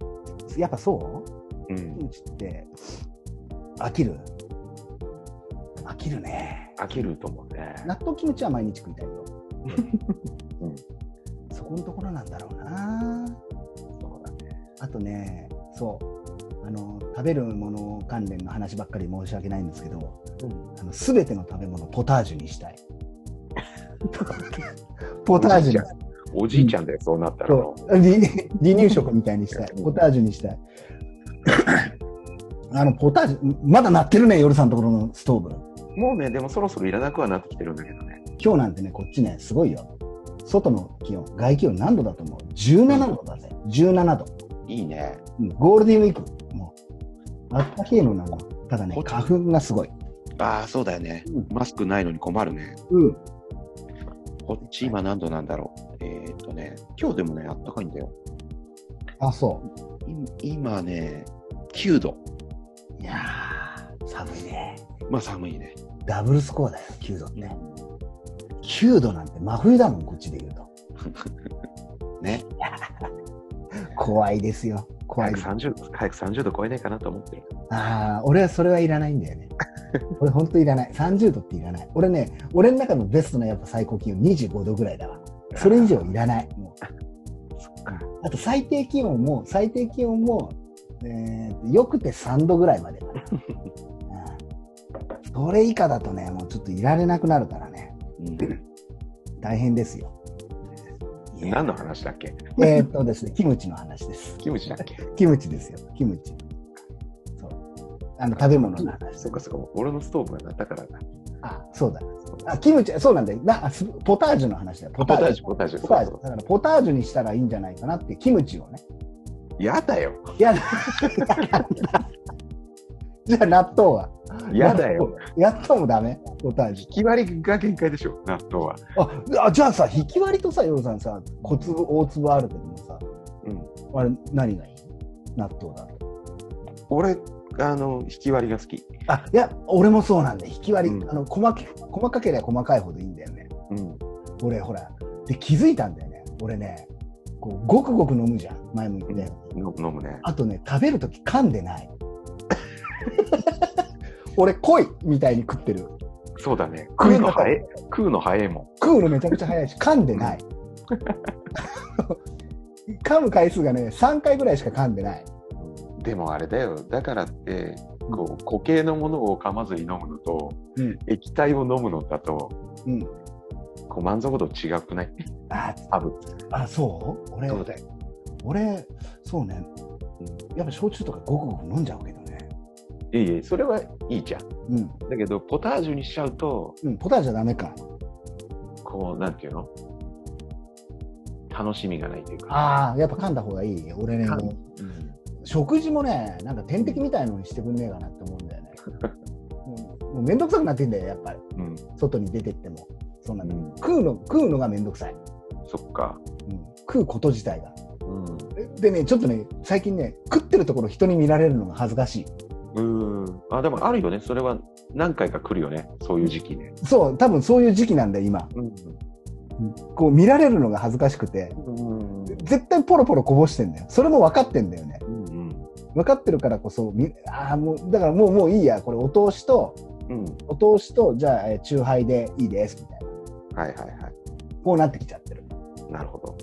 [SPEAKER 1] やっぱそう
[SPEAKER 2] う
[SPEAKER 1] キ
[SPEAKER 2] ん。
[SPEAKER 1] ムチって飽きる飽きるね
[SPEAKER 2] 飽きると思うね。
[SPEAKER 1] 納豆キムチは毎日食いたいよ、
[SPEAKER 2] うん
[SPEAKER 1] そこのところなんだろうな
[SPEAKER 2] そうだね。
[SPEAKER 1] あとねそうあの食べるもの関連の話ばっかり申し訳ないんですけど
[SPEAKER 2] うん。
[SPEAKER 1] あの全ての食べ物をポタージュにした *laughs* いポタージュにしたい
[SPEAKER 2] おじいちゃんだよ、そうなったら
[SPEAKER 1] そ
[SPEAKER 2] も
[SPEAKER 1] う離離乳食みたいにしたいポタージュにしたいあのポタージュまだ鳴ってるね夜さんところのストーブ
[SPEAKER 2] う。もうね、でもそろそろいらなくはなってきてるんだけどね。
[SPEAKER 1] 今日なんてねこっちねすごいよ外の気温外気温何度だと思う17度だぜ17度、
[SPEAKER 2] いいね。
[SPEAKER 1] うんゴールデンウィークもうあったけえのなのただね
[SPEAKER 2] こっち
[SPEAKER 1] 花粉がすごい
[SPEAKER 2] ああ、そうだよね。マスクないのに困るね。
[SPEAKER 1] うん
[SPEAKER 2] こっち今何度なんだろう。えーっとね、今日でもね、あったかいんだよ。
[SPEAKER 1] あそ
[SPEAKER 2] い今ね、9度。
[SPEAKER 1] ういやー寒いね
[SPEAKER 2] まあ寒いね。
[SPEAKER 1] ダブルスコアだよ9度って、9度なんて真冬だもんこっちで言うと
[SPEAKER 2] ね。
[SPEAKER 1] 怖いですよ怖い
[SPEAKER 2] 早
[SPEAKER 1] で
[SPEAKER 2] く
[SPEAKER 1] す
[SPEAKER 2] 30度、早く30度超えないかなと思ってる。
[SPEAKER 1] ああ、俺はそれはいらないんだよね。 *laughs* 俺本当いらない。30度っていらない。俺ね、俺の中のベストなやっぱ最高気温25度ぐらいだわ。それ以上いらない。もう
[SPEAKER 2] そっか。
[SPEAKER 1] あと最低気温も、最低気温も、えーよくて3度ぐらいまでかなうんそれ以下だとね、もうちょっといられなくなるからね、大変ですよ。いや
[SPEAKER 2] 何の話だっけ
[SPEAKER 1] えーっとですね、キムチの話です。
[SPEAKER 2] キムチだっけ
[SPEAKER 1] キムチですよ、キムチ。そう。あの食べ物の話。
[SPEAKER 2] そうかそうか。俺のストーブが鳴ったからだ。
[SPEAKER 1] あ、そうだ。あ、キムチ、そうなんだよ。なあすポタージュの話だよ。ポ
[SPEAKER 2] ポ
[SPEAKER 1] タ
[SPEAKER 2] タ
[SPEAKER 1] ー
[SPEAKER 2] ー
[SPEAKER 1] ジ
[SPEAKER 2] ジ
[SPEAKER 1] ュ。
[SPEAKER 2] ュ、ポタージュ。
[SPEAKER 1] ポタージ
[SPEAKER 2] そう
[SPEAKER 1] ュ。だから、ポタージュにしたらいいんじゃないかなって、キムチをね。
[SPEAKER 2] そうやだよ。
[SPEAKER 1] いや、だ *laughs* じゃあ、納豆は。
[SPEAKER 2] やだ *laughs* よ。
[SPEAKER 1] 納豆。納豆もダメポタージ
[SPEAKER 2] 引き割りが限界でしょ、納豆は。
[SPEAKER 1] ュ。あ、あじゃあさ、引き割りとさ、ヨウさんさ、小粒、大粒あるけどもさ、
[SPEAKER 2] うん。
[SPEAKER 1] あれ、何がいい納豆だと。
[SPEAKER 2] 俺、あの、引き割りが好き。
[SPEAKER 1] あ、いや、俺もそうなんだよ。引き割り、
[SPEAKER 2] うん
[SPEAKER 1] あの細け、細かければ細かいほどいいんだよね。
[SPEAKER 2] うん。
[SPEAKER 1] 俺ほらで気づいたんだよね俺ねこうごくごく飲むじゃん前も言ったように
[SPEAKER 2] 飲む飲むね。
[SPEAKER 1] あとね食べる時噛んでない *laughs* 俺濃いみたいに食ってる
[SPEAKER 2] そうだね。食うの早い。食うの早いもん。
[SPEAKER 1] 食うのめちゃくちゃ早いし噛んでない噛む回数がね3回ぐらいしか噛んでない
[SPEAKER 2] でもあれだよだからってこう固形のものを噛まずに飲むのと、
[SPEAKER 1] うん
[SPEAKER 2] 液体を飲むのだと
[SPEAKER 1] うん
[SPEAKER 2] こう満足度違くない
[SPEAKER 1] あ
[SPEAKER 2] 多分
[SPEAKER 1] あそう俺
[SPEAKER 2] そうだよ
[SPEAKER 1] 俺そうね
[SPEAKER 2] う
[SPEAKER 1] やっぱ焼酎とかごくごく飲んじゃうけどね
[SPEAKER 2] いえいえそれはいいじゃん
[SPEAKER 1] うん、
[SPEAKER 2] だけどポタージュにしちゃうと
[SPEAKER 1] うん、ポタージュはダメか
[SPEAKER 2] こうなんていうの楽しみがないというか
[SPEAKER 1] ああやっぱ噛んだ方がいい俺ね
[SPEAKER 2] 噛ん
[SPEAKER 1] もう
[SPEAKER 2] うん
[SPEAKER 1] 食事もね、なんか点滴みたいのにしてくんねえかなって思うんだよね。もうもうめんどくさくなってんだよ、やっぱり。
[SPEAKER 2] うん、
[SPEAKER 1] 外に出てっても。そうなんだ、
[SPEAKER 2] うん
[SPEAKER 1] 食うの、食うのがめんどくさい。
[SPEAKER 2] そっか
[SPEAKER 1] うん食うこと自体が。
[SPEAKER 2] うん
[SPEAKER 1] ででね、ちょっとね、最近ね、食ってるところ人に見られるのが恥ずかしい。
[SPEAKER 2] うん。あ、でもあるよね。それは何回か来るよね。そういう時期ね。
[SPEAKER 1] そう、多分そういう時期なんだよ、今。
[SPEAKER 2] うん。
[SPEAKER 1] こう見られるのが恥ずかしくて、
[SPEAKER 2] うん。
[SPEAKER 1] 絶対ポロポロこぼしてんだよ。それも分かってんだよね。
[SPEAKER 2] うん。
[SPEAKER 1] 分かってるからこそ、みああ、もう、だからもう、もういいや、これお通しと、
[SPEAKER 2] うん。
[SPEAKER 1] お通しと、じゃあ、えーチューハイでいいです、みたいな。
[SPEAKER 2] はいはいはい。
[SPEAKER 1] こうなってきちゃってる。
[SPEAKER 2] なるほど。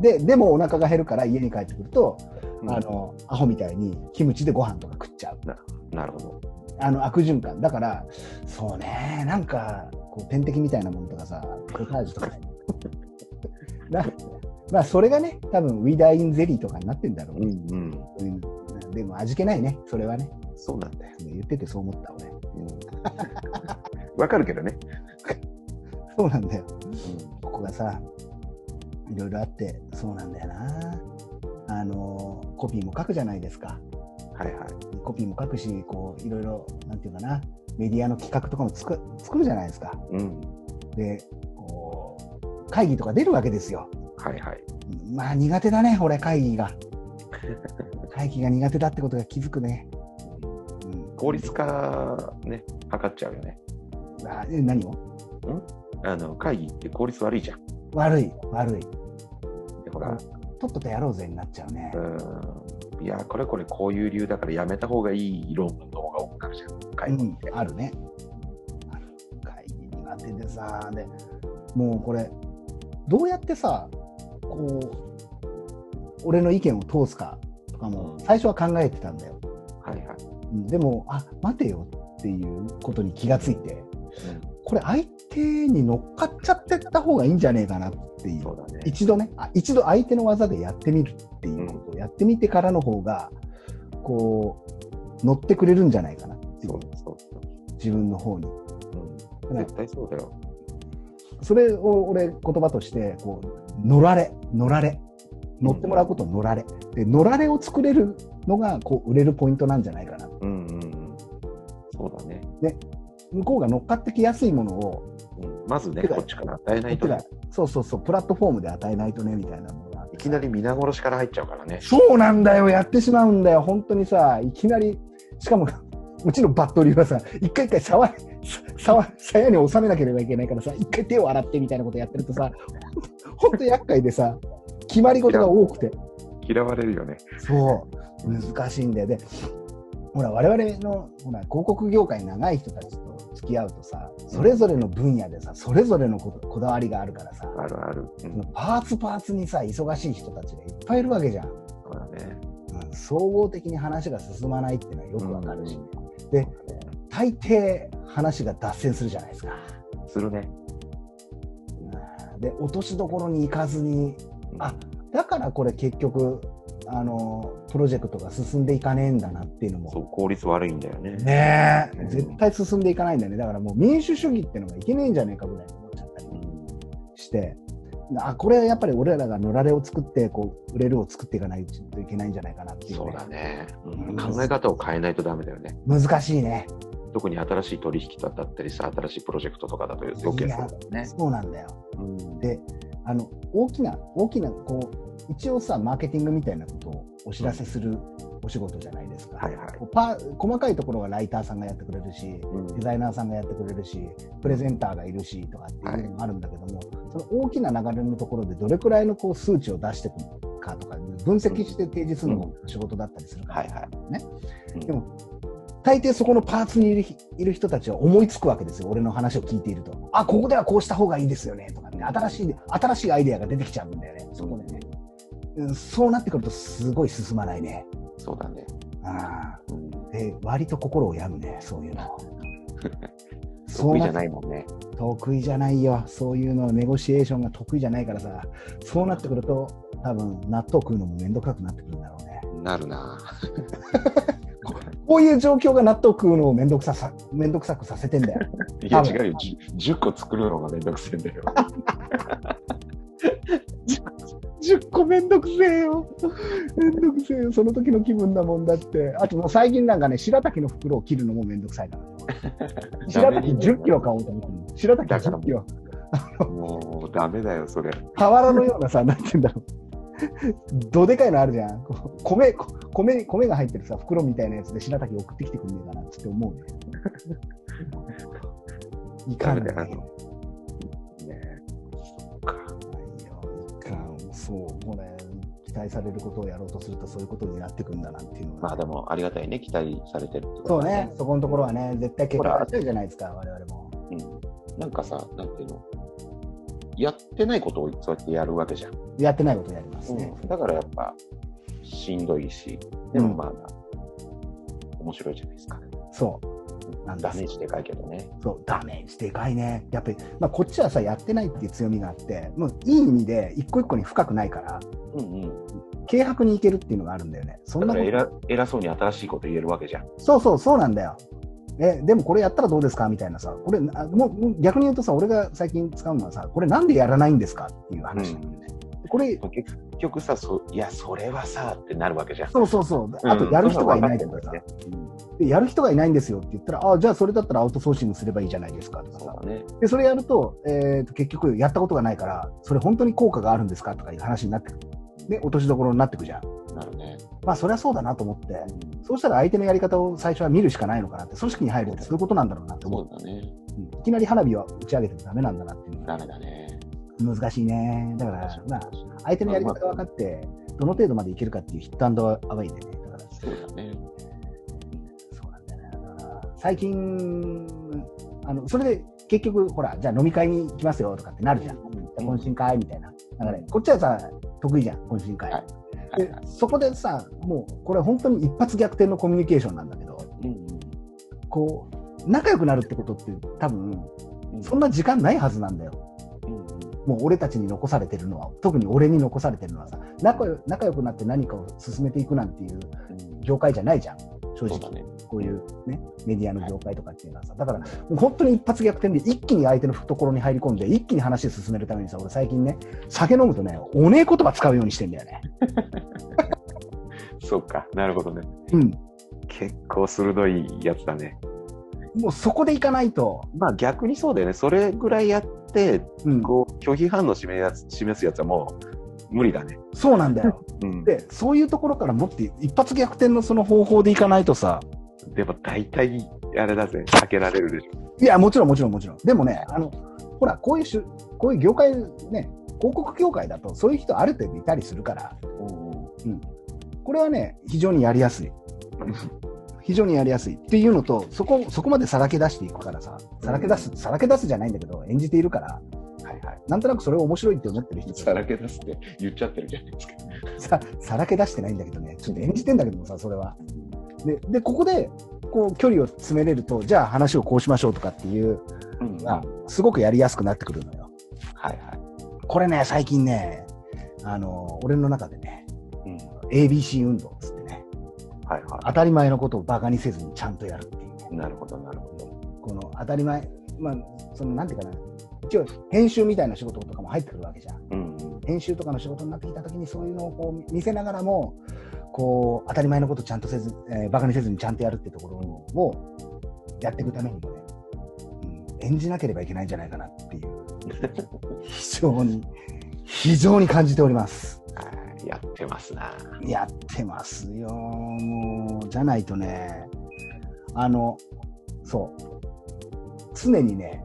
[SPEAKER 1] で、でもお腹が減るから家に帰ってくると、
[SPEAKER 2] うん
[SPEAKER 1] あの、アホみたいにキムチでご飯とか食っちゃう。
[SPEAKER 2] なるほど。
[SPEAKER 1] あの、悪循環。だから、そうね、なんか、こう、点滴みたいなものとかさ、ポタージュとか。 *laughs* なまあ、それがね、多分ウィダーインゼリーとかになってんだろう
[SPEAKER 2] う
[SPEAKER 1] ね。
[SPEAKER 2] んうん。
[SPEAKER 1] そういうのでも味気ないね、それはね。
[SPEAKER 2] そうなんだよ。
[SPEAKER 1] 言っててそう思った、俺。
[SPEAKER 2] うんわかるけどね。
[SPEAKER 1] そうなんだよ。ここがさ、いろいろあって、そうなんだよな。あの、コピーも書くじゃないですか。
[SPEAKER 2] はいはい。
[SPEAKER 1] コピーも書くし、こう、いろいろ、なんていうかな、メディアの企画とかもつく作るじゃないですか。
[SPEAKER 2] うん。
[SPEAKER 1] で、こう、会議とか出るわけですよ。
[SPEAKER 2] はいはい。
[SPEAKER 1] まあ、苦手だね、俺、会議が。会議が苦手だってことが気づくね。うん
[SPEAKER 2] 効率化ね、測っちゃうよね。
[SPEAKER 1] あえ何を
[SPEAKER 2] あの会議って効率悪いじゃん。
[SPEAKER 1] 悪い、悪い。
[SPEAKER 2] でほら、
[SPEAKER 1] とっととやろうぜになっちゃうね。
[SPEAKER 2] うん、いや、これこれこういう理由だからやめた方がいい論文の方が多くなるじゃん。会
[SPEAKER 1] う
[SPEAKER 2] 議
[SPEAKER 1] ん、あるね。ある会議苦手でさ、で、もうこれ、どうやってさ、こう、俺の意見を通すかとかも
[SPEAKER 2] う、ん
[SPEAKER 1] 最初は考えてたんだよ。
[SPEAKER 2] はいはい。
[SPEAKER 1] うんでも、あ待てよっていうことに気がついて、これ、相手に乗っかっちゃってった方がいいんじゃねえかなっていう
[SPEAKER 2] そ。うだね。
[SPEAKER 1] 一度ね、あ一度相手の技でやってみるっていうことをやってみてからの方が、こう、乗ってくれるんじゃないかなってい
[SPEAKER 2] そうう、そう
[SPEAKER 1] 自分の方に。
[SPEAKER 2] そ
[SPEAKER 1] う
[SPEAKER 2] う、うんん。絶対そうだよ。
[SPEAKER 1] それを俺言葉としてこう乗られ乗られ乗ってもらうことを乗られで乗られを作れるのがこう売れるポイントなんじゃないかな
[SPEAKER 2] うんうんうん。そうだね。
[SPEAKER 1] 向こうが乗っかってきやすいものを
[SPEAKER 2] うん、まずね、
[SPEAKER 1] てか
[SPEAKER 2] こっちから与えな
[SPEAKER 1] こ
[SPEAKER 2] い
[SPEAKER 1] っ
[SPEAKER 2] と
[SPEAKER 1] ち
[SPEAKER 2] ね、
[SPEAKER 1] がそうそうそうプラットフォームで与えないとねみたいなものがあって
[SPEAKER 2] いきなり皆殺しから入っちゃうからね。
[SPEAKER 1] そうなんだよやってしまうんだよ本当にさいきなりしかもうちのバットリーはさ一回一回触れ触さやに収めなければいけないからさ一回手を洗ってみたいなことやってるとさ本当厄介でさ決まり事が多くて
[SPEAKER 2] 嫌われるよね。
[SPEAKER 1] そう、難しいんだよ。で、ほら、我々のほら広告業界長い人たちと付き合うとさ、それぞれの分野でさ、それぞれのここだわりがあるからさ、
[SPEAKER 2] あるある。うん、
[SPEAKER 1] パーツパーツにさ、忙しい人たちがいっぱいいるわけじゃん。
[SPEAKER 2] そうだね。
[SPEAKER 1] うん総合的に話が進まないっていうのはよくわかるし、で
[SPEAKER 2] そうだね
[SPEAKER 1] 大抵話が脱線するじゃないですか。
[SPEAKER 2] するね。
[SPEAKER 1] うんで、落としどころに行かずに、あだからこれ結局、あのプロジェクトが進んでいかねえんだなっていうのも
[SPEAKER 2] そう、効率悪いんだよね。
[SPEAKER 1] ね
[SPEAKER 2] う
[SPEAKER 1] え、
[SPEAKER 2] ん
[SPEAKER 1] 絶対進んでいかないんだよね。だからもう民主主義ってのがいけねえんじゃねえかぐらいに思っちゃったり
[SPEAKER 2] うん
[SPEAKER 1] して、あ、これはやっぱり俺らがのられを作って、こう、売れるを作っていかないといけないんじゃないかなっていう、
[SPEAKER 2] そうだね、うん
[SPEAKER 1] うん
[SPEAKER 2] 考え方を変えないとダメだよね。
[SPEAKER 1] 難しいね。
[SPEAKER 2] 特に新しい取引だったりさ、新しいプロジェクトとかだと余計そうだよね。
[SPEAKER 1] そうなんだよ。
[SPEAKER 2] うん
[SPEAKER 1] で、あの、大きな、大きな、こう、一応さ、マーケティングみたいなことをお知らせするお仕事じゃないですか。
[SPEAKER 2] はいはい。
[SPEAKER 1] こうパー細かいところはライターさんがやってくれるし、
[SPEAKER 2] うん
[SPEAKER 1] デザイナーさんがやってくれるし、プレゼンターがいるしとかっていうのもあるんだけども、その大きな流れのところでどれくらいのこう数値を出していくかとか、分析して提示するのも仕事だったりするから、
[SPEAKER 2] はいはい。
[SPEAKER 1] ね
[SPEAKER 2] うん
[SPEAKER 1] でも大抵そこのパーツにいるひいる人たちは思いつくわけですよ、俺の話を聞いていると。あ、ここではこうした方がいいですよねとかね、新しい新しいアイデアが出てきちゃうんだよね、そこでね。うんそうなってくると、すごい進まないね。
[SPEAKER 2] そうだね。
[SPEAKER 1] あ
[SPEAKER 2] うん
[SPEAKER 1] ーで割と心を病むね、そういうの。そ
[SPEAKER 2] *laughs* 得
[SPEAKER 1] う
[SPEAKER 2] 意じ
[SPEAKER 1] な
[SPEAKER 2] ゃないもんね。
[SPEAKER 1] 得意じゃないよそういうのネゴシエーションが得意じゃないからさそうなってくると多分納豆食うのも面倒くさくなってくるんだろうね
[SPEAKER 2] なるな。
[SPEAKER 1] *laughs* こういう状況が納豆食うのを面倒くささ面倒くさくさせてんだよ
[SPEAKER 2] い
[SPEAKER 1] 多
[SPEAKER 2] や、
[SPEAKER 1] 分
[SPEAKER 2] 違うよ。じゅ10個作るのがめんどくせえ
[SPEAKER 1] *laughs*
[SPEAKER 2] んだよ。
[SPEAKER 1] 10個面倒くせえよ面倒くせえよその時の気分だもんだってあともう最近なんかね白滝の袋を切るのも面倒く
[SPEAKER 2] *laughs*
[SPEAKER 1] さいからね白滝1 0キロ買おうと思ってる白滝
[SPEAKER 2] だか
[SPEAKER 1] 1
[SPEAKER 2] らも
[SPEAKER 1] 0
[SPEAKER 2] う
[SPEAKER 1] キロ
[SPEAKER 2] もう、ダメだよ、それ。
[SPEAKER 1] 俵のようなさ、なんて言うんだろう。どでかいのあるじゃん。こう米、こ米米が入ってるさ袋みたいなやつで白滝送ってきてくんねえかなっつって思うねいかんね
[SPEAKER 2] あのねそっか。
[SPEAKER 1] いやいかんそうこれ期待されることをやろうとするとそういうことになってくんだなっていうのが、
[SPEAKER 2] まあでも、ありがたいね。期待されてるってこ
[SPEAKER 1] そ
[SPEAKER 2] と
[SPEAKER 1] う
[SPEAKER 2] だ
[SPEAKER 1] ね。そこのところはね絶対結果出してるじゃないですか我々も
[SPEAKER 2] うん。なんかさ、なんていうのやってないことをそうやってやるわけじゃん。
[SPEAKER 1] やってないことやりますね、
[SPEAKER 2] うんだからやっぱ、しんどいし、でもまあ、面白いじゃないですか。
[SPEAKER 1] そうなんで
[SPEAKER 2] ダ
[SPEAKER 1] す
[SPEAKER 2] メージでかいけどね。
[SPEAKER 1] そうダメージでかいねやっぱり、まあ、こっちはさやってないっていう強みがあってもういい意味で一個一個に深くないから
[SPEAKER 2] うんうん。
[SPEAKER 1] 軽薄にいけるっていうのがあるんだよねそん
[SPEAKER 2] だ
[SPEAKER 1] な
[SPEAKER 2] か
[SPEAKER 1] こ
[SPEAKER 2] ら
[SPEAKER 1] と
[SPEAKER 2] 偉偉そうに新しいこと言えるわけじゃん。
[SPEAKER 1] そうそうそうなんだよ。えでもこれやったらどうですかみたいなさこれあもうもう逆に言うとさ俺が最近使うのはさこれなんでやらないんですかっていう話なんだよね、これ
[SPEAKER 2] 結局さそ、いや、それはさ、ってなるわけじゃん。
[SPEAKER 1] そうそうそうあとやる人がいないとかさ
[SPEAKER 2] うん、
[SPEAKER 1] うんでやる人がいないんですよって言ったらあじゃあそれだったらアウトソーシングすればいいじゃないですかとか
[SPEAKER 2] そう
[SPEAKER 1] さ
[SPEAKER 2] だね。
[SPEAKER 1] でそれやると,、えーと結局やったことがないからそれ本当に効果があるんですかとかいう話になってくるで落としどころになってくじゃん
[SPEAKER 2] なるね。
[SPEAKER 1] まあそりゃそうだなと思ってそうしたら相手のやり方を最初は見るしかないのかなって組織に入るってそういうことなんだろうなって思う
[SPEAKER 2] そうだね。
[SPEAKER 1] うんいきなり花火は打ち上げてもダメなんだなっていうの
[SPEAKER 2] ダ
[SPEAKER 1] が
[SPEAKER 2] メだね。
[SPEAKER 1] 難しいね。だから、まあ、相手のやり方が分かって、どの程度までいけるかっていうヒットアンドアウェイでね。だから、
[SPEAKER 2] そうだね。
[SPEAKER 1] そうなんだよね。だから最近、あの、それで結局、ほら、じゃあ飲み会に行きますよとかってなるじゃん。
[SPEAKER 2] うん
[SPEAKER 1] 懇親会みたいな。だから、こっちはさ、得意じゃん、懇親会。
[SPEAKER 2] はいは
[SPEAKER 1] で
[SPEAKER 2] いはい。
[SPEAKER 1] そこでさ、もう、これ本当に一発逆転のコミュニケーションなんだけど、
[SPEAKER 2] うん
[SPEAKER 1] こう、仲良くなるってことって多分、
[SPEAKER 2] うん
[SPEAKER 1] そんな時間ないはずなんだよ。
[SPEAKER 2] うんうん
[SPEAKER 1] もう俺たちに残されてるのは特に俺に残されてるのはさ仲よ仲良くなって何かを進めていくなんていう
[SPEAKER 2] うん
[SPEAKER 1] 業界じゃないじゃん正
[SPEAKER 2] そうだ
[SPEAKER 1] 直
[SPEAKER 2] ね。
[SPEAKER 1] こういう、ね、メディアの業界とかっていうのはさだからもう本当に一発逆転で一気に相手の懐に入り込んで一気に話を進めるためにさ俺最近ね酒飲むとねおねえ言葉使うようにしてんだよね。
[SPEAKER 2] そうか。なるほどね。
[SPEAKER 1] うん、
[SPEAKER 2] 結構鋭いやつだね。
[SPEAKER 1] もうそこでいかないと、
[SPEAKER 2] まあ逆にそうだよね。それぐらいやって、
[SPEAKER 1] うん、
[SPEAKER 2] こう、拒否反応示すやつ示すやつはもう無理だね。
[SPEAKER 1] そうなんだよ。
[SPEAKER 2] うん。
[SPEAKER 1] でそういうところからもって一発逆転のその方法でいかないとさ
[SPEAKER 2] でも大体、あれだぜ。避けられるでしょ。
[SPEAKER 1] いや、もちろん、もちろん、もちろん。でもね、あの、ほら、こういうしゅ、こういう業界ね、広告業界だと、そういう人ある程度いたりするから、これはね、非常にやりやすい。非常にやりやすいっていうのと、そこ、そこまでさらけ出していくからさ、さらけ出す、さらけ出すじゃないんだけど、演じているから、
[SPEAKER 2] はいはい。
[SPEAKER 1] なんとなくそれを面白いって思ってる人
[SPEAKER 2] さらけ出すって言っちゃってるじゃないです
[SPEAKER 1] さ
[SPEAKER 2] か。
[SPEAKER 1] さらけ出してないんだけどね、ちょっと演じてんだけどもさ、それは。で、でここで、こう、距離を詰めれると、じゃあ話をこうしましょうとかっていう
[SPEAKER 2] うん
[SPEAKER 1] の
[SPEAKER 2] は
[SPEAKER 1] が
[SPEAKER 2] い、
[SPEAKER 1] すごくやりやすくなってくるのよ。
[SPEAKER 2] はい。
[SPEAKER 1] これね、最近ね、あの、俺の中でね、
[SPEAKER 2] うん。
[SPEAKER 1] ABC 運動っつってね、
[SPEAKER 2] はいは
[SPEAKER 1] 当たり前のことをバカにせずにちゃんとやるっていうね、
[SPEAKER 2] い。なるほど、なるほど。
[SPEAKER 1] この当たり前、まあ、その、なんていうかな、一応、編集みたいな仕事とかも入ってくるわけじゃん。
[SPEAKER 2] うん。
[SPEAKER 1] 編集とかの仕事になってきたときに、そういうのをこう見せながらも、こう、当たり前のことちゃんとせず、えーバカにせずにちゃんとやるってところをやっていくためにもね、うん、演じなければいけないんじゃないかなっていう、非常に、非常に感じております。
[SPEAKER 2] はいやってますな。
[SPEAKER 1] やってますよ、もう。じゃないとね、あの、そう。常にね、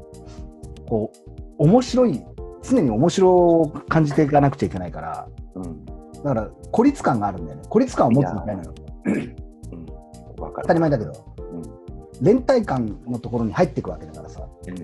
[SPEAKER 1] こう、面白い、常に面白を感じていかなくちゃいけないから、
[SPEAKER 2] うん。
[SPEAKER 1] だから孤立感があるんだよね。孤立感を持つのがないのよ。
[SPEAKER 2] うん。わ
[SPEAKER 1] 当
[SPEAKER 2] かる。
[SPEAKER 1] たり前だけど、
[SPEAKER 2] うん。
[SPEAKER 1] 連帯感のところに入っていくわけだからさ、
[SPEAKER 2] うん。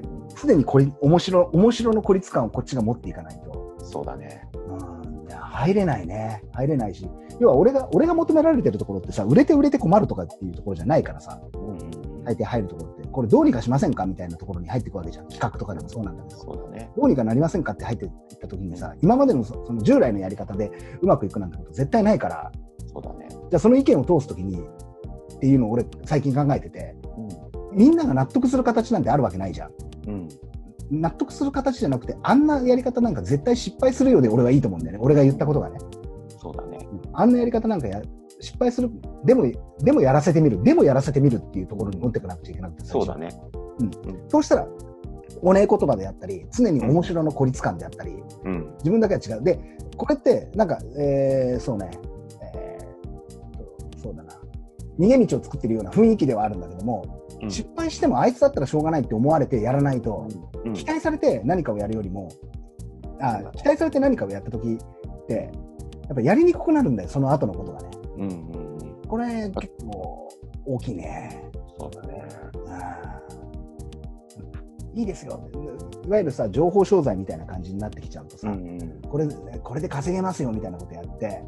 [SPEAKER 1] 常にこり面白、面白の孤立感をこっちが持っていかないと。
[SPEAKER 2] そうだね。
[SPEAKER 1] うんいや入れないね、入れないし、要は俺が俺が求められてるところってさ、売れて売れて困るとかっていうところじゃないからさ、
[SPEAKER 2] うん。
[SPEAKER 1] 大抵入るところって、これどうにかしませんかみたいなところに入っていくわけじゃん、企画とかでもそうなんだけど、
[SPEAKER 2] そうだね。
[SPEAKER 1] どうにかなりませんかって入っていった時にさ、今までのそその従来のやり方でうまくいくなんてこと絶対ないから、
[SPEAKER 2] そうだね。
[SPEAKER 1] じゃあその意見を通す時にっていうのを俺、最近考えてて、
[SPEAKER 2] う
[SPEAKER 1] みんなが納得する形なんてあるわけないじゃん。
[SPEAKER 2] ん。うん。
[SPEAKER 1] 納得する形じゃなくて、あんなやり方なんか絶対失敗するようで俺はいいと思うんだよね、俺が言ったことがね。
[SPEAKER 2] そうだね。
[SPEAKER 1] あんなやり方なんかや失敗する、でも、でもやらせてみる、でもやらせてみるっていうところに持っていかなくちゃいけなくて、
[SPEAKER 2] そうだ。ね。
[SPEAKER 1] そうしたら、おねえ言葉であったり、常に面白の孤立感であったり、
[SPEAKER 2] うん。
[SPEAKER 1] 自分だけは違う。で、これって、なんか、えーそうね、えーそうだな。逃げ道を作ってるような雰囲気ではあるんだけども、
[SPEAKER 2] うん
[SPEAKER 1] 失敗してもあいつだったらしょうがないって思われてやらないと、
[SPEAKER 2] うん
[SPEAKER 1] 期待されて何かをやるよりも、あ期待されて何かをやった時って、やっぱやりにくくなるんだよ、その後のことがね。
[SPEAKER 2] うんうんうん
[SPEAKER 1] これ、結構大きいね。
[SPEAKER 2] そうだね。
[SPEAKER 1] うんいいですよ。いわゆるさ、情報商材みたいな感じになってきちゃうとさ、
[SPEAKER 2] うん
[SPEAKER 1] これこれで稼げますよみたいなことやって、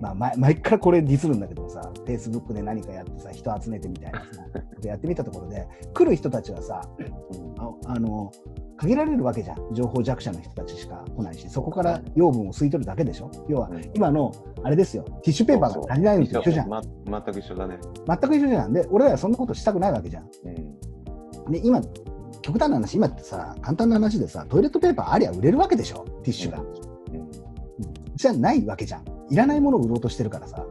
[SPEAKER 1] まあ、前前からこれディスるんだけどさ、フェイスブックで何かやってさ、人集めてみたいなさ、ことやってみたところで、来る人たちはさ、
[SPEAKER 2] うん
[SPEAKER 1] ああの限られるわけじゃん、情報弱者の人たちしか来ないし、そこから養分を吸い取るだけでしょ、要は
[SPEAKER 2] うん
[SPEAKER 1] 今のあれですよ、ティッシュペーパーが足りないのと一緒じゃん、
[SPEAKER 2] ま全く一緒だね。
[SPEAKER 1] 全く一緒じゃん、で俺らはそんなことしたくないわけじゃん。
[SPEAKER 2] うん
[SPEAKER 1] で今極端な話、今ってさ、簡単な話でさ、トイレットペーパーありゃ売れるわけでしょ、ティッシュが。
[SPEAKER 2] うん
[SPEAKER 1] じゃないわけじゃん。いらないものを売ろうとしてるからさ、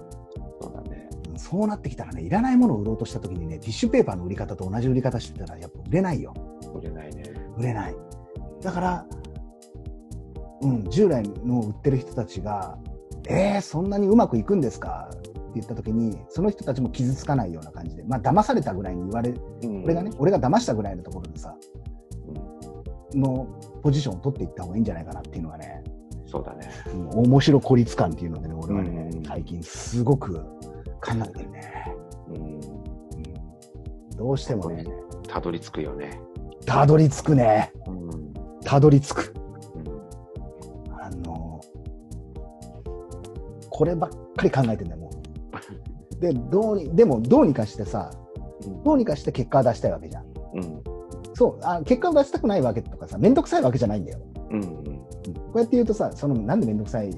[SPEAKER 2] そうだね。
[SPEAKER 1] うんそうなってきたらね、いらないものを売ろうとしたときにね、ティッシュペーパーの売り方と同じ売り方してたら、やっぱ売れないよ。
[SPEAKER 2] 売れないね。
[SPEAKER 1] 売れない。だから、うん、従来の売ってる人たちが、えー、そんなにうまくいくんですかって言ったときに、その人たちも傷つかないような感じで、まあ、騙されたぐらいに言われ、
[SPEAKER 2] うん
[SPEAKER 1] 俺がね、俺が騙したぐらいのところでさ、
[SPEAKER 2] うん
[SPEAKER 1] のポジションを取っていった方がいいんじゃないかなっていうのはね、
[SPEAKER 2] そうだね。
[SPEAKER 1] うん面白孤立感っていうのでね、俺はね、
[SPEAKER 2] うん
[SPEAKER 1] 最近すごく感じてるね。
[SPEAKER 2] うん
[SPEAKER 1] どうしてもね、
[SPEAKER 2] たどり着くよね。
[SPEAKER 1] たどり着くね、
[SPEAKER 2] うんうん
[SPEAKER 1] たどり着く。あの、こればっかり考えてんだよ、もう。で、どうに、でも、どうにかしてさ、どうにかして結果を出したいわけじゃん。
[SPEAKER 2] うん
[SPEAKER 1] そう、あ結果を出したくないわけとかさ、めんどくさいわけじゃないんだよ。
[SPEAKER 2] うんうん
[SPEAKER 1] うんこうやって言うとさ、その、なんでめんどくさい、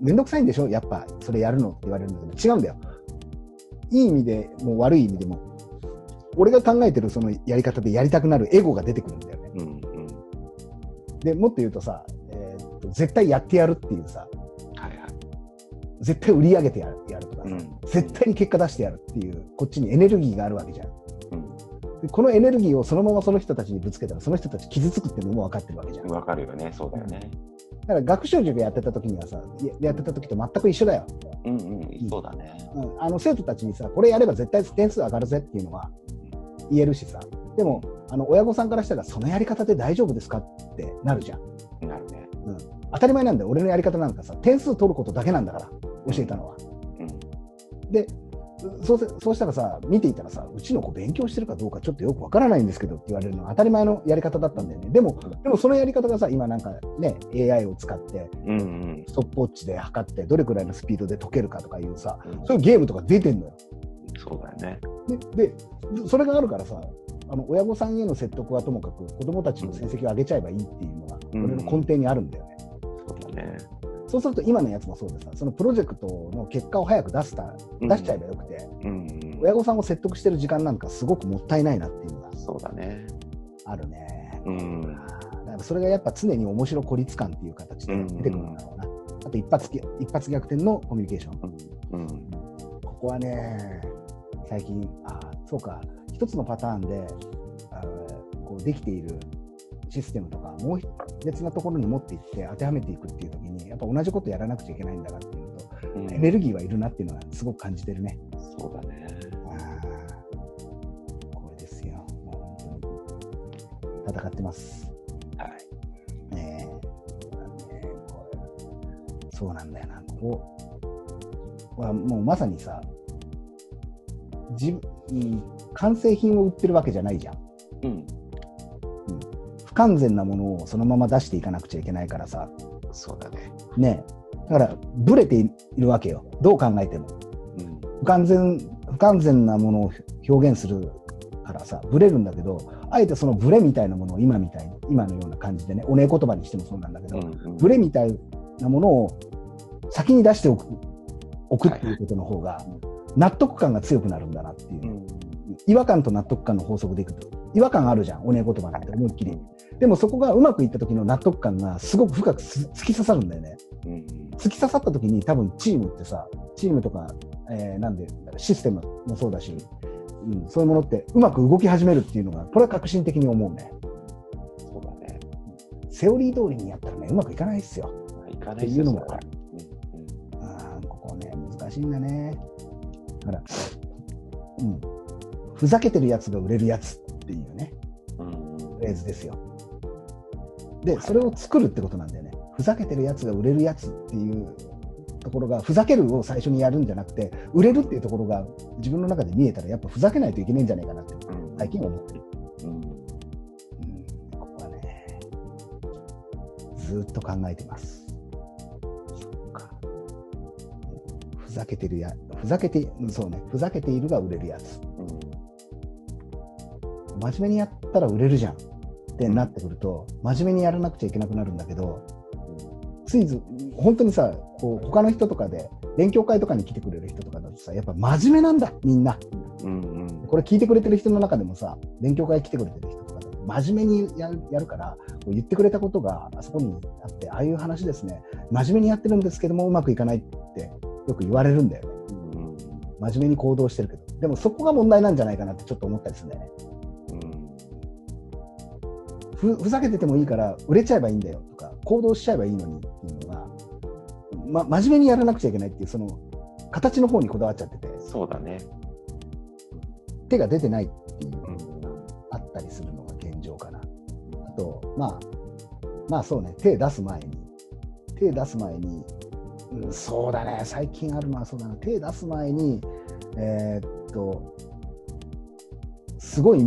[SPEAKER 1] めんどくさいんでしょやっぱ、それやるのって言われるんだけど、違うんだよ。いい意味でも悪い意味でも、俺が考えてるそのやり方でやりたくなるエゴが出てくるんだよね。
[SPEAKER 2] うんうん
[SPEAKER 1] で、もっと言うとさ、えーっと絶対やってやるっていうさ、
[SPEAKER 2] はいはい。
[SPEAKER 1] 絶対売り上げてやるやるとかさ、
[SPEAKER 2] うん
[SPEAKER 1] 絶対に結果出してやるっていう、こっちにエネルギーがあるわけじゃん。
[SPEAKER 2] うん
[SPEAKER 1] でこのエネルギーをそのままその人たちにぶつけたら、その人たち傷つくっていうのも分かってるわけじゃん。だ
[SPEAKER 2] わかるよね。そうだよね。
[SPEAKER 1] から学習塾やってた時にはさ、ややってた時と全く一緒だよ。
[SPEAKER 2] うんうん。そうだね。
[SPEAKER 1] うんあの生徒たちにさ、これやれば絶対点数上がるぜっていうのは言えるしさ、でも、あの親御さんからしたら、そのやり方で大丈夫ですかってなるじゃん。
[SPEAKER 2] なるね。
[SPEAKER 1] 当たり前なんだよ、俺のやり方なんかさ、点数取ることだけなんだから、教えたのは。
[SPEAKER 2] うん
[SPEAKER 1] でそうせそうしたらさ、見ていたらさ、うちの子勉強してるかどうかちょっとよくわからないんですけどって言われるのは当たり前のやり方だったんだよね。でも、でもそのやり方がさ、今なんかね、AI を使って、
[SPEAKER 2] うんうん。
[SPEAKER 1] ストップウォッチで測って、どれくらいのスピードで解けるかとかいうさ、
[SPEAKER 2] うん
[SPEAKER 1] そういうゲームとか出てんのよ。
[SPEAKER 2] そうだよね。
[SPEAKER 1] ででそれがあるからさあの親御さんへの説得はともかく子供たちの成績を上げちゃえばいいっていうのが
[SPEAKER 2] うん
[SPEAKER 1] 俺の根底にあるんだよね、
[SPEAKER 2] そうだね。
[SPEAKER 1] そうすると今のやつもそうでさそのプロジェクトの結果を早く出した出しちゃえばよくて、
[SPEAKER 2] うんうん。
[SPEAKER 1] 親御さんを説得してる時間なんかすごくもったいないなっていうのが
[SPEAKER 2] そうだね。
[SPEAKER 1] あるね、
[SPEAKER 2] うん。
[SPEAKER 1] だからそれがやっぱ常に面白孤立感っていう形で出てくるんだろうな、あと一発ぎ一発逆転のコミュニケーション
[SPEAKER 2] うん
[SPEAKER 1] ここはね、最近、あそうか、一つのパターンであこうできているシステムとか、もう一別なところに持っていって当てはめていくっていうときに、やっぱ同じことやらなくちゃいけないんだなっていうのと、
[SPEAKER 2] うん。
[SPEAKER 1] エネルギーはいるなっていうのはすごく感じてるね。
[SPEAKER 2] そうだね。
[SPEAKER 1] あーこれですよ、もう本当に戦ってます。
[SPEAKER 2] はい。
[SPEAKER 1] ねえこれそうなんだよな、ここはもうまさにさ、自分うん完成品を売ってるわけじゃないじゃん。
[SPEAKER 2] うん。
[SPEAKER 1] 不完全なものをそのまま出していかなくちゃいけないからさ、
[SPEAKER 2] そうだね。
[SPEAKER 1] ねえだから、ブレているわけよ、どう考えても。
[SPEAKER 2] うん。
[SPEAKER 1] 不完全不完全なものを表現するからさ、ブレるんだけど、あえてそのブレみたいなものを今みたいに、今のような感じでね、おねえ言葉にしてもそうなんだけど、
[SPEAKER 2] うん。
[SPEAKER 1] ブレみたいなものを先に出しておく置くっていうことの方が納得感が強くなるんだなっていうう、
[SPEAKER 2] ん。
[SPEAKER 1] 違和感と納得感の法則でいくと違和感あるじゃんおねえ言葉なんて思いっきりでもそこがうまくいった時の納得感がすごく深くす突き刺さるんだよね
[SPEAKER 2] うん。
[SPEAKER 1] 突き刺さった時に多分チームってさチームとか、えーなんでシステムもそうだし、うん、そういうものってうまく動き始めるっていうのがこれは革新的に思うね
[SPEAKER 2] そうだね。
[SPEAKER 1] セオリー通りにやったらねうまくいかないですよ
[SPEAKER 2] 行か
[SPEAKER 1] っ
[SPEAKER 2] な
[SPEAKER 1] て
[SPEAKER 2] い
[SPEAKER 1] いうのもある
[SPEAKER 2] うん。うん。
[SPEAKER 1] あーここね、難しいんだね。だから、うん、ふざけてるやつが売れるやつっていうね、
[SPEAKER 2] うん
[SPEAKER 1] フレーズですよ。で、それを作るってことなんだよね。ふざけてるやつが売れるやつっていうところが、ふざけるを最初にやるんじゃなくて、売れるっていうところが自分の中で見えたら、やっぱふざけないといけないんじゃないかなって、
[SPEAKER 2] うん
[SPEAKER 1] 最近思ってる。
[SPEAKER 2] うん
[SPEAKER 1] うん、ここはね、ずーっと考えてます。ふざけてるや、ふざけて、うんそうね、ふざけているが売れるやつ。
[SPEAKER 2] うん
[SPEAKER 1] 真面目にやったら売れるじゃんってなってくると、真面目にやらなくちゃいけなくなるんだけど、ついず本当にさこう他の人とかで勉強会とかに来てくれる人とかだとさやっぱ真面目なんだみんな
[SPEAKER 2] うんうん
[SPEAKER 1] これ聞いてくれてる人の中でもさ勉強会来てくれてる人とかで真面目にやるやるからこう言ってくれたことがあそこにあってああいう話ですね真面目にやってるんですけどもうまくいかないってよく言われるんだよね
[SPEAKER 2] うん
[SPEAKER 1] 真面目に行動してるけどでもそこが問題なんじゃないかなってちょっと思ったりするんだよね
[SPEAKER 2] うん
[SPEAKER 1] ふふざけててもいいから売れちゃえばいいんだよとか行動しちゃえばいいのにっていうのが、ま、真面目にやらなくちゃいけないっていうその形の方にこだわっちゃってて
[SPEAKER 2] そうだね。
[SPEAKER 1] 手が出てないっていうの
[SPEAKER 2] う
[SPEAKER 1] が
[SPEAKER 2] ん
[SPEAKER 1] あったりするのが現状かなあとまあまあそうね手出す前に手出す前に、うん、そうだね最近あるのはそうだな手出す前にえーっとすごい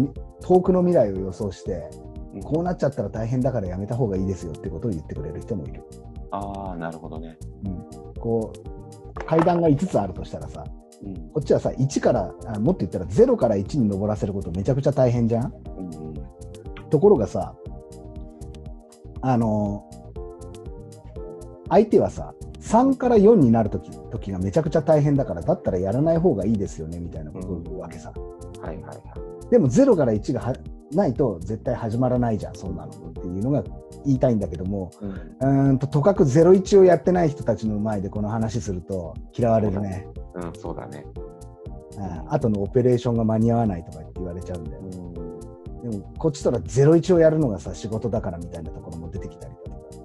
[SPEAKER 1] 遠くの未来を予想して
[SPEAKER 2] うん
[SPEAKER 1] こうなっちゃったら大変だからやめた方がいいですよってことを言ってくれる人もいる。
[SPEAKER 2] ああ、なるほどね。
[SPEAKER 1] うん、こう階段が5つあるとしたらさ
[SPEAKER 2] うん
[SPEAKER 1] こっちはさ1からあもっと言ったら0から1に上らせることめちゃくちゃ大変じゃん
[SPEAKER 2] うん
[SPEAKER 1] ところがさあの相手はさ3から4になるとき時がめちゃくちゃ大変だからだったらやらない方がいいですよねみたいなことを言うわけさ、
[SPEAKER 2] はいはいはい。
[SPEAKER 1] でも0から1がはないと絶対始まらないじゃんそんなのっていうのが言いたいんだけども
[SPEAKER 2] うん
[SPEAKER 1] うーんととかく01をやってない人たちの前でこの話すると嫌われるね、
[SPEAKER 2] うん、そうだね。
[SPEAKER 1] うん、後のオペレーションが間に合わないとかって言われちゃうんだよ
[SPEAKER 2] う
[SPEAKER 1] ね
[SPEAKER 2] ん
[SPEAKER 1] でもこっちとら01をやるのがさ仕事だからみたいなところも出てきたりだとかす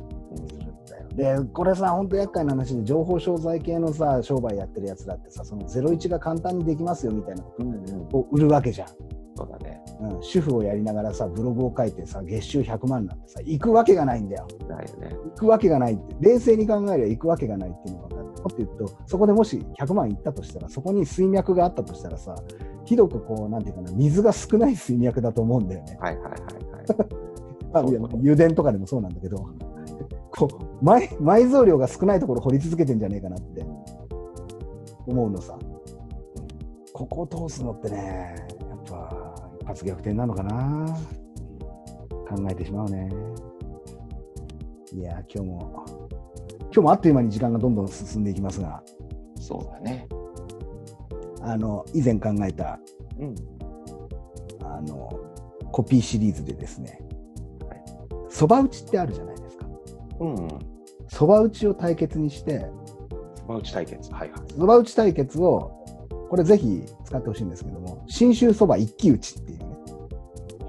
[SPEAKER 1] るんだよでこれさ本当厄介な話で情報商材系のさ商売やってるやつだってさその01が簡単にできますよみたいなこ
[SPEAKER 2] うんうん
[SPEAKER 1] とを売るわけじゃん、
[SPEAKER 2] そうだね。
[SPEAKER 1] うん、主婦をやりながらさブログを書いてさ月収100万なんてさ行くわけがないんだよ
[SPEAKER 2] だよね。
[SPEAKER 1] 行くわけがないって冷静に考えれば行くわけがないっていうのが分かるもっと言うとそこでもし100万行ったとしたらそこに水脈があったとしたらさひどくこうなんていうかな水が少ない水脈だと思うんだよね、
[SPEAKER 2] はいはいはいはい。
[SPEAKER 1] まあ、
[SPEAKER 2] そう
[SPEAKER 1] いや
[SPEAKER 2] そう
[SPEAKER 1] 油田とかでもそうなんだけどこう埋埋蔵量が少ないところ掘り続けてんじゃねえかなって思うのさここを通すのってねやっぱ一発逆転なのかな考えてしまうねいや今日も今日もあっという間に時間がどんどん進んでいきますが
[SPEAKER 2] そうだね。
[SPEAKER 1] あの以前考えた
[SPEAKER 2] うん。
[SPEAKER 1] あのコピーシリーズでですね
[SPEAKER 2] はい
[SPEAKER 1] そば打ちってあるじゃないですか
[SPEAKER 2] うん。
[SPEAKER 1] そば打ちを対決にして
[SPEAKER 2] そば打ち対決。はいはい。
[SPEAKER 1] そば打ち対決をこれぜひ使ってほしいんですけども信州そば一騎打ちっていうね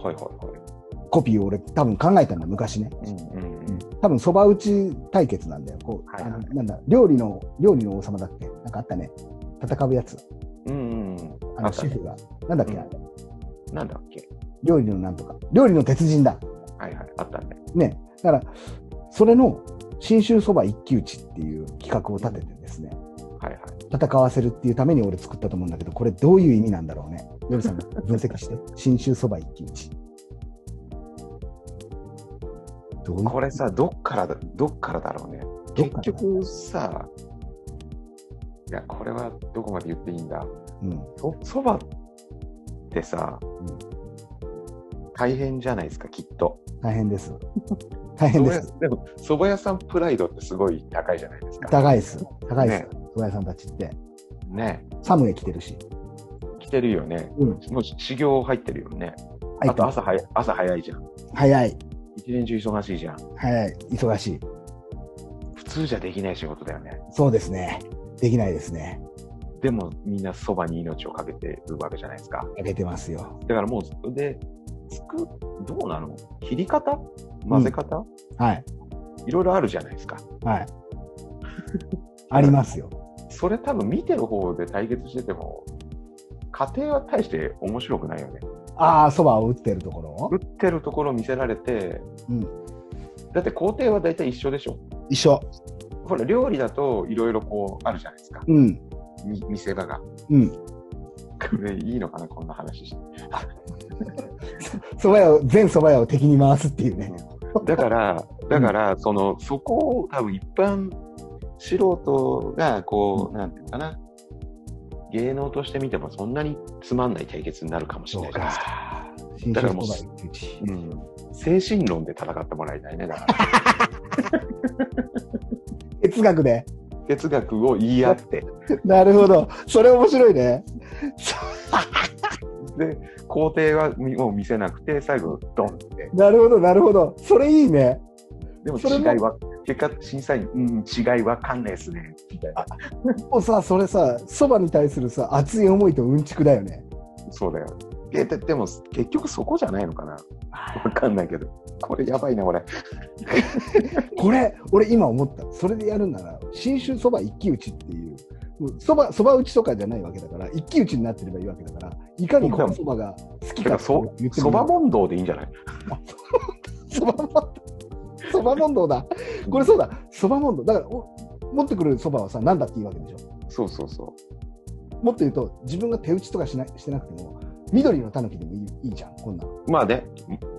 [SPEAKER 2] はいはい
[SPEAKER 1] コピーを俺多分考えたんだ昔ね
[SPEAKER 2] はい。うんうんうん。
[SPEAKER 1] 多分そば打ち対決なんだよこう、
[SPEAKER 2] はいはい
[SPEAKER 1] あのなんだ料理の料理の王様だっけなんかあったね戦うやつ
[SPEAKER 2] うんうん
[SPEAKER 1] あ
[SPEAKER 2] あ
[SPEAKER 1] の
[SPEAKER 2] った
[SPEAKER 1] シェ
[SPEAKER 2] ね
[SPEAKER 1] フが、なんだっけ、
[SPEAKER 2] うん
[SPEAKER 1] あれ
[SPEAKER 2] うん。なんだっけ。
[SPEAKER 1] 料理のなんとか料理の鉄人だ
[SPEAKER 2] はいはい。あったね。
[SPEAKER 1] ね、だから、それの信州そば一騎打ちっていう企画を立ててですね、
[SPEAKER 2] はいはい。
[SPEAKER 1] 戦わせるっていうために俺作ったと思うんだけど、これどういう意味なんだろうね。ヨ
[SPEAKER 2] *laughs*
[SPEAKER 1] ルさん、分析して、信州そば一騎打ち。どういう
[SPEAKER 2] これさ、どっからだ、どっからだろうね。
[SPEAKER 1] どっか
[SPEAKER 2] 結
[SPEAKER 1] らだ
[SPEAKER 2] 局さ、いや、これはどこまで言っていいんだ。
[SPEAKER 1] うん、
[SPEAKER 2] そそばってさ、
[SPEAKER 1] ん
[SPEAKER 2] 大変じゃないですか、きっと。
[SPEAKER 1] 大変です。大変です。
[SPEAKER 2] 蕎麦屋でも、そば屋さんプライドってすごい高いじゃないですか。
[SPEAKER 1] 高いです。高いです
[SPEAKER 2] ね。
[SPEAKER 1] 蕎麦屋さんたちって。
[SPEAKER 2] ね。
[SPEAKER 1] サムへ来てるし。
[SPEAKER 2] 来てるよね。
[SPEAKER 1] うん。
[SPEAKER 2] もう修行入ってるよね。
[SPEAKER 1] 入
[SPEAKER 2] あ
[SPEAKER 1] って
[SPEAKER 2] と
[SPEAKER 1] ます
[SPEAKER 2] 朝早い、朝早いじゃん。
[SPEAKER 1] 早い。
[SPEAKER 2] 一年中忙しいじゃん。
[SPEAKER 1] 早い。忙しい。
[SPEAKER 2] 普通じゃできない仕事だよね。
[SPEAKER 1] そうですね。できないですね。
[SPEAKER 2] でもみんなそばに命をかけてるわけじゃないですか。
[SPEAKER 1] あげてますよ。
[SPEAKER 2] だからもう、で、つく、どうなの切り方混ぜ方、
[SPEAKER 1] はい。
[SPEAKER 2] いろいろあるじゃないですか。 *laughs*
[SPEAKER 1] はい。ありますよ。
[SPEAKER 2] それ多分見てる方で対決してても家庭は大して面白くないよね。
[SPEAKER 1] ああ、そばを打ってるところ
[SPEAKER 2] 打ってるところ見せられて、
[SPEAKER 1] うん
[SPEAKER 2] だって工程は大体一緒でしょ。
[SPEAKER 1] 一緒。
[SPEAKER 2] ほら、料理だといろいろこうあるじゃないですか。
[SPEAKER 1] うん。
[SPEAKER 2] み見せ場が。 *laughs*
[SPEAKER 1] うん。
[SPEAKER 2] これいいのかな、こんな話して。
[SPEAKER 1] 蕎麦屋を、全蕎麦屋を敵に回すっていうね。
[SPEAKER 2] だから、だから、その、そこを多分一般素人が、こう、なんていうのかな、芸能として見てもそんなにつまんない対決になるかもしれないじゃないですか。
[SPEAKER 1] か。新
[SPEAKER 2] だ
[SPEAKER 1] 種
[SPEAKER 2] から
[SPEAKER 1] 蕎
[SPEAKER 2] も
[SPEAKER 1] 麦屋
[SPEAKER 2] う
[SPEAKER 1] っていうし
[SPEAKER 2] うん精神論で戦ってもらいたいね。だから、
[SPEAKER 1] 哲学で。 *laughs*
[SPEAKER 2] 哲学を言い合って、
[SPEAKER 1] なるほど。それ面白いね。
[SPEAKER 2] で、工程はみもう見せなくて、最後、ドンって。
[SPEAKER 1] なるほど、なるほど。それいいね。
[SPEAKER 2] でも
[SPEAKER 1] それ
[SPEAKER 2] 違
[SPEAKER 1] も
[SPEAKER 2] いは、結果、審査員、うん、違いわかんないですね。みたいな。
[SPEAKER 1] もうさ、それさ、蕎麦に対するさ、熱い思いとうんちくだよね。
[SPEAKER 2] そうだよ。えででも、結局そこじゃないのかな。わかんないけど。これやばいな、俺。
[SPEAKER 1] これ、俺今思った。それでやるなら、信州蕎麦一騎打ちっていう。もう蕎麦、蕎麦打ちとかじゃないわけだから、一騎打ちになってればいいわけだから、いかにこの蕎麦が好き
[SPEAKER 2] て
[SPEAKER 1] かっ
[SPEAKER 2] か、
[SPEAKER 1] ていう
[SPEAKER 2] そ
[SPEAKER 1] のを言ってみ
[SPEAKER 2] そ
[SPEAKER 1] る
[SPEAKER 2] ば問答でいいんじゃない
[SPEAKER 1] そばもんど。そば問答だ。これそうだ。そば問答。だからお、持ってくるそばはさ、なんだっていいわけでしょ。
[SPEAKER 2] そうそうそう。
[SPEAKER 1] もっと言うと、自分が手打ちとかしなしてなくても、緑のたぬきでもいいいいじゃん、こんな。
[SPEAKER 2] まあね、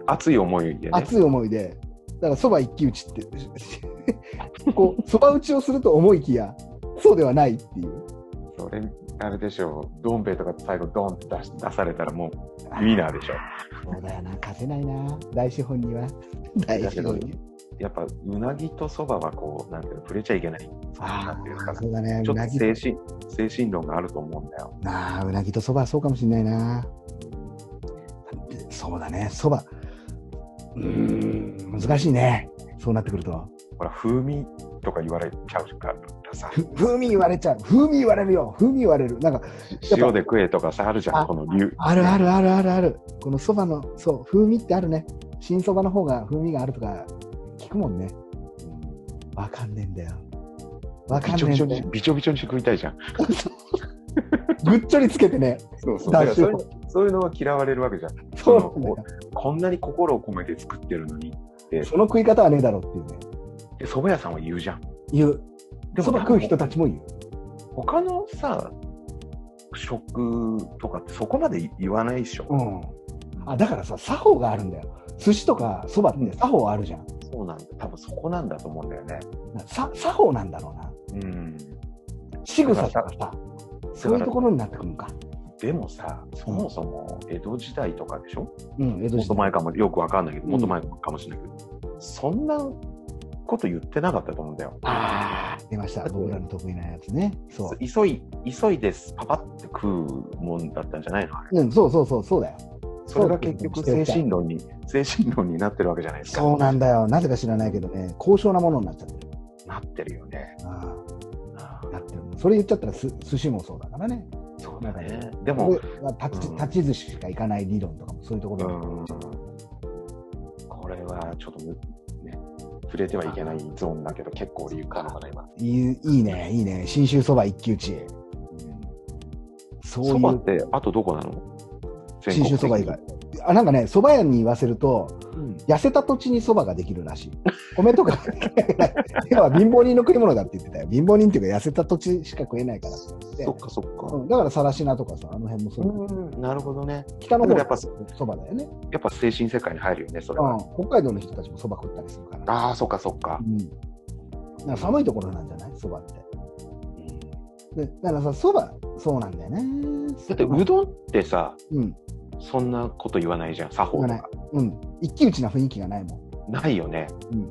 [SPEAKER 2] 熱い思いでね。
[SPEAKER 1] 熱い思いで。だから、そば一騎打ち *laughs* って、こう、そば打ちをすると思いきや、そうではないっていう。
[SPEAKER 2] それ、あれでしょう。どん兵衛とか最後、ドンって出し出されたらもう、ウィナーでしょ。
[SPEAKER 1] そうだよな、勝てないな、大資本には。大資本に。
[SPEAKER 2] やっぱ、うなぎとそばはこう、なんていうの、触れちゃいけない。
[SPEAKER 1] あ
[SPEAKER 2] なんていう
[SPEAKER 1] あ、
[SPEAKER 2] か、ち
[SPEAKER 1] そうだね、
[SPEAKER 2] ょ
[SPEAKER 1] う
[SPEAKER 2] っ
[SPEAKER 1] な
[SPEAKER 2] と
[SPEAKER 1] ぎ。
[SPEAKER 2] 精神、精神論があると思うんだよ。
[SPEAKER 1] ああ、うなぎとそばはそうかもしれないな。そうだね、そば。うーん、難しいね。そうなってくると。
[SPEAKER 2] ほら、風味とか言われちゃうからさ、
[SPEAKER 1] ふ風味言われちゃう。風味言われるよ。風味言われる。なんか、
[SPEAKER 2] 塩で食えとかさ、あるじゃ
[SPEAKER 1] あ
[SPEAKER 2] ん、この流。
[SPEAKER 1] あるあるあるあるある。このそばの、そう、風味ってあるね。新そばの方が風味があるとか聞くもんね。わかんねえんだよ。わか
[SPEAKER 2] び
[SPEAKER 1] ん
[SPEAKER 2] ちょ
[SPEAKER 1] ね
[SPEAKER 2] びち
[SPEAKER 1] え
[SPEAKER 2] ょ
[SPEAKER 1] んだ
[SPEAKER 2] に
[SPEAKER 1] よ。
[SPEAKER 2] びちょびちょにして食いたいじゃん。
[SPEAKER 1] ぐっちょりつけてね。
[SPEAKER 2] そうそう。
[SPEAKER 1] だ
[SPEAKER 2] だ
[SPEAKER 1] か
[SPEAKER 2] からら
[SPEAKER 1] そ
[SPEAKER 2] そうういうそういうのは嫌われるわけじゃん。
[SPEAKER 1] そう
[SPEAKER 2] そのこんなに心を込めて作ってるのに、
[SPEAKER 1] その食い方はねえだろうっていうね。
[SPEAKER 2] で蕎麦屋さんは言うじゃん。
[SPEAKER 1] 言う。
[SPEAKER 2] でも
[SPEAKER 1] そば食う人たちも言う。
[SPEAKER 2] 他のさ、食とかってそこまで言わないでしょ。
[SPEAKER 1] うん。あ、だからさ、作法があるんだよ。寿司とかそばって作法あるじゃん。
[SPEAKER 2] そうなんだ。多分そこなんだと思うんだよね。
[SPEAKER 1] さ作法なんだろうな。
[SPEAKER 2] うん。
[SPEAKER 1] 仕草とかさ、そういうところになってくるのか。
[SPEAKER 2] でもさ、そもそも江戸時代とかでしょ、
[SPEAKER 1] うん、江戸
[SPEAKER 2] もっ
[SPEAKER 1] 時
[SPEAKER 2] と
[SPEAKER 1] 代。
[SPEAKER 2] 前かも、よくわかんないけど、
[SPEAKER 1] うん
[SPEAKER 2] もっと前かもしれないけど、そんなこと言ってなかったと思うんだよ。
[SPEAKER 1] ああ、出ました。僕らの得意なやつね。そう。
[SPEAKER 2] 急い、急いです、パパって食うもんだったんじゃないの
[SPEAKER 1] うん、そうそうそう、そうだよ。
[SPEAKER 2] それが結局
[SPEAKER 1] そう
[SPEAKER 2] 精神論に、精神論になってるわけじゃないですか。
[SPEAKER 1] そうなんだよ。なぜか知らないけどね、高尚なものになっちゃってる。
[SPEAKER 2] なってるよね。
[SPEAKER 1] ああ、なってる。それ言っちゃったらす寿司もそうだからね。
[SPEAKER 2] そう
[SPEAKER 1] だね。
[SPEAKER 2] でも、
[SPEAKER 1] これは立ち
[SPEAKER 2] うん
[SPEAKER 1] 立ち寿司しか行かない理論とかもそういうところに
[SPEAKER 2] うんこれはちょっとむ、ね、触れてはいけないゾーンだけど、結構理由かのかな、今。
[SPEAKER 1] いいいいね、いいね。信州そば一騎打ち。そう
[SPEAKER 2] そ
[SPEAKER 1] い
[SPEAKER 2] ば
[SPEAKER 1] う
[SPEAKER 2] って、あとどこなの
[SPEAKER 1] 信州そば以外。。あなんかね、そば屋に言わせると、痩せた土地にそばができるらしい。米と
[SPEAKER 2] *laughs*
[SPEAKER 1] か要は貧乏人の食い物だって言ってたよ。貧乏人っていうか痩せた土地しか食えないからって言って
[SPEAKER 2] そっかそっか。
[SPEAKER 1] うんだから、さらしなとかさ、あの辺もそうだけど
[SPEAKER 2] うん、なるほどね。
[SPEAKER 1] 北の
[SPEAKER 2] だ
[SPEAKER 1] 方
[SPEAKER 2] から
[SPEAKER 1] やっ
[SPEAKER 2] や
[SPEAKER 1] ぱ
[SPEAKER 2] っぱ
[SPEAKER 1] そばだよね、
[SPEAKER 2] やっぱ精神世界に入るよね、それ
[SPEAKER 1] う
[SPEAKER 2] は。
[SPEAKER 1] ん、北海道の人たちもそば食ったりするから、
[SPEAKER 2] ああ、そっかそっか
[SPEAKER 1] う。ん、だから寒いところなんじゃないそばって
[SPEAKER 2] うん
[SPEAKER 1] でだからさそばそうなんだよね
[SPEAKER 2] だって、うどんってさ、
[SPEAKER 1] うん
[SPEAKER 2] そんなこと言わないじゃん、作
[SPEAKER 1] 言わ
[SPEAKER 2] 法と
[SPEAKER 1] ない
[SPEAKER 2] か。、
[SPEAKER 1] うん、一騎打ちな雰囲気がないもん
[SPEAKER 2] ないよね。
[SPEAKER 1] うん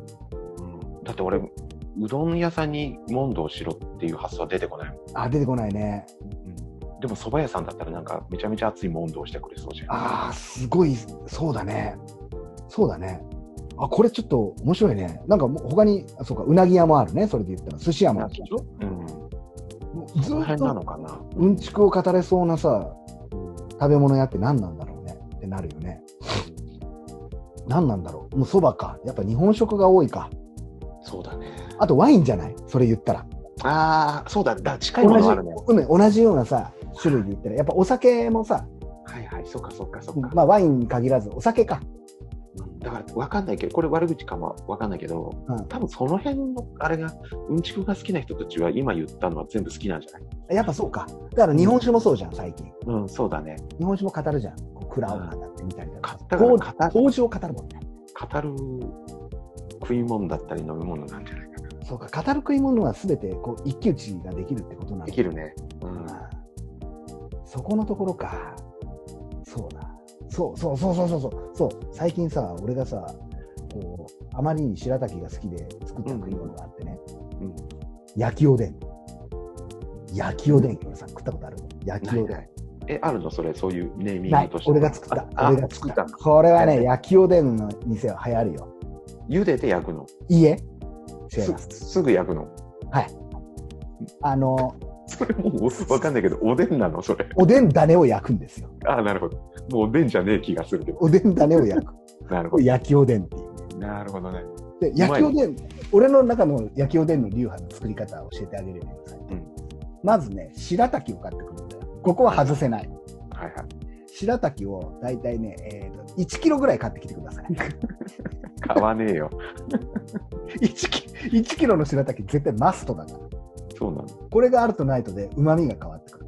[SPEAKER 2] だって俺、うどん屋さんに問答しろっていう発想は出てこないもん。
[SPEAKER 1] あ出てこないね
[SPEAKER 2] でも蕎麦屋さんだったらなんかめちゃめちゃ熱い問答してくれそうじゃん。
[SPEAKER 1] あーすごいそうだねそうだねあこれちょっと面白いねなんかもう他にあそうかうなぎ屋もあるねそれで言ったら寿司屋もあ
[SPEAKER 2] なん
[SPEAKER 1] る
[SPEAKER 2] でしょうん。
[SPEAKER 1] もう
[SPEAKER 2] そ
[SPEAKER 1] ず
[SPEAKER 2] の
[SPEAKER 1] っ
[SPEAKER 2] 辺なの
[SPEAKER 1] と
[SPEAKER 2] かな。
[SPEAKER 1] うんちくを語れそうなさ食べ物屋って何なんだろうねってなるよね何なんだろうもうそばかやっぱ日本食が多いか
[SPEAKER 2] そうだね。
[SPEAKER 1] あとワインじゃないそれ言ったら
[SPEAKER 2] ああ、そうだ、だ近いも
[SPEAKER 1] 同
[SPEAKER 2] の
[SPEAKER 1] じ,
[SPEAKER 2] あ
[SPEAKER 1] う
[SPEAKER 2] る
[SPEAKER 1] ん、
[SPEAKER 2] ね。
[SPEAKER 1] 同じようなさ種類で言ったら、やっぱお酒もさ、
[SPEAKER 2] はいはい、そっかそっかそっか。
[SPEAKER 1] まあ、ワインに限らず、お酒か。
[SPEAKER 2] だから分かんないけど、これ悪口かも分かんないけど、
[SPEAKER 1] うん
[SPEAKER 2] 多分その辺のあれが、うんちくが好きな人たちは今言ったのは全部好きなんじゃない
[SPEAKER 1] やっぱそうか。だから日本酒もそうじゃん、最近。
[SPEAKER 2] うん、そうだね。
[SPEAKER 1] 日本酒も語るじゃん。こう蔵を語ってみたりだと
[SPEAKER 2] 買
[SPEAKER 1] か
[SPEAKER 2] っ。たから
[SPEAKER 1] こう
[SPEAKER 2] 語る
[SPEAKER 1] 麹を語るもんね。
[SPEAKER 2] 語る食い物だったり飲み物なんじゃないかな。
[SPEAKER 1] そうか、語る食い物はすべてこう一騎打ちができるってことなの
[SPEAKER 2] できるね。うん。
[SPEAKER 1] あーそこのところか。そうだ。そうそうそうそうそうそう。そう最近さ、俺がさ、こうあまりに白滝が好きで作った食い物があってね。
[SPEAKER 2] うんうん
[SPEAKER 1] 焼きおでん。焼きおでん、俺さ、食ったことある焼きおでん。
[SPEAKER 2] ないえ、あるのそれ、そういうネーミ
[SPEAKER 1] な
[SPEAKER 2] ン
[SPEAKER 1] い
[SPEAKER 2] グとして。
[SPEAKER 1] 俺が作った。
[SPEAKER 2] あ
[SPEAKER 1] 俺が
[SPEAKER 2] あ
[SPEAKER 1] 作
[SPEAKER 2] 作
[SPEAKER 1] っ。
[SPEAKER 2] ったた。
[SPEAKER 1] これはね、焼きおでんの店は流行るよ。
[SPEAKER 2] 茹でて焼くの。
[SPEAKER 1] いいえ、違います。
[SPEAKER 2] すすぐ焼くの。
[SPEAKER 1] あの、
[SPEAKER 2] それもう分かんないけど、おでんなのそれ。
[SPEAKER 1] おでん種を焼くんですよ。
[SPEAKER 2] あなるほど。もうおでんじゃねえ気がするけど。
[SPEAKER 1] おでん種を
[SPEAKER 2] *laughs*
[SPEAKER 1] 焼く。
[SPEAKER 2] なるほ
[SPEAKER 1] これ焼きおでんっていう。
[SPEAKER 2] ど。なるほどね。
[SPEAKER 1] で
[SPEAKER 2] ま
[SPEAKER 1] 焼
[SPEAKER 2] い
[SPEAKER 1] きおでん、俺の中の焼きおでんの流派の作り方を教えてあげればいいさい、
[SPEAKER 2] うん
[SPEAKER 1] まずね、白滝を買ってくるんだよ。ここは外せない。
[SPEAKER 2] はいはい。
[SPEAKER 1] 白滝を大体ね、えーと、1キロぐらい買ってきてください。 *laughs*
[SPEAKER 2] 買わねえよ。
[SPEAKER 1] 1, キ1キロの白滝絶対マストだから。
[SPEAKER 2] そうなの。
[SPEAKER 1] これがあるとないとで旨味が変わってくる。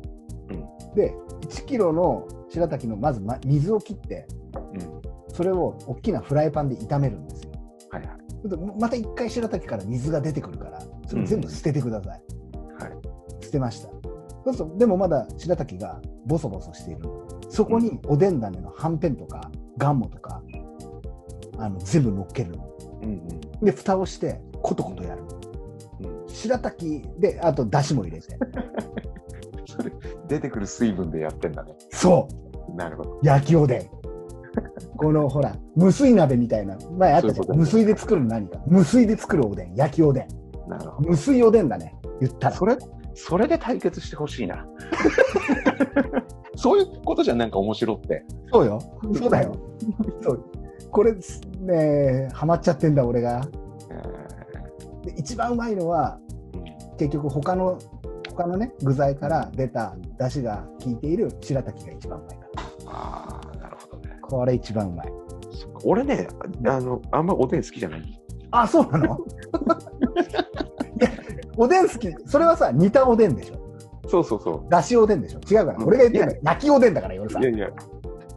[SPEAKER 2] う
[SPEAKER 1] で、1キロの白滝のまずま水を切って、
[SPEAKER 2] うん。
[SPEAKER 1] それを大きなフライパンで炒めるんですよ。
[SPEAKER 2] はいはい。
[SPEAKER 1] ちょっとまた一回白滝から水が出てくるから、それ全部捨ててください。
[SPEAKER 2] はい。
[SPEAKER 1] 捨てました。そうすると、でもまだ白滝がボソボソしているので、そこにおでん種のはんぺんとか、ガンモとか、あの全部乗っけるの。
[SPEAKER 2] うん
[SPEAKER 1] で、蓋をして、コトコトやるの。
[SPEAKER 2] うんうん。
[SPEAKER 1] 白滝で、あと、だしも入れて。
[SPEAKER 2] それ出てくる水分でやってんだね。
[SPEAKER 1] そう
[SPEAKER 2] なるほど。
[SPEAKER 1] 焼きおでん。この、ほら、無水鍋みたいな、前あったじ
[SPEAKER 2] そうい
[SPEAKER 1] ゃ
[SPEAKER 2] うこ
[SPEAKER 1] ん。
[SPEAKER 2] と
[SPEAKER 1] 無水で作るの何か。無水で作るおでん。焼きおでん。
[SPEAKER 2] なるほ
[SPEAKER 1] 無水おでんだね。言った
[SPEAKER 2] ど。
[SPEAKER 1] ら。
[SPEAKER 2] それ、それで対決してほしいな。 *laughs* そういうことじゃん、なんか面白って。
[SPEAKER 1] そうよ。そうだよ。そう。これ、ねえハマっちゃってんだ、俺が。
[SPEAKER 2] えー
[SPEAKER 1] で一番うまいのは、結局、他の、他のね、具材から出た出汁が効いている白滝が一番うまいから。
[SPEAKER 2] ああ、なるほどね。
[SPEAKER 1] これ一番うまい。
[SPEAKER 2] そっか俺ね、あの、あんまおでん好きじゃない。
[SPEAKER 1] あ、そうなのいや、おでん好き。それはさ、煮たおでんでしょ。
[SPEAKER 2] そうそうそ
[SPEAKER 1] だしおでんでしょ。違うから。俺が言ってるのは焼きおでんだから、俺さ
[SPEAKER 2] う。い。や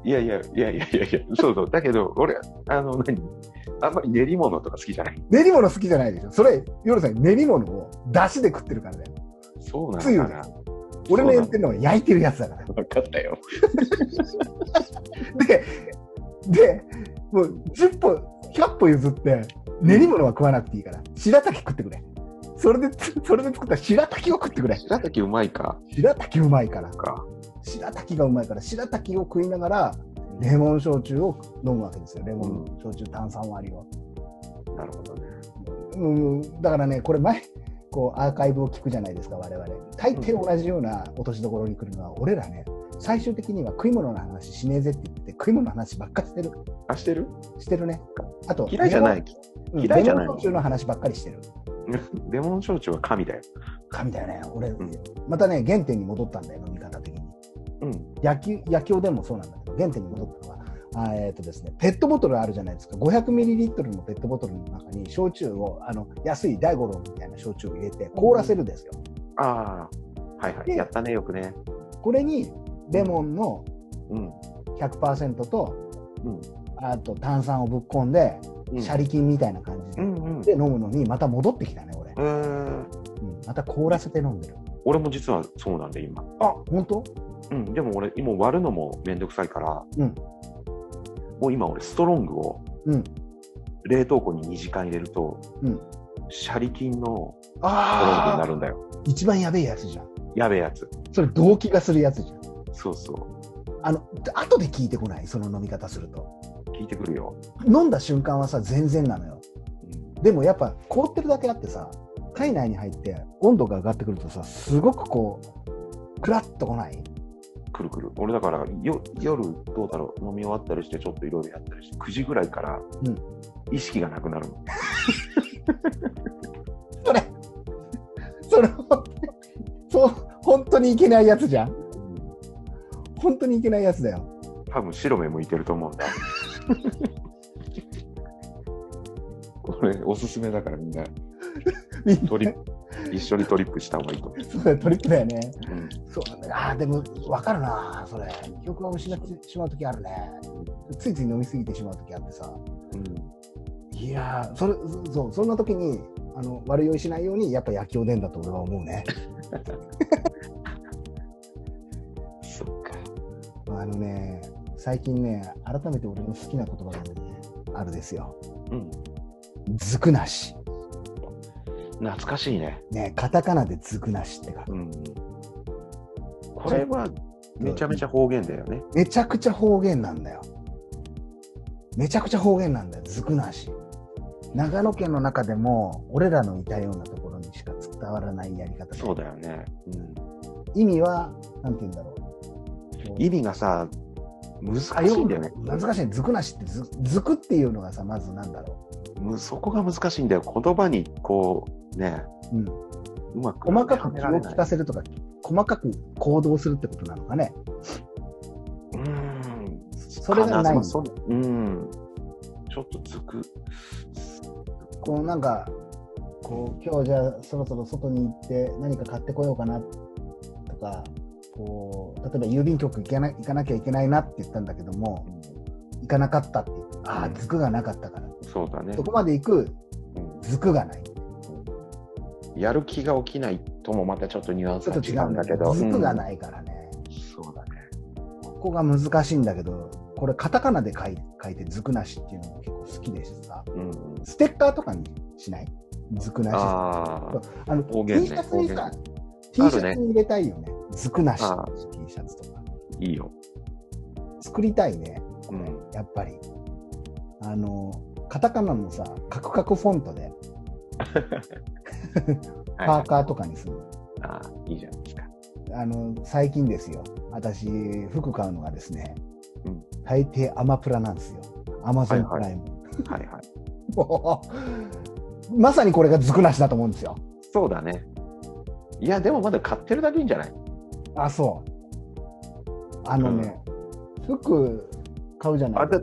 [SPEAKER 2] いや、いやいや、いやいやいやいや、そうそう。だけど、俺、あの、何あんまり練り物とか好きじゃない。
[SPEAKER 1] 練り物好きじゃないでしょ。それ、夜さん、練り物を出汁で食ってるからだよ。
[SPEAKER 2] そう
[SPEAKER 1] つゆ
[SPEAKER 2] なのか
[SPEAKER 1] だ
[SPEAKER 2] な。
[SPEAKER 1] 俺の言ってるのは焼いてるやつだから。
[SPEAKER 2] 分かったよ。
[SPEAKER 1] で、で、もう10歩、100歩譲って、練り物は食わなくていいから、白滝食ってくれ。それで、それで作った白滝を食ってくれ。
[SPEAKER 2] 白滝うまいか。
[SPEAKER 1] 白滝うまいから。
[SPEAKER 2] か
[SPEAKER 1] 白滝がうまいから、白滝を食いながら、レモン焼酎を飲むわけですよ。レモン焼酎炭酸割りを。
[SPEAKER 2] なるほどね。
[SPEAKER 1] うん、だからね、これ前、こうアーカイブを聞くじゃないですか、我々。大抵同じような落としどころに来るのは、俺らね、最終的には食い物の話しねえぜって言って、食い物の話ばっかりしてる。
[SPEAKER 2] あ、してる
[SPEAKER 1] してるね。あと、
[SPEAKER 2] 嫌いじゃない。
[SPEAKER 1] うん。
[SPEAKER 2] 嫌いじゃない
[SPEAKER 1] レモン焼酎の話ばっかりしてる。
[SPEAKER 2] レモン焼酎は神だよ。
[SPEAKER 1] 神だよね。俺、
[SPEAKER 2] ん
[SPEAKER 1] またね、原点に戻ったんだよ、飲み方的に。
[SPEAKER 2] うん。
[SPEAKER 1] 焼き、焼きおでんもそうなんだけど、原点に戻ったのは、あーえっ、とですね、ペットボトルあるじゃないですか。500ミリリットルのペットボトルの中に、焼酎を、あの、安い大五郎みたいな焼酎を入れて、凍らせるんですよ。
[SPEAKER 2] ああ、はいはい。
[SPEAKER 1] で
[SPEAKER 2] やったね、よくね。
[SPEAKER 1] これに、レモンの
[SPEAKER 2] うん。
[SPEAKER 1] 100%と、
[SPEAKER 2] うん。
[SPEAKER 1] あと炭酸をぶっ込んで、
[SPEAKER 2] うん
[SPEAKER 1] シャリ菌みたいな感じ
[SPEAKER 2] う
[SPEAKER 1] で,、
[SPEAKER 2] んうん。
[SPEAKER 1] で飲むのに、また戻ってきたね、俺。
[SPEAKER 2] うーん
[SPEAKER 1] うん、また凍らせて飲んでる。
[SPEAKER 2] 俺も実はそうなんで、今。
[SPEAKER 1] あ、本当
[SPEAKER 2] うん。でも俺、今割るのもめんどくさいから、
[SPEAKER 1] うん
[SPEAKER 2] もう今俺、ストロングを
[SPEAKER 1] うん。
[SPEAKER 2] 冷凍庫に2時間入れると、
[SPEAKER 1] うん
[SPEAKER 2] シャリ菌のストロングに
[SPEAKER 1] あ
[SPEAKER 2] な
[SPEAKER 1] あ
[SPEAKER 2] るんだよ。
[SPEAKER 1] 一番やべえやつじゃん。
[SPEAKER 2] やべえやつ。
[SPEAKER 1] それ動機がするやつじゃん。
[SPEAKER 2] そうそう。
[SPEAKER 1] あの、後で聞いてこない、その飲み方すると。
[SPEAKER 2] 聞いてくるよ。
[SPEAKER 1] 飲んだ瞬間はさ、全然なのよ。
[SPEAKER 2] うん
[SPEAKER 1] でもやっぱ凍ってるだけあってさ、体内に入って温度が上がってくるとさ、すごくこう、クラッとこない。
[SPEAKER 2] くるくる。俺だからよ、夜、どうだろう、飲み終わったりして、ちょっといろいろやったりして、9時ぐらいから
[SPEAKER 1] うん、
[SPEAKER 2] 意識がなくなるの。
[SPEAKER 1] それ、それ、そう、本当にいけないやつじゃん。本当にいけないやつだよ。
[SPEAKER 2] 多分白目向いてると *laughs* 思うんだ。これ、おすすめだからみんな、
[SPEAKER 1] みんな
[SPEAKER 2] トリップ、一緒にトリップした方がいいと思う。
[SPEAKER 1] そうだよトリップだよね。
[SPEAKER 2] うん
[SPEAKER 1] そうなんだよああ、でも分かるな、それ。記憶が失ってしまうときあるね。ついつい飲みすぎてしまうときあってさ。いやーそれそそう、そんなときにあの悪酔いしないように、やっぱ焼きおでんだと俺は思うね。
[SPEAKER 2] そっか。
[SPEAKER 1] あのね、最近ね、改めて俺の好きな言葉がね、あるですよ。
[SPEAKER 2] うん。
[SPEAKER 1] ずくなし。
[SPEAKER 2] 懐かしいね。
[SPEAKER 1] ね、カタカナでずくなしって書く。
[SPEAKER 2] うん。これは、めちゃめちゃ方言だよね。
[SPEAKER 1] めちゃくちゃ方言なんだよ。めちゃくちゃ方言なんだよ、ずくなし。長野県の中でも、俺らのいたようなところにしか伝わらないやり方
[SPEAKER 2] そうだよね。うん。
[SPEAKER 1] 意味は、なんて言うんだろう。
[SPEAKER 2] 意味がさ、難しいんだよね。
[SPEAKER 1] 難しい。ずくなしってず、ずくっていうのがさ、まずなんだろ
[SPEAKER 2] むそこが難しいんだよ。言葉にこう、ね、
[SPEAKER 1] う。うん。
[SPEAKER 2] うまく
[SPEAKER 1] 細か
[SPEAKER 2] は
[SPEAKER 1] く
[SPEAKER 2] め
[SPEAKER 1] 気
[SPEAKER 2] られ
[SPEAKER 1] を利
[SPEAKER 2] ない
[SPEAKER 1] かせるとか、細かく行動するってことなのかね。
[SPEAKER 2] うーん。
[SPEAKER 1] それがない
[SPEAKER 2] かそうん。ちょっとつく。
[SPEAKER 1] こうなんか、こう今日じゃあそろそろ外に行って何か買ってこようかなとか、こう例えば郵便局行けな行かなきゃいけないなって言ったんだけども、行かなかったって言って、ああ、
[SPEAKER 2] うん
[SPEAKER 1] ズクがなかったから、
[SPEAKER 2] そうだね
[SPEAKER 1] そ。こまで行く
[SPEAKER 2] うん
[SPEAKER 1] ズクがない。
[SPEAKER 2] やる気が起きないともまたちょっとニュアンス
[SPEAKER 1] ちょ
[SPEAKER 2] が
[SPEAKER 1] っと違
[SPEAKER 2] 違
[SPEAKER 1] う
[SPEAKER 2] うんん
[SPEAKER 1] だ
[SPEAKER 2] だ
[SPEAKER 1] け
[SPEAKER 2] け
[SPEAKER 1] ど、
[SPEAKER 2] ど。
[SPEAKER 1] ズクが
[SPEAKER 2] い。
[SPEAKER 1] ないからね、
[SPEAKER 2] そうだね。
[SPEAKER 1] ここが難しいんだけど、これカタカナで書い書いてズクなしっていうのが結構好きでしてさ、
[SPEAKER 2] うん。
[SPEAKER 1] ステッカーとかにしないズクなし。
[SPEAKER 2] あ
[SPEAKER 1] そう
[SPEAKER 2] あ。
[SPEAKER 1] あの
[SPEAKER 2] 方
[SPEAKER 1] T
[SPEAKER 2] 言ね
[SPEAKER 1] シャツにさ、T シャ
[SPEAKER 2] 言あるね
[SPEAKER 1] ツに入れたいよね。ずくなし
[SPEAKER 2] あ
[SPEAKER 1] T シャツとか。
[SPEAKER 2] いいよ。
[SPEAKER 1] 作りたいね、
[SPEAKER 2] うん。
[SPEAKER 1] やっぱり。あの、カタカナのさ、カクカクフォントで、パーカーとかにするの。
[SPEAKER 2] ー。ああ、いいじゃないですか。
[SPEAKER 1] あの、最近ですよ。私、服買うのがですね、
[SPEAKER 2] うん
[SPEAKER 1] 大抵アマプラなんですよ。アマゾンプ
[SPEAKER 2] はい
[SPEAKER 1] ラ
[SPEAKER 2] は
[SPEAKER 1] イム。
[SPEAKER 2] はいはい。
[SPEAKER 1] もう *laughs* まさにこれがずくなしだと思うんですよ。
[SPEAKER 2] そうだね。いや、でもまだ買ってるだけいいんじゃない
[SPEAKER 1] あ、そう。あのね、服買うじゃない
[SPEAKER 2] あだ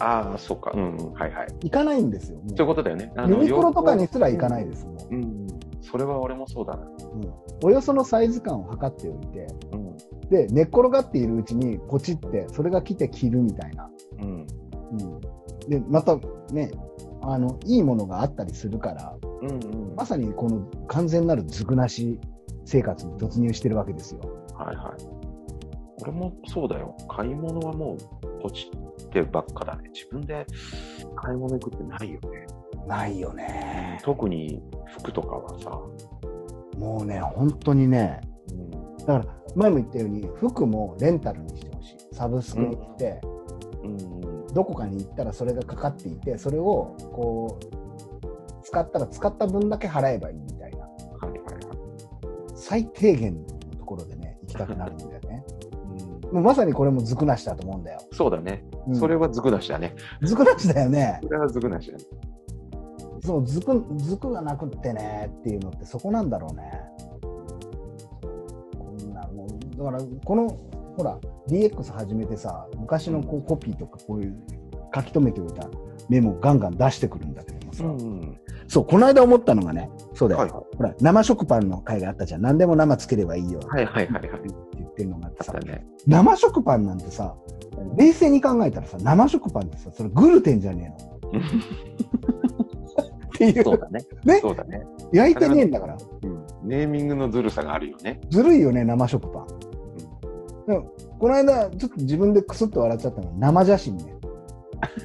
[SPEAKER 2] あー、そうか。うんうん。はいはい。
[SPEAKER 1] 行かないんですよ。もう
[SPEAKER 2] そういうことだよね。あ
[SPEAKER 1] ユ
[SPEAKER 2] の
[SPEAKER 1] ニクロとかにすら行かないですもん、
[SPEAKER 2] うん。それは俺もそうだな。
[SPEAKER 1] うんおよそのサイズ感を測っておいて
[SPEAKER 2] うん。
[SPEAKER 1] で寝っ転がっているうちにポチってそれが来て着るみたいな、
[SPEAKER 2] うん。
[SPEAKER 1] うん、でまたねあのいいものがあったりするから
[SPEAKER 2] うんうん。
[SPEAKER 1] まさにこの完全なるずくなし生活に突入してるわけですよ。
[SPEAKER 2] はいはい。俺もそうだよ。買い物はもう、ポチってばっかだね。自分で買い物行くってないよね。
[SPEAKER 1] ないよね
[SPEAKER 2] 特に服とかはさ。
[SPEAKER 1] もうね本当にね
[SPEAKER 2] うん。
[SPEAKER 1] だから前も言ったように服もレンタルにしてほしいサブスクに行って。
[SPEAKER 2] うん。
[SPEAKER 1] どこかに行ったらそれがかかっていてそれをこう使ったら使った分だけ払えばいいみたいな
[SPEAKER 2] はいはいはい。
[SPEAKER 1] 最低限のところでね行きたくなるんだよ
[SPEAKER 2] *laughs*
[SPEAKER 1] ね
[SPEAKER 2] うん、
[SPEAKER 1] もうまさにこれもずくなしだと思うんだよ、
[SPEAKER 2] そうだね。
[SPEAKER 1] うん
[SPEAKER 2] それはずくなしだね。
[SPEAKER 1] ずくなしだよね
[SPEAKER 2] それはずくなしだね。
[SPEAKER 1] そうずくずくがなくってねっていうのってそこなんだろうねこんなもうだからこのほら DX 始めてさ昔のこうコピーとかこういう書き留めておいたメモをガンガン出してくるんだけどもさ、
[SPEAKER 2] うん。
[SPEAKER 1] そうこの間思ったのがねそうだよ、
[SPEAKER 2] はい
[SPEAKER 1] ほら、生食パンの回があったじゃん。何でも生つければいいよって
[SPEAKER 2] はいはいはいはい。
[SPEAKER 1] 言ってるのがあって
[SPEAKER 2] あ
[SPEAKER 1] さ
[SPEAKER 2] った、ね。
[SPEAKER 1] 生食パンなんてさ、冷静に考えたらさ、生食パンってさ、それグルテンじゃねえ
[SPEAKER 2] *laughs* うん
[SPEAKER 1] の。ってい
[SPEAKER 2] そう
[SPEAKER 1] う、
[SPEAKER 2] だね。
[SPEAKER 1] ね
[SPEAKER 2] そうだね。
[SPEAKER 1] 焼いてねえんだから、
[SPEAKER 2] うん。ネーミングのずるさがあるよね。
[SPEAKER 1] ずるいよね、生食パン。でもこの間、ちょっと自分でクスッと笑っちゃったのが生写真ね。 *laughs*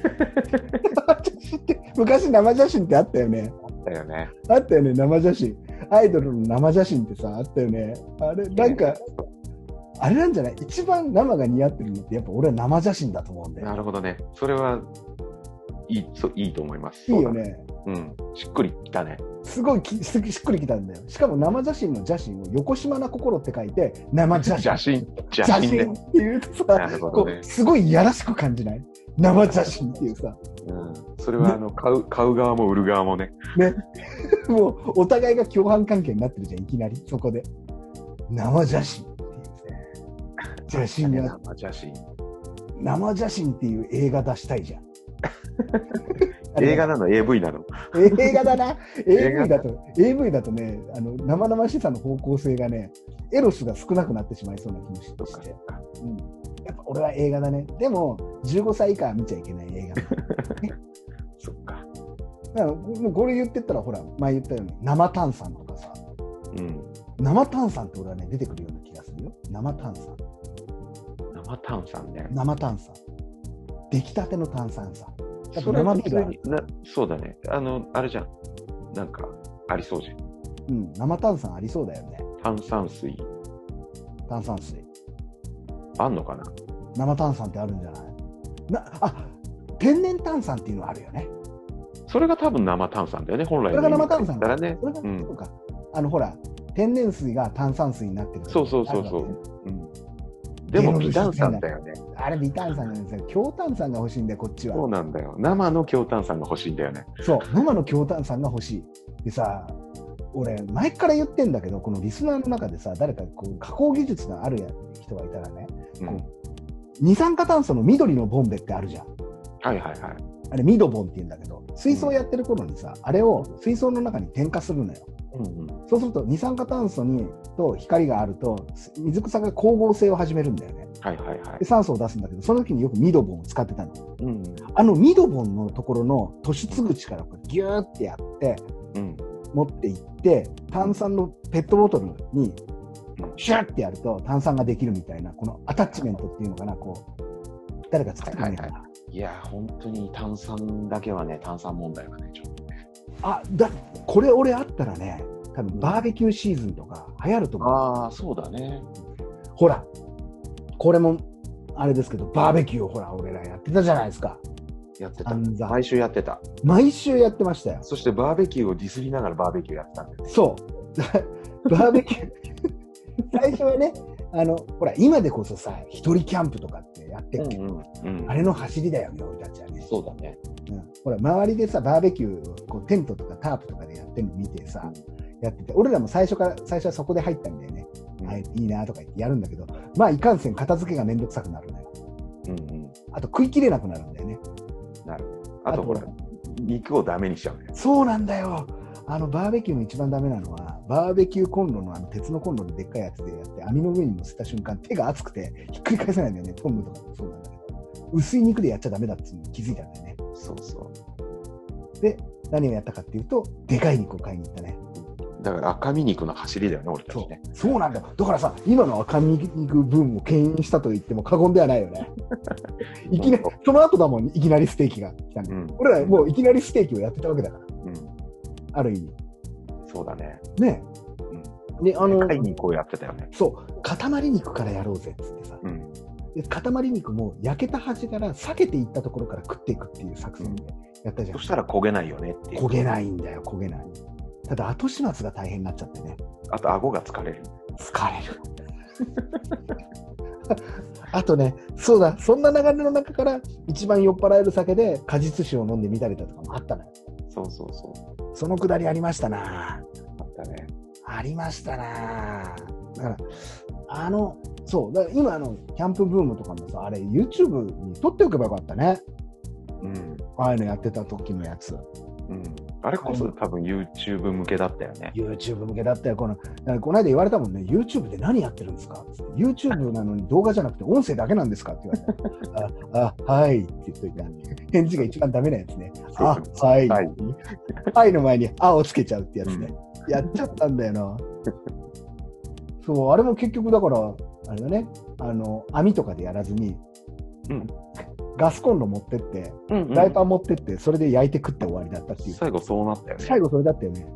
[SPEAKER 1] 生写真って昔生写真ってあったよね。
[SPEAKER 2] だよね。
[SPEAKER 1] あったよね、生写真。アイドルの生写真ってさ、あったよね。あれ、なんか、あれなんじゃない一番生が似合ってるのって、やっぱ俺は生写真だと思うんだ
[SPEAKER 2] な
[SPEAKER 1] よ。
[SPEAKER 2] るほどね。それはいい、そういいと思います。
[SPEAKER 1] いいよね。
[SPEAKER 2] そうだね。うん。しっくりきたね。
[SPEAKER 1] すごいきししっくりきたんだよ。しかも生写真の写真を横島な心って書いて、生写真。
[SPEAKER 2] 写真、写
[SPEAKER 1] 写
[SPEAKER 2] 真
[SPEAKER 1] 真
[SPEAKER 2] で。
[SPEAKER 1] っていうと
[SPEAKER 2] な
[SPEAKER 1] さ、
[SPEAKER 2] るほど
[SPEAKER 1] こ
[SPEAKER 2] ね
[SPEAKER 1] う。すごいいやらしく感じない生写真っていうさ、
[SPEAKER 2] うん、それはあの買う買う側も売る側もね。
[SPEAKER 1] もうお互いが
[SPEAKER 2] *laughs*
[SPEAKER 1] 共犯関係になってるじゃん、いきなり、そこで。生写真っていうね。写真が
[SPEAKER 2] 生写真。。
[SPEAKER 1] 生写真っていう映画出したいじゃん
[SPEAKER 2] *laughs* 映画なの ?AV なの
[SPEAKER 1] 映画だな。AV だと、AV だとね、あの生々しさの方向性がね、エロスが少なくなってしまいそうな気もして。
[SPEAKER 2] そっかそっか
[SPEAKER 1] うん、やっぱ俺は映画だね。でも、15歳以下は見ちゃいけない
[SPEAKER 2] *laughs*
[SPEAKER 1] 映画。
[SPEAKER 2] そっか。
[SPEAKER 1] だからもうこれ言ってったら、ほら、前言ったように、生炭酸とかさ、
[SPEAKER 2] うん。
[SPEAKER 1] 生炭酸って俺はね、出てくるような気がするよ。生炭酸。
[SPEAKER 2] 生炭酸ね。
[SPEAKER 1] 生炭酸。出来たての炭酸さ。やっぱ
[SPEAKER 2] それは
[SPEAKER 1] 生ビールある
[SPEAKER 2] 普通になそうだね。あの、あれじゃん。なんか、ありそうじゃん。
[SPEAKER 1] うん、生炭酸ありそうだよね。
[SPEAKER 2] 炭酸水、
[SPEAKER 1] 炭酸水。
[SPEAKER 2] あんのかな
[SPEAKER 1] 生炭酸ってあるんじゃないなあ天然炭酸っていうのあるよね。
[SPEAKER 2] それが多分生炭酸だよね、本来
[SPEAKER 1] これが生炭
[SPEAKER 2] だ
[SPEAKER 1] 酸
[SPEAKER 2] からね
[SPEAKER 1] そ。れが、
[SPEAKER 2] うん
[SPEAKER 1] そうか。あのほら、天然水が炭酸水になってる。
[SPEAKER 2] そうそうそうそう。うんでも、微炭酸だよね。
[SPEAKER 1] あれ、微炭酸なんですよ。強炭酸が欲しいんだよ、こっちは。
[SPEAKER 2] そうなんだよ。生の強炭酸が欲しいんだよね。
[SPEAKER 1] そう、生の強炭酸が欲しい。でさ、俺、前から言ってんだけど、このリスナーの中でさ、誰かこう加工技術があるや人がいたらね、
[SPEAKER 2] うん
[SPEAKER 1] こ二酸化炭素の緑のボンベってあるじゃん。
[SPEAKER 2] はいはいはい。
[SPEAKER 1] あれ、ミドボンって言うんだけど、水槽やってる頃にさ、あれを水槽の中に添加するのよ。
[SPEAKER 2] うんうん
[SPEAKER 1] そうすると、二酸化炭素にと光があると、す水草が光合成を始めるんだよね。
[SPEAKER 2] はいはいは
[SPEAKER 1] で、
[SPEAKER 2] い。
[SPEAKER 1] 酸素を出すんだけど、その時によくミドボンを使ってたの。
[SPEAKER 2] うん
[SPEAKER 1] あのミドボンのところの突出口からこうギューってやって、
[SPEAKER 2] うん
[SPEAKER 1] 持っていって炭酸のペットボトルにシュッてやると炭酸ができるみたいなこのアタッチメントっていうのかなこう誰か作ってくれないかな、
[SPEAKER 2] はいいやー、本当に炭酸だけはね、炭酸問題がね、ちょっと。
[SPEAKER 1] あだこれ俺あったらね多分バーベキューシーズンとか流行ると思う、
[SPEAKER 2] ああ、そうだね。
[SPEAKER 1] ほらこれもあれですけどバーベキューをほら俺らやってたじゃないですか
[SPEAKER 2] やってた。
[SPEAKER 1] 散々
[SPEAKER 2] 毎週やってた。
[SPEAKER 1] 毎週やってましたよ
[SPEAKER 2] そしてバーベキューをディスりながらバーベキューやってたんだよね。
[SPEAKER 1] そう *laughs* バーベキュー最初はねあのほら今でこそさ一人キャンプとかってやってるけど、
[SPEAKER 2] うん
[SPEAKER 1] あれの走りだよね、俺たちはね。
[SPEAKER 2] そうだね。
[SPEAKER 1] うん、ほら、周りでさ、バーベキューをこうテントとかタープとかでやってるの見てさ、やってて、俺らも最初から、最初はそこで入ったんだよね。
[SPEAKER 2] うん
[SPEAKER 1] あいいなとか言ってやるんだけど、まあ、いかんせん片付けがめんどくさくなるのよ。
[SPEAKER 2] うんうん。
[SPEAKER 1] あと、食い切れなくなるんだよね。
[SPEAKER 2] なるあとほら、肉をダメにしちゃうね。
[SPEAKER 1] そうなんだよ。あの、バーベキューの一番ダメなのは、バーベキューコンロのあの鉄のコンロのでっかいやつでやって、網の上に乗せた瞬間、手が熱くて、ひっくり返せないんだよね。トングとかもそうなんだけど。薄い肉でやっちゃダメだっていうのに気づいたんだよね。
[SPEAKER 2] そうそ
[SPEAKER 1] 何をやったかっていうと、でかい肉を買いに行ったね。
[SPEAKER 2] う。だから赤身肉の走りだよね、俺たちね。
[SPEAKER 1] そうなんだよ。だからさ、今の赤身肉ブームを牽引したと言っても過言ではないよね。いきなり、その後だもん、いきなりステーキが来たんだよ
[SPEAKER 2] うん
[SPEAKER 1] 俺らもういきなりステーキをやってたわけだから、
[SPEAKER 2] うん。
[SPEAKER 1] ある意味。
[SPEAKER 2] そうだね。
[SPEAKER 1] ねえ。で、あ
[SPEAKER 2] うん。
[SPEAKER 1] の、
[SPEAKER 2] 赤い肉をやってたよね。
[SPEAKER 1] そう、塊肉からやろうぜっつってさ、
[SPEAKER 2] うん。
[SPEAKER 1] で塊肉も焼けた端から避けていったところから食っていくっていう作戦でやったじゃん
[SPEAKER 2] そ。したら焦げないよねっていう。。
[SPEAKER 1] 焦げないいんだよ、焦げない。ただ、後始末が大変になっちゃってね。
[SPEAKER 2] あと顎が疲れる。
[SPEAKER 1] 疲れる。 *laughs* あとね、そうだ、そんな流れの中から一番酔っ払える酒で果実酒を飲んでみたりだとかもあったのよ。
[SPEAKER 2] そうそうそう。
[SPEAKER 1] そのくだりありましたな。
[SPEAKER 2] あったね。
[SPEAKER 1] ありましたな。だから、あの、そう、だから今あの、キャンプブームとかもさ、あれ、YouTube に撮っておけばよかったね。
[SPEAKER 2] うん。
[SPEAKER 1] ああいうのやってた時のやつ。
[SPEAKER 2] うん。あれこそ多分 YouTube 向けだったよね。
[SPEAKER 1] YouTube 向けだったよ、この、だからこの間言われたもんね、YouTube で何やってるんですかつって ?YouTube なのに動画じゃなくて音声だけなんですかって言われて、あ、あ、はいって言っといた。返事が一番ダメなやつね。あ、はい。
[SPEAKER 2] は
[SPEAKER 1] はいい、はいの前に、あをつけちゃうってやつね。
[SPEAKER 2] う
[SPEAKER 1] やっちゃったんだよな。そう、あれも結局だから、あれだね、あの、網とかでやらずに、
[SPEAKER 2] うん
[SPEAKER 1] ガスコンロ持ってって、
[SPEAKER 2] ん
[SPEAKER 1] フライパン持ってって、それで焼いて食って終わりだったっていう。
[SPEAKER 2] 最後そうなったよね。
[SPEAKER 1] 最後それだったよね。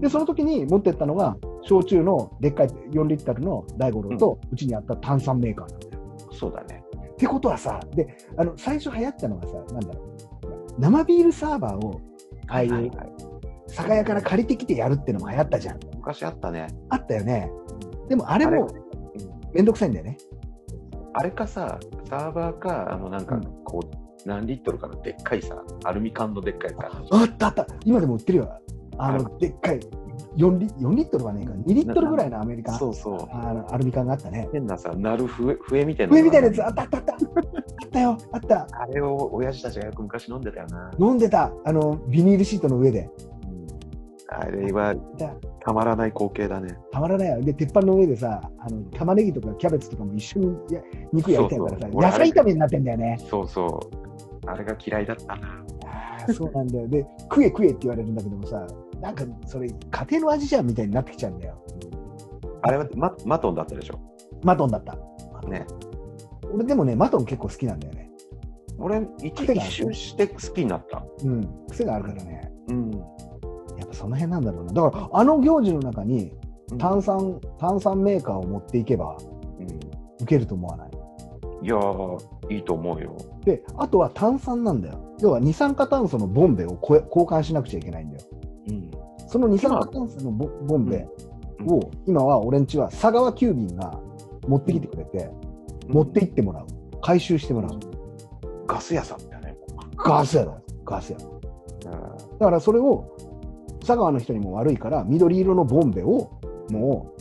[SPEAKER 1] で、その時に持ってったのが、焼酎のでっかい4リットルの大五郎と、うちにあった炭酸メーカーなんだよ。
[SPEAKER 2] そうだね。
[SPEAKER 1] ってことはさ、で、あの、最初流行ったのがさ、なんだろう、生ビールサーバーを、ああい
[SPEAKER 2] はいうはい
[SPEAKER 1] 酒屋から借りてきてやるってのも流行ったじゃん。
[SPEAKER 2] 昔あったね。
[SPEAKER 1] あったよね。でもあれも
[SPEAKER 2] あれうん
[SPEAKER 1] めんどくさいんだよね。
[SPEAKER 2] あれかさ、サーバーか、あのなんか
[SPEAKER 1] うん
[SPEAKER 2] こう、何リットルかのでっかいさ、アルミ缶のでっかいさ、
[SPEAKER 1] あったあった今でも売ってるよ。あ
[SPEAKER 2] あ
[SPEAKER 1] の、でっかい、 4リ4リットルはねえか、2リットルぐらいのアメリカン、
[SPEAKER 2] そうそう。
[SPEAKER 1] あのアルミ缶があったね。
[SPEAKER 2] 変なさ、なる笛笛みたいな。
[SPEAKER 1] 上みたいなやつ、あったあったあった。あったよ、あった。
[SPEAKER 2] あれを親父たちがよく昔飲んでたよな。
[SPEAKER 1] 飲んでた、あの、ビニールシートの上で。
[SPEAKER 2] うんあれはい
[SPEAKER 1] た
[SPEAKER 2] たまらない光景だね。
[SPEAKER 1] たまらないよ。で、鉄板の上でさ、あの玉ねぎとかキャベツとかも一緒にや肉焼いてるからさ、
[SPEAKER 2] そうそう俺
[SPEAKER 1] 野菜炒めになってんだよ
[SPEAKER 2] *laughs*
[SPEAKER 1] ね。
[SPEAKER 2] そうそう。あれが嫌いだったな。
[SPEAKER 1] あーそうなんだよ。で、食え食えって言われるんだけどもさ、なんかそれ、家庭の味じゃんみたいになってきちゃうんだよ。
[SPEAKER 2] あれはママトンだったでしょ。
[SPEAKER 1] マトンだった。
[SPEAKER 2] ね。
[SPEAKER 1] 俺でもね、マトン結構好きなんだよね。
[SPEAKER 2] 俺、一一周して好きになった。
[SPEAKER 1] うん、癖があるからね。
[SPEAKER 2] うん。
[SPEAKER 1] やっぱその辺なんだろうな。だから、あの行事の中に炭酸、炭酸メーカーを持っていけば、
[SPEAKER 2] うん
[SPEAKER 1] 受けると思わない。
[SPEAKER 2] いやー、いいと思うよ。
[SPEAKER 1] で、あとは炭酸なんだよ。要は二酸化炭素のボンベをこえ交換しなくちゃいけないんだよ。
[SPEAKER 2] うん。
[SPEAKER 1] その二酸化炭素のボボンベ
[SPEAKER 2] うん
[SPEAKER 1] を、今は俺んちは佐川急便が持ってきてくれて、持って行ってもらう。回収してもらう。
[SPEAKER 2] ガス屋さんだよね。
[SPEAKER 1] ガスやだ。ガスや。だからそれを、佐川の人にも悪いから、緑色のボンベをも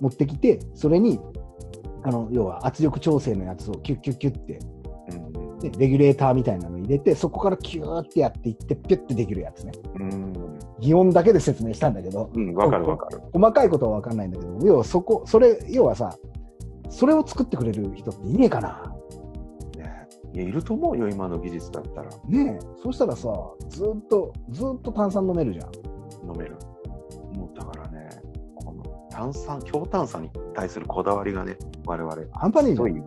[SPEAKER 1] う持ってきて、それに、あの、要は圧力調整のやつをキュッキュッキュッって、
[SPEAKER 2] うん。
[SPEAKER 1] でレギュレーターみたいなの入れて、そこからキューってやっていって、ピュッてできるやつね。
[SPEAKER 2] うん。
[SPEAKER 1] 擬音だけで説明したんだけど、
[SPEAKER 2] うん、わかるわかる。
[SPEAKER 1] 細かいことは分かんないんだけど、要はそこ、それ、要はさ、それを作ってくれる人っていねえかな。
[SPEAKER 2] ねいや、いると思うよ、今の技術だったら。
[SPEAKER 1] ねえ、そうしたらさ、ずーっと、ずーっと炭酸飲めるじゃん。
[SPEAKER 2] 飲める。もうだからね、この炭酸、強炭酸に対するこだわりがね、我々。
[SPEAKER 1] 半端ねえじゃ。
[SPEAKER 2] そうんいう。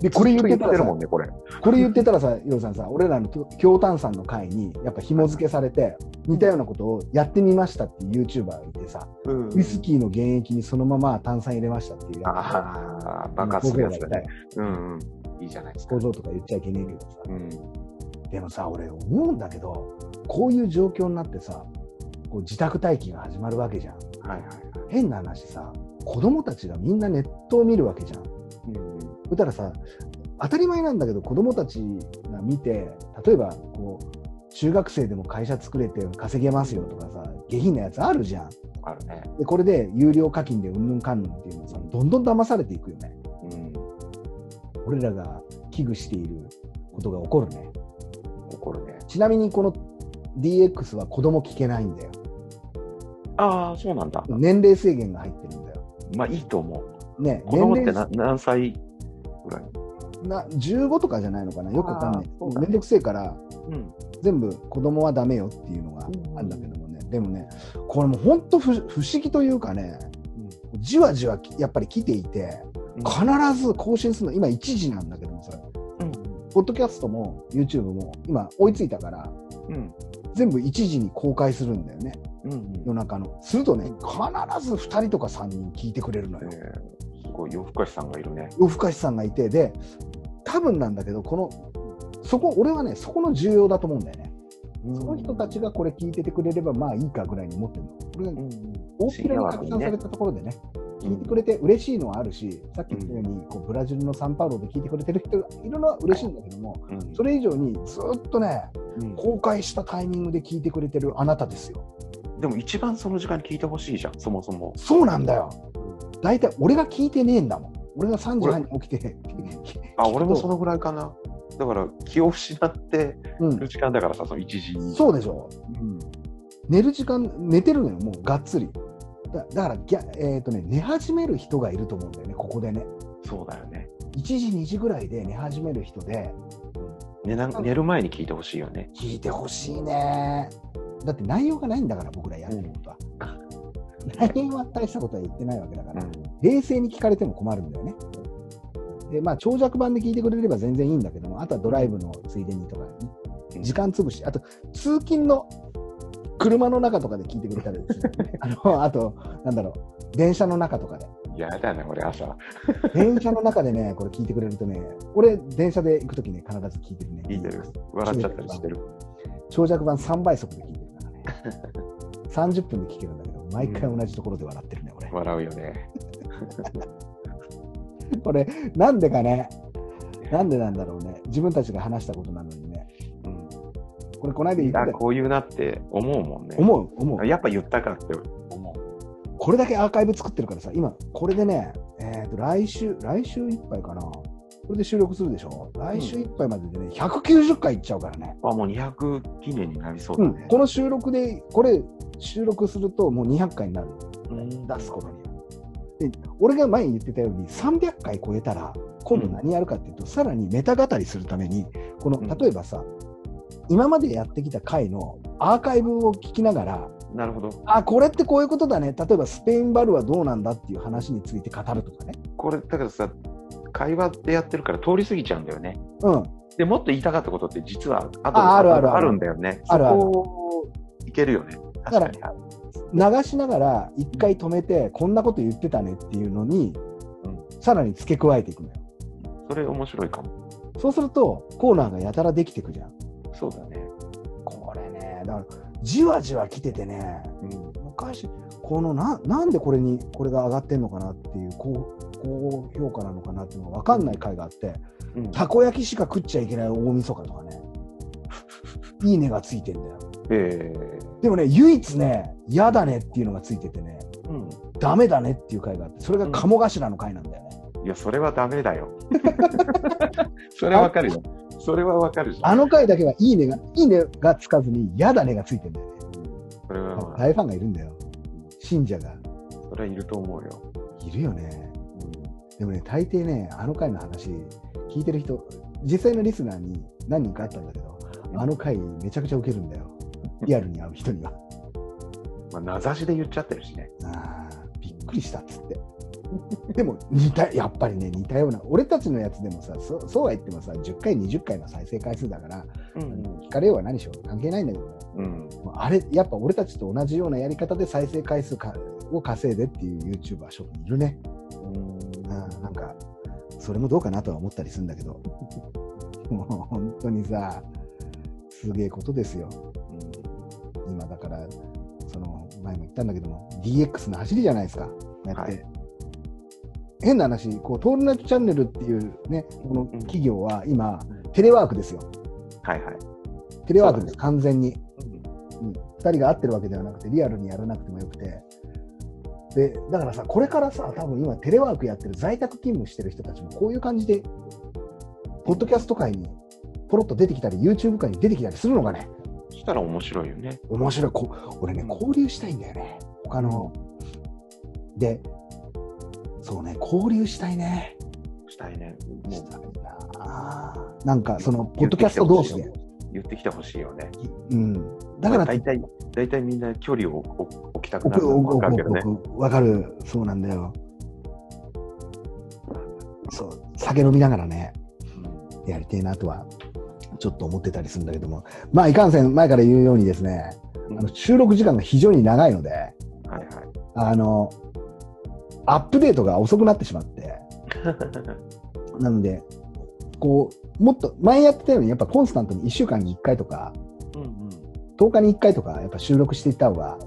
[SPEAKER 1] で、これ言ってたら
[SPEAKER 2] る
[SPEAKER 1] さ
[SPEAKER 2] も、んね、これ。
[SPEAKER 1] これ言ってたらさ、ようさんさ、俺らのと強炭酸の会に、やっぱ紐付けされて、似たようなことをやってみましたっていう YouTuber がいてさ、
[SPEAKER 2] うん
[SPEAKER 1] ウイスキーの原液にそのまま炭酸入れましたっていうやつ。
[SPEAKER 2] ああ、爆発するやつだね。うん、うん。いいじゃないですか
[SPEAKER 1] 構。造とか言っちゃいけねえけどさ、
[SPEAKER 2] うん。
[SPEAKER 1] でもさ俺思うんだけどこういう状況になってさこう自宅待機が始まるわけじゃん
[SPEAKER 2] はいはいはい。
[SPEAKER 1] 変な話さ子供たちがみんなネットを見るわけじゃんそ
[SPEAKER 2] うんうん
[SPEAKER 1] したらさ当たり前なんだけど子供たちが見て例えばこう中学生でも会社作れて稼げますよとかさ下品なやつあるじゃん
[SPEAKER 2] あるね。
[SPEAKER 1] でこれで有料課金でうんぬんかんぬんっていうのさどんどん騙されていくよね
[SPEAKER 2] うん。
[SPEAKER 1] 俺らが危惧していることが起こるね
[SPEAKER 2] 怒るね。
[SPEAKER 1] ちなみにこの DX は子供聞けないんだよ。
[SPEAKER 2] ああ、そうなんだ。
[SPEAKER 1] 年齢制限が入ってるんだよ。
[SPEAKER 2] まあいいと思う。
[SPEAKER 1] ね、
[SPEAKER 2] 子供って
[SPEAKER 1] 年
[SPEAKER 2] な
[SPEAKER 1] 齢
[SPEAKER 2] 何歳ぐらい
[SPEAKER 1] な15とかじゃないのかな、よくわかんない。
[SPEAKER 2] あーそうだね
[SPEAKER 1] めんどくせえから、
[SPEAKER 2] うん。
[SPEAKER 1] 全部子供はダメよっていうのがあるんだけどもね、でもね、これも本当不不思議というかね、じわじわきやっぱり来ていて、必ず更新するの、今1時なんだけどもさ、
[SPEAKER 2] うん
[SPEAKER 1] ポッドキャストも YouTube も今追いついたから、
[SPEAKER 2] うん。
[SPEAKER 1] 全部1時に公開するんだよね、
[SPEAKER 2] うん。
[SPEAKER 1] 夜中の。するとね、必ず2人とか3人聞いてくれるのよ。
[SPEAKER 2] えーすごい、洋服菓子さんがいるね。
[SPEAKER 1] 夜更かしさんがいてで多分なんだけどこのそこ俺はねそこの重要だと思うんだよね、その人たちがこれ聞いててくれればまあいいかぐらいに思ってるのこれが
[SPEAKER 2] うん、
[SPEAKER 1] 大っぴらに拡散されたところでね聞いてくれて嬉しいのはあるしさっき言ったようにこうブラジルのサンパウロで聞いてくれてる人がいるのは嬉しいんだけども
[SPEAKER 2] うん
[SPEAKER 1] それ以上にずっとね
[SPEAKER 2] うん
[SPEAKER 1] 公開したタイミングで聞いてくれてるあなたですよ
[SPEAKER 2] でも一番その時間に聞いてほしいじゃん、そもそも。
[SPEAKER 1] そうなんだよ大体俺が聞いてねえんだもん俺が3時半に起きて
[SPEAKER 2] あ、俺もそのぐらいかな。だから気を失って
[SPEAKER 1] うん
[SPEAKER 2] る時間だからさ、その1時に。
[SPEAKER 1] そうでしょ
[SPEAKER 2] うん
[SPEAKER 1] 寝る時間寝てるのよもうがっつりだだからぎゃ、えーとね、寝始める人がいると思うんだよねここでね
[SPEAKER 2] そうだよね。
[SPEAKER 1] 1時2時ぐらいで寝始める人で
[SPEAKER 2] 寝な寝る前に聞いてほしいよね。
[SPEAKER 1] 聞いてほしいねだって内容がないんだから僕らやってることは、内容は大したことは言ってないわけだから、冷静に聞かれても困るんだよねでまあ長尺版で聞いてくれれば全然いいんだけどもあとはドライブのついでにとかね、
[SPEAKER 2] うん
[SPEAKER 1] 時間潰しあと通勤の車の中とかで聞いてくれたりでする
[SPEAKER 2] *laughs*
[SPEAKER 1] あのあとなんだろう電車の中とかで
[SPEAKER 2] うん、やだね、俺朝。
[SPEAKER 1] 電車の中でねこ *laughs* れ聞いてくれるとね俺電車で行く時ね必ず聞いてるね
[SPEAKER 2] 聞いてる。笑っちゃったりしてる。
[SPEAKER 1] 長尺版3倍速で聞いてるからね30分で聞けるんだけど毎回同じところで笑ってるね俺、
[SPEAKER 2] 笑うよね。
[SPEAKER 1] これなんでかねなんでなんだろうね自分たちが話したことなのにね
[SPEAKER 2] うん、
[SPEAKER 1] これこの間言って
[SPEAKER 2] あ
[SPEAKER 1] たよ
[SPEAKER 2] こういうなって思うもんね。
[SPEAKER 1] 思う思う
[SPEAKER 2] やっぱ言ったかって思う
[SPEAKER 1] これだけアーカイブ作ってるからさ、今、これでね、えーと来週、来週いっぱいかな。これで収録するでしょ来週いっぱいまででね、190回いっちゃうからね。
[SPEAKER 2] あ、もう200記念になりそうだ
[SPEAKER 1] うん
[SPEAKER 2] ね。
[SPEAKER 1] この収録で、これ、収録するともう200回になる。
[SPEAKER 2] うん
[SPEAKER 1] 出すことには。で、俺が前に言ってたように、300回超えたら、今度何やるかっていうと、さらにメタ語りするために、この、
[SPEAKER 2] うん
[SPEAKER 1] 例えばさ、今までやってきた回のアーカイブを聞きながら、
[SPEAKER 2] なるほど。
[SPEAKER 1] あ、これってこういうことだね。例えばスペインバルはどうなんだっていう話について語るとかね。
[SPEAKER 2] これ、だけどさ、会話でやってるから通り過ぎちゃうんだよね。
[SPEAKER 1] うん。
[SPEAKER 2] でもっと言いたかったことって実は後で
[SPEAKER 1] ああるあるある
[SPEAKER 2] あるんだよね。
[SPEAKER 1] あるある
[SPEAKER 2] そこいけるよね。確かに。
[SPEAKER 1] 流しながら一回止めて、こんなこと言ってたねっていうのに、
[SPEAKER 2] う
[SPEAKER 1] さらに付け加えていくのよ。
[SPEAKER 2] それ面白いかも。
[SPEAKER 1] そうすると、コーナーがやたらできてくじゃん。
[SPEAKER 2] そうだね。
[SPEAKER 1] これね、だから、じわじわ来ててね、
[SPEAKER 2] うん。
[SPEAKER 1] 昔、このな、なんでこれに、これが上がってんのかなっていう、高高評価なのかなっていうのが分かんない回があって、
[SPEAKER 2] うん
[SPEAKER 1] たこ焼きしか食っちゃいけない大晦日とかね、いいねがついてんだよ。
[SPEAKER 2] え
[SPEAKER 1] でもね、唯一ね、嫌だねっていうのがついててね、
[SPEAKER 2] ーうん。
[SPEAKER 1] ダメだねっていう回があって、それが鴨頭の回なんだよね。
[SPEAKER 2] いや、それはダメだ *laughs* よ。それはわかるよ。それはわかるじゃん。
[SPEAKER 1] あの回だけは、いいねが、いいねがつかずに、嫌だねがついてんだよね。
[SPEAKER 2] それは、
[SPEAKER 1] 大ファンがいるんだよ。信者が。
[SPEAKER 2] それはいると思うよ。
[SPEAKER 1] いるよね。でもね、大抵ね、あの回の話、聞いてる人、実際のリスナーに何人かあったんだけど、あの回、めちゃくちゃウケるんだよ。リアルに会う人には。
[SPEAKER 2] まあ、名指しで言っちゃってるしね。
[SPEAKER 1] あーびっくりしたっつって。でも似た、やっぱりね、似たような、俺たちのやつでもさ、そそうは言ってもさ、10回、20回の再生回数だから、
[SPEAKER 2] うん。
[SPEAKER 1] 聞かれようは何しよう、関係ないんだけど、
[SPEAKER 2] うん。
[SPEAKER 1] もうあれ、やっぱ俺たちと同じようなやり方で再生回数かを稼いでっていう YouTuber 諸君いるね。うん、なんか、それもどうかなとは思ったりするんだけど、 *laughs* もう本当にさ、すげえことですよ。今だから、その前も言ったんだけども、DX の走りじゃないですか、やって。
[SPEAKER 2] はい
[SPEAKER 1] 変な話、こう、トールナイトチャンネルっていうね、この
[SPEAKER 2] うん
[SPEAKER 1] 企業は今
[SPEAKER 2] うん、
[SPEAKER 1] テレワークですよ。
[SPEAKER 2] はいはい。
[SPEAKER 1] テレワークです、完全に。
[SPEAKER 2] うん
[SPEAKER 1] うん、2人が合ってるわけではなくてリアルにやらなくてもよくてでだからさこれからさ多分今テレワークやってる在宅勤務してる人たちもこういう感じでポッドキャスト界にポロッと出てきたり YouTube 界に出てきたりするのがね
[SPEAKER 2] そしたら面白いよね。
[SPEAKER 1] 面白いこ俺ね
[SPEAKER 2] うん
[SPEAKER 1] 交流したいんだよね他のでそうね交流したいね
[SPEAKER 2] したいね。も
[SPEAKER 1] し
[SPEAKER 2] う
[SPEAKER 1] たいなあなんかそのポッドキャスト同士で、
[SPEAKER 2] 言ってきてほしいよね。
[SPEAKER 1] うん、だから
[SPEAKER 2] 大体、大体みんな距離を置置きたくな
[SPEAKER 1] 奥
[SPEAKER 2] るの
[SPEAKER 1] 奥
[SPEAKER 2] 分
[SPEAKER 1] 奥
[SPEAKER 2] かるけ
[SPEAKER 1] 奥
[SPEAKER 2] どね。
[SPEAKER 1] 奥わかるそうなんだよそう酒飲みながらねやりてえなとはちょっと思ってたりするんだけどもまあいかんせん前から言うようにですねあ
[SPEAKER 2] うん
[SPEAKER 1] の収録時間が非常に長いので
[SPEAKER 2] うんはいはい。
[SPEAKER 1] あのアップデートが遅くなってしまってなのでこうもっと前やってたようにやっぱコンスタントに1週間に1回とか
[SPEAKER 2] *laughs* うんうん。
[SPEAKER 1] 10日に1回とかやっぱ収録していった方が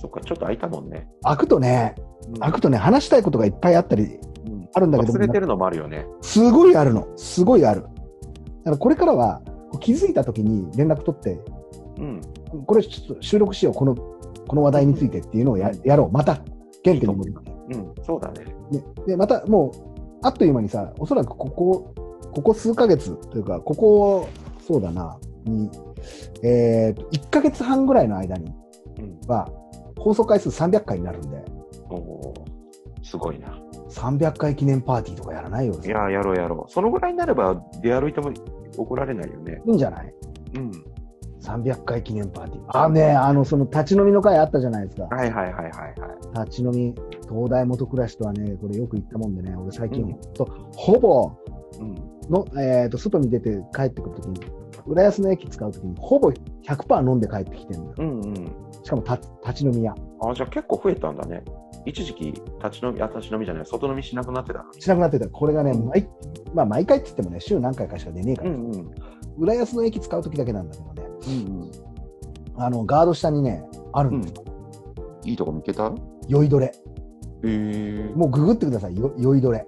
[SPEAKER 2] そっか、ちょっと空いたもんね。
[SPEAKER 1] 開くとね
[SPEAKER 2] うん
[SPEAKER 1] 開くとね話したいことがいっぱいあったり
[SPEAKER 2] うん
[SPEAKER 1] あるんだけど
[SPEAKER 2] 忘
[SPEAKER 1] も
[SPEAKER 2] れてるのもあるよね。
[SPEAKER 1] すごいあるの、すごいある。だからこれからはこう気づいたときに連絡取って、
[SPEAKER 2] うん。
[SPEAKER 1] これちょっと収録しよう、このこの話題についてっていうのをややろう、また原点に戻って、
[SPEAKER 2] うん。そうだね。
[SPEAKER 1] ね。で、またもう、あっという間にさ、おそらくここ、ここ数ヶ月というか、ここ、そうだな、に、えーと、1ヶ月半ぐらいの間に
[SPEAKER 2] うん。
[SPEAKER 1] は、放送回数300回になるんで、
[SPEAKER 2] おおー。すごいな。
[SPEAKER 1] 300回記念パーティーとかやらないよ。
[SPEAKER 2] いやー、やろうやろう。そのぐらいになれば出歩いても怒られないよね。
[SPEAKER 1] いいんじゃない
[SPEAKER 2] うん。
[SPEAKER 1] 300回記念パーティー。あ、ね、あの、その立ち飲みの会あったじゃないですか。
[SPEAKER 2] はいはいはいはいはい。
[SPEAKER 1] 立ち飲み、東大元暮らしとはね、これよく行ったもんでね、俺最近、
[SPEAKER 2] うん
[SPEAKER 1] ほんとほぼ
[SPEAKER 2] うん。
[SPEAKER 1] の、えーと、外に出て帰ってくるときに、浦安の駅使うときに、ほぼ100%飲んで帰ってきてるんだよ。
[SPEAKER 2] うんうん。
[SPEAKER 1] しかもた立ち飲み屋。
[SPEAKER 2] あーじゃあ結構増えたんだね。一時期、立ち飲み、あ、立ち飲みじゃない、外飲みしなくなってたのに。
[SPEAKER 1] しなくなってた。これがね、毎まあ、毎回って言ってもね、週何回かしか出ねえから、
[SPEAKER 2] んうん。
[SPEAKER 1] 浦安の駅使うときだけなんだけどね、
[SPEAKER 2] うん
[SPEAKER 1] あの、ガード下にね、あるんですよ。
[SPEAKER 2] いいとこ見つけた
[SPEAKER 1] 酔いどれ。
[SPEAKER 2] えー、
[SPEAKER 1] もうググってください、よ酔いどれ。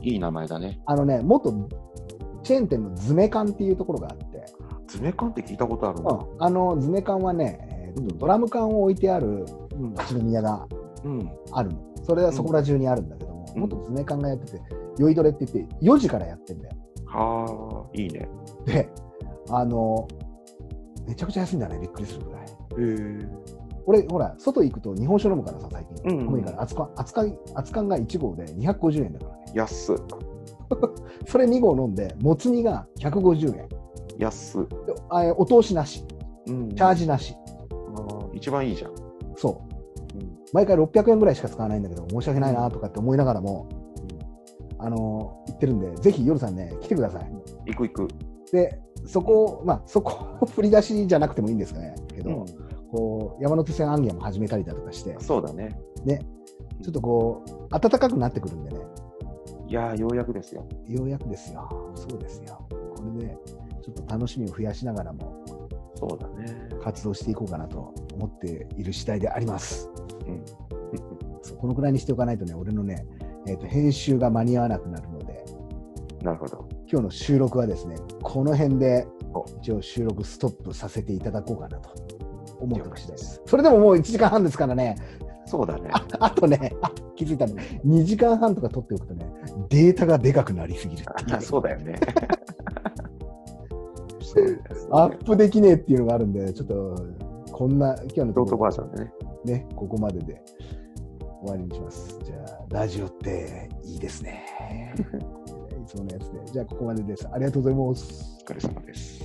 [SPEAKER 2] いい名前だね。
[SPEAKER 1] あのね、元チェーン店のズメ館っていうところがあって、
[SPEAKER 2] ズメ缶って聞いたことある
[SPEAKER 1] あのズメ館はね、えーとドラム缶を置いてある
[SPEAKER 2] うん
[SPEAKER 1] 立ち飲み屋が
[SPEAKER 2] うん。
[SPEAKER 1] あるの。それはそこら中にあるんだけども、
[SPEAKER 2] うん
[SPEAKER 1] もっとですね、考えてて、酔いどれって言って、4時からやってんだよ。
[SPEAKER 2] はあ、いいね。
[SPEAKER 1] で、あの、めちゃくちゃ安いんだね、びっくりするぐらい。
[SPEAKER 2] へえ。
[SPEAKER 1] 俺、ほら、外行くと日本酒飲むからさ、最近。
[SPEAKER 2] うんうん
[SPEAKER 1] 寒いから、熱燗熱燗熱燗が1合で250円だからね。
[SPEAKER 2] 安っ。
[SPEAKER 1] それ2合飲んで、もつ煮が150円。
[SPEAKER 2] 安っ。
[SPEAKER 1] であえお通しなし、
[SPEAKER 2] うん。
[SPEAKER 1] チャージなし。
[SPEAKER 2] ああ一番いいじゃん。
[SPEAKER 1] そう。
[SPEAKER 2] うん。
[SPEAKER 1] 毎回600円ぐらいしか使わないんだけど、申し訳ないなとかって思いながらも、あの、行ってるんで、ぜひ夜さんね、来てください。
[SPEAKER 2] 行く行く。
[SPEAKER 1] で、そこを、まあ、そこを振り出しじゃなくてもいいんですかね、けど、こう、山手線アンギアも始めたりだとかして、
[SPEAKER 2] そうだね。
[SPEAKER 1] ちょっとこう、暖かくなってくるんでね、
[SPEAKER 2] いやー、ようやくですよ。
[SPEAKER 1] ようやくですよ。そうですよ。これで、ちょっと楽しみを増やしながらも
[SPEAKER 2] そうだね。
[SPEAKER 1] 活動していこうかなと思っている次第であります。
[SPEAKER 2] うん。
[SPEAKER 1] そうこのくらいにしておかないとね、俺のね、えーと編集が間に合わなくなるので、
[SPEAKER 2] なるほど。
[SPEAKER 1] 今日の収録はですね、この辺で
[SPEAKER 2] お
[SPEAKER 1] 一応収録ストップさせていただこうかなと思ってる次第です。それでももう1時間半ですからね、 *laughs*
[SPEAKER 2] そうだね。
[SPEAKER 1] ああとね、あ気づいたね、2時間半とか撮っておくとね、データがでかくなりすぎるっていう。
[SPEAKER 2] *laughs* そうだよね。そうだよね
[SPEAKER 1] アップできねえっていうのがあるんで、ちょっと、こんな、今日の
[SPEAKER 2] ロ
[SPEAKER 1] と
[SPEAKER 2] ート
[SPEAKER 1] こ
[SPEAKER 2] バージョンでね。
[SPEAKER 1] ね、ここまでで終わりにします。じゃあ、ラジオっていいですね。いつものやつで。じゃあ、ここまでです。ありがとうございます。
[SPEAKER 2] お疲れ様です。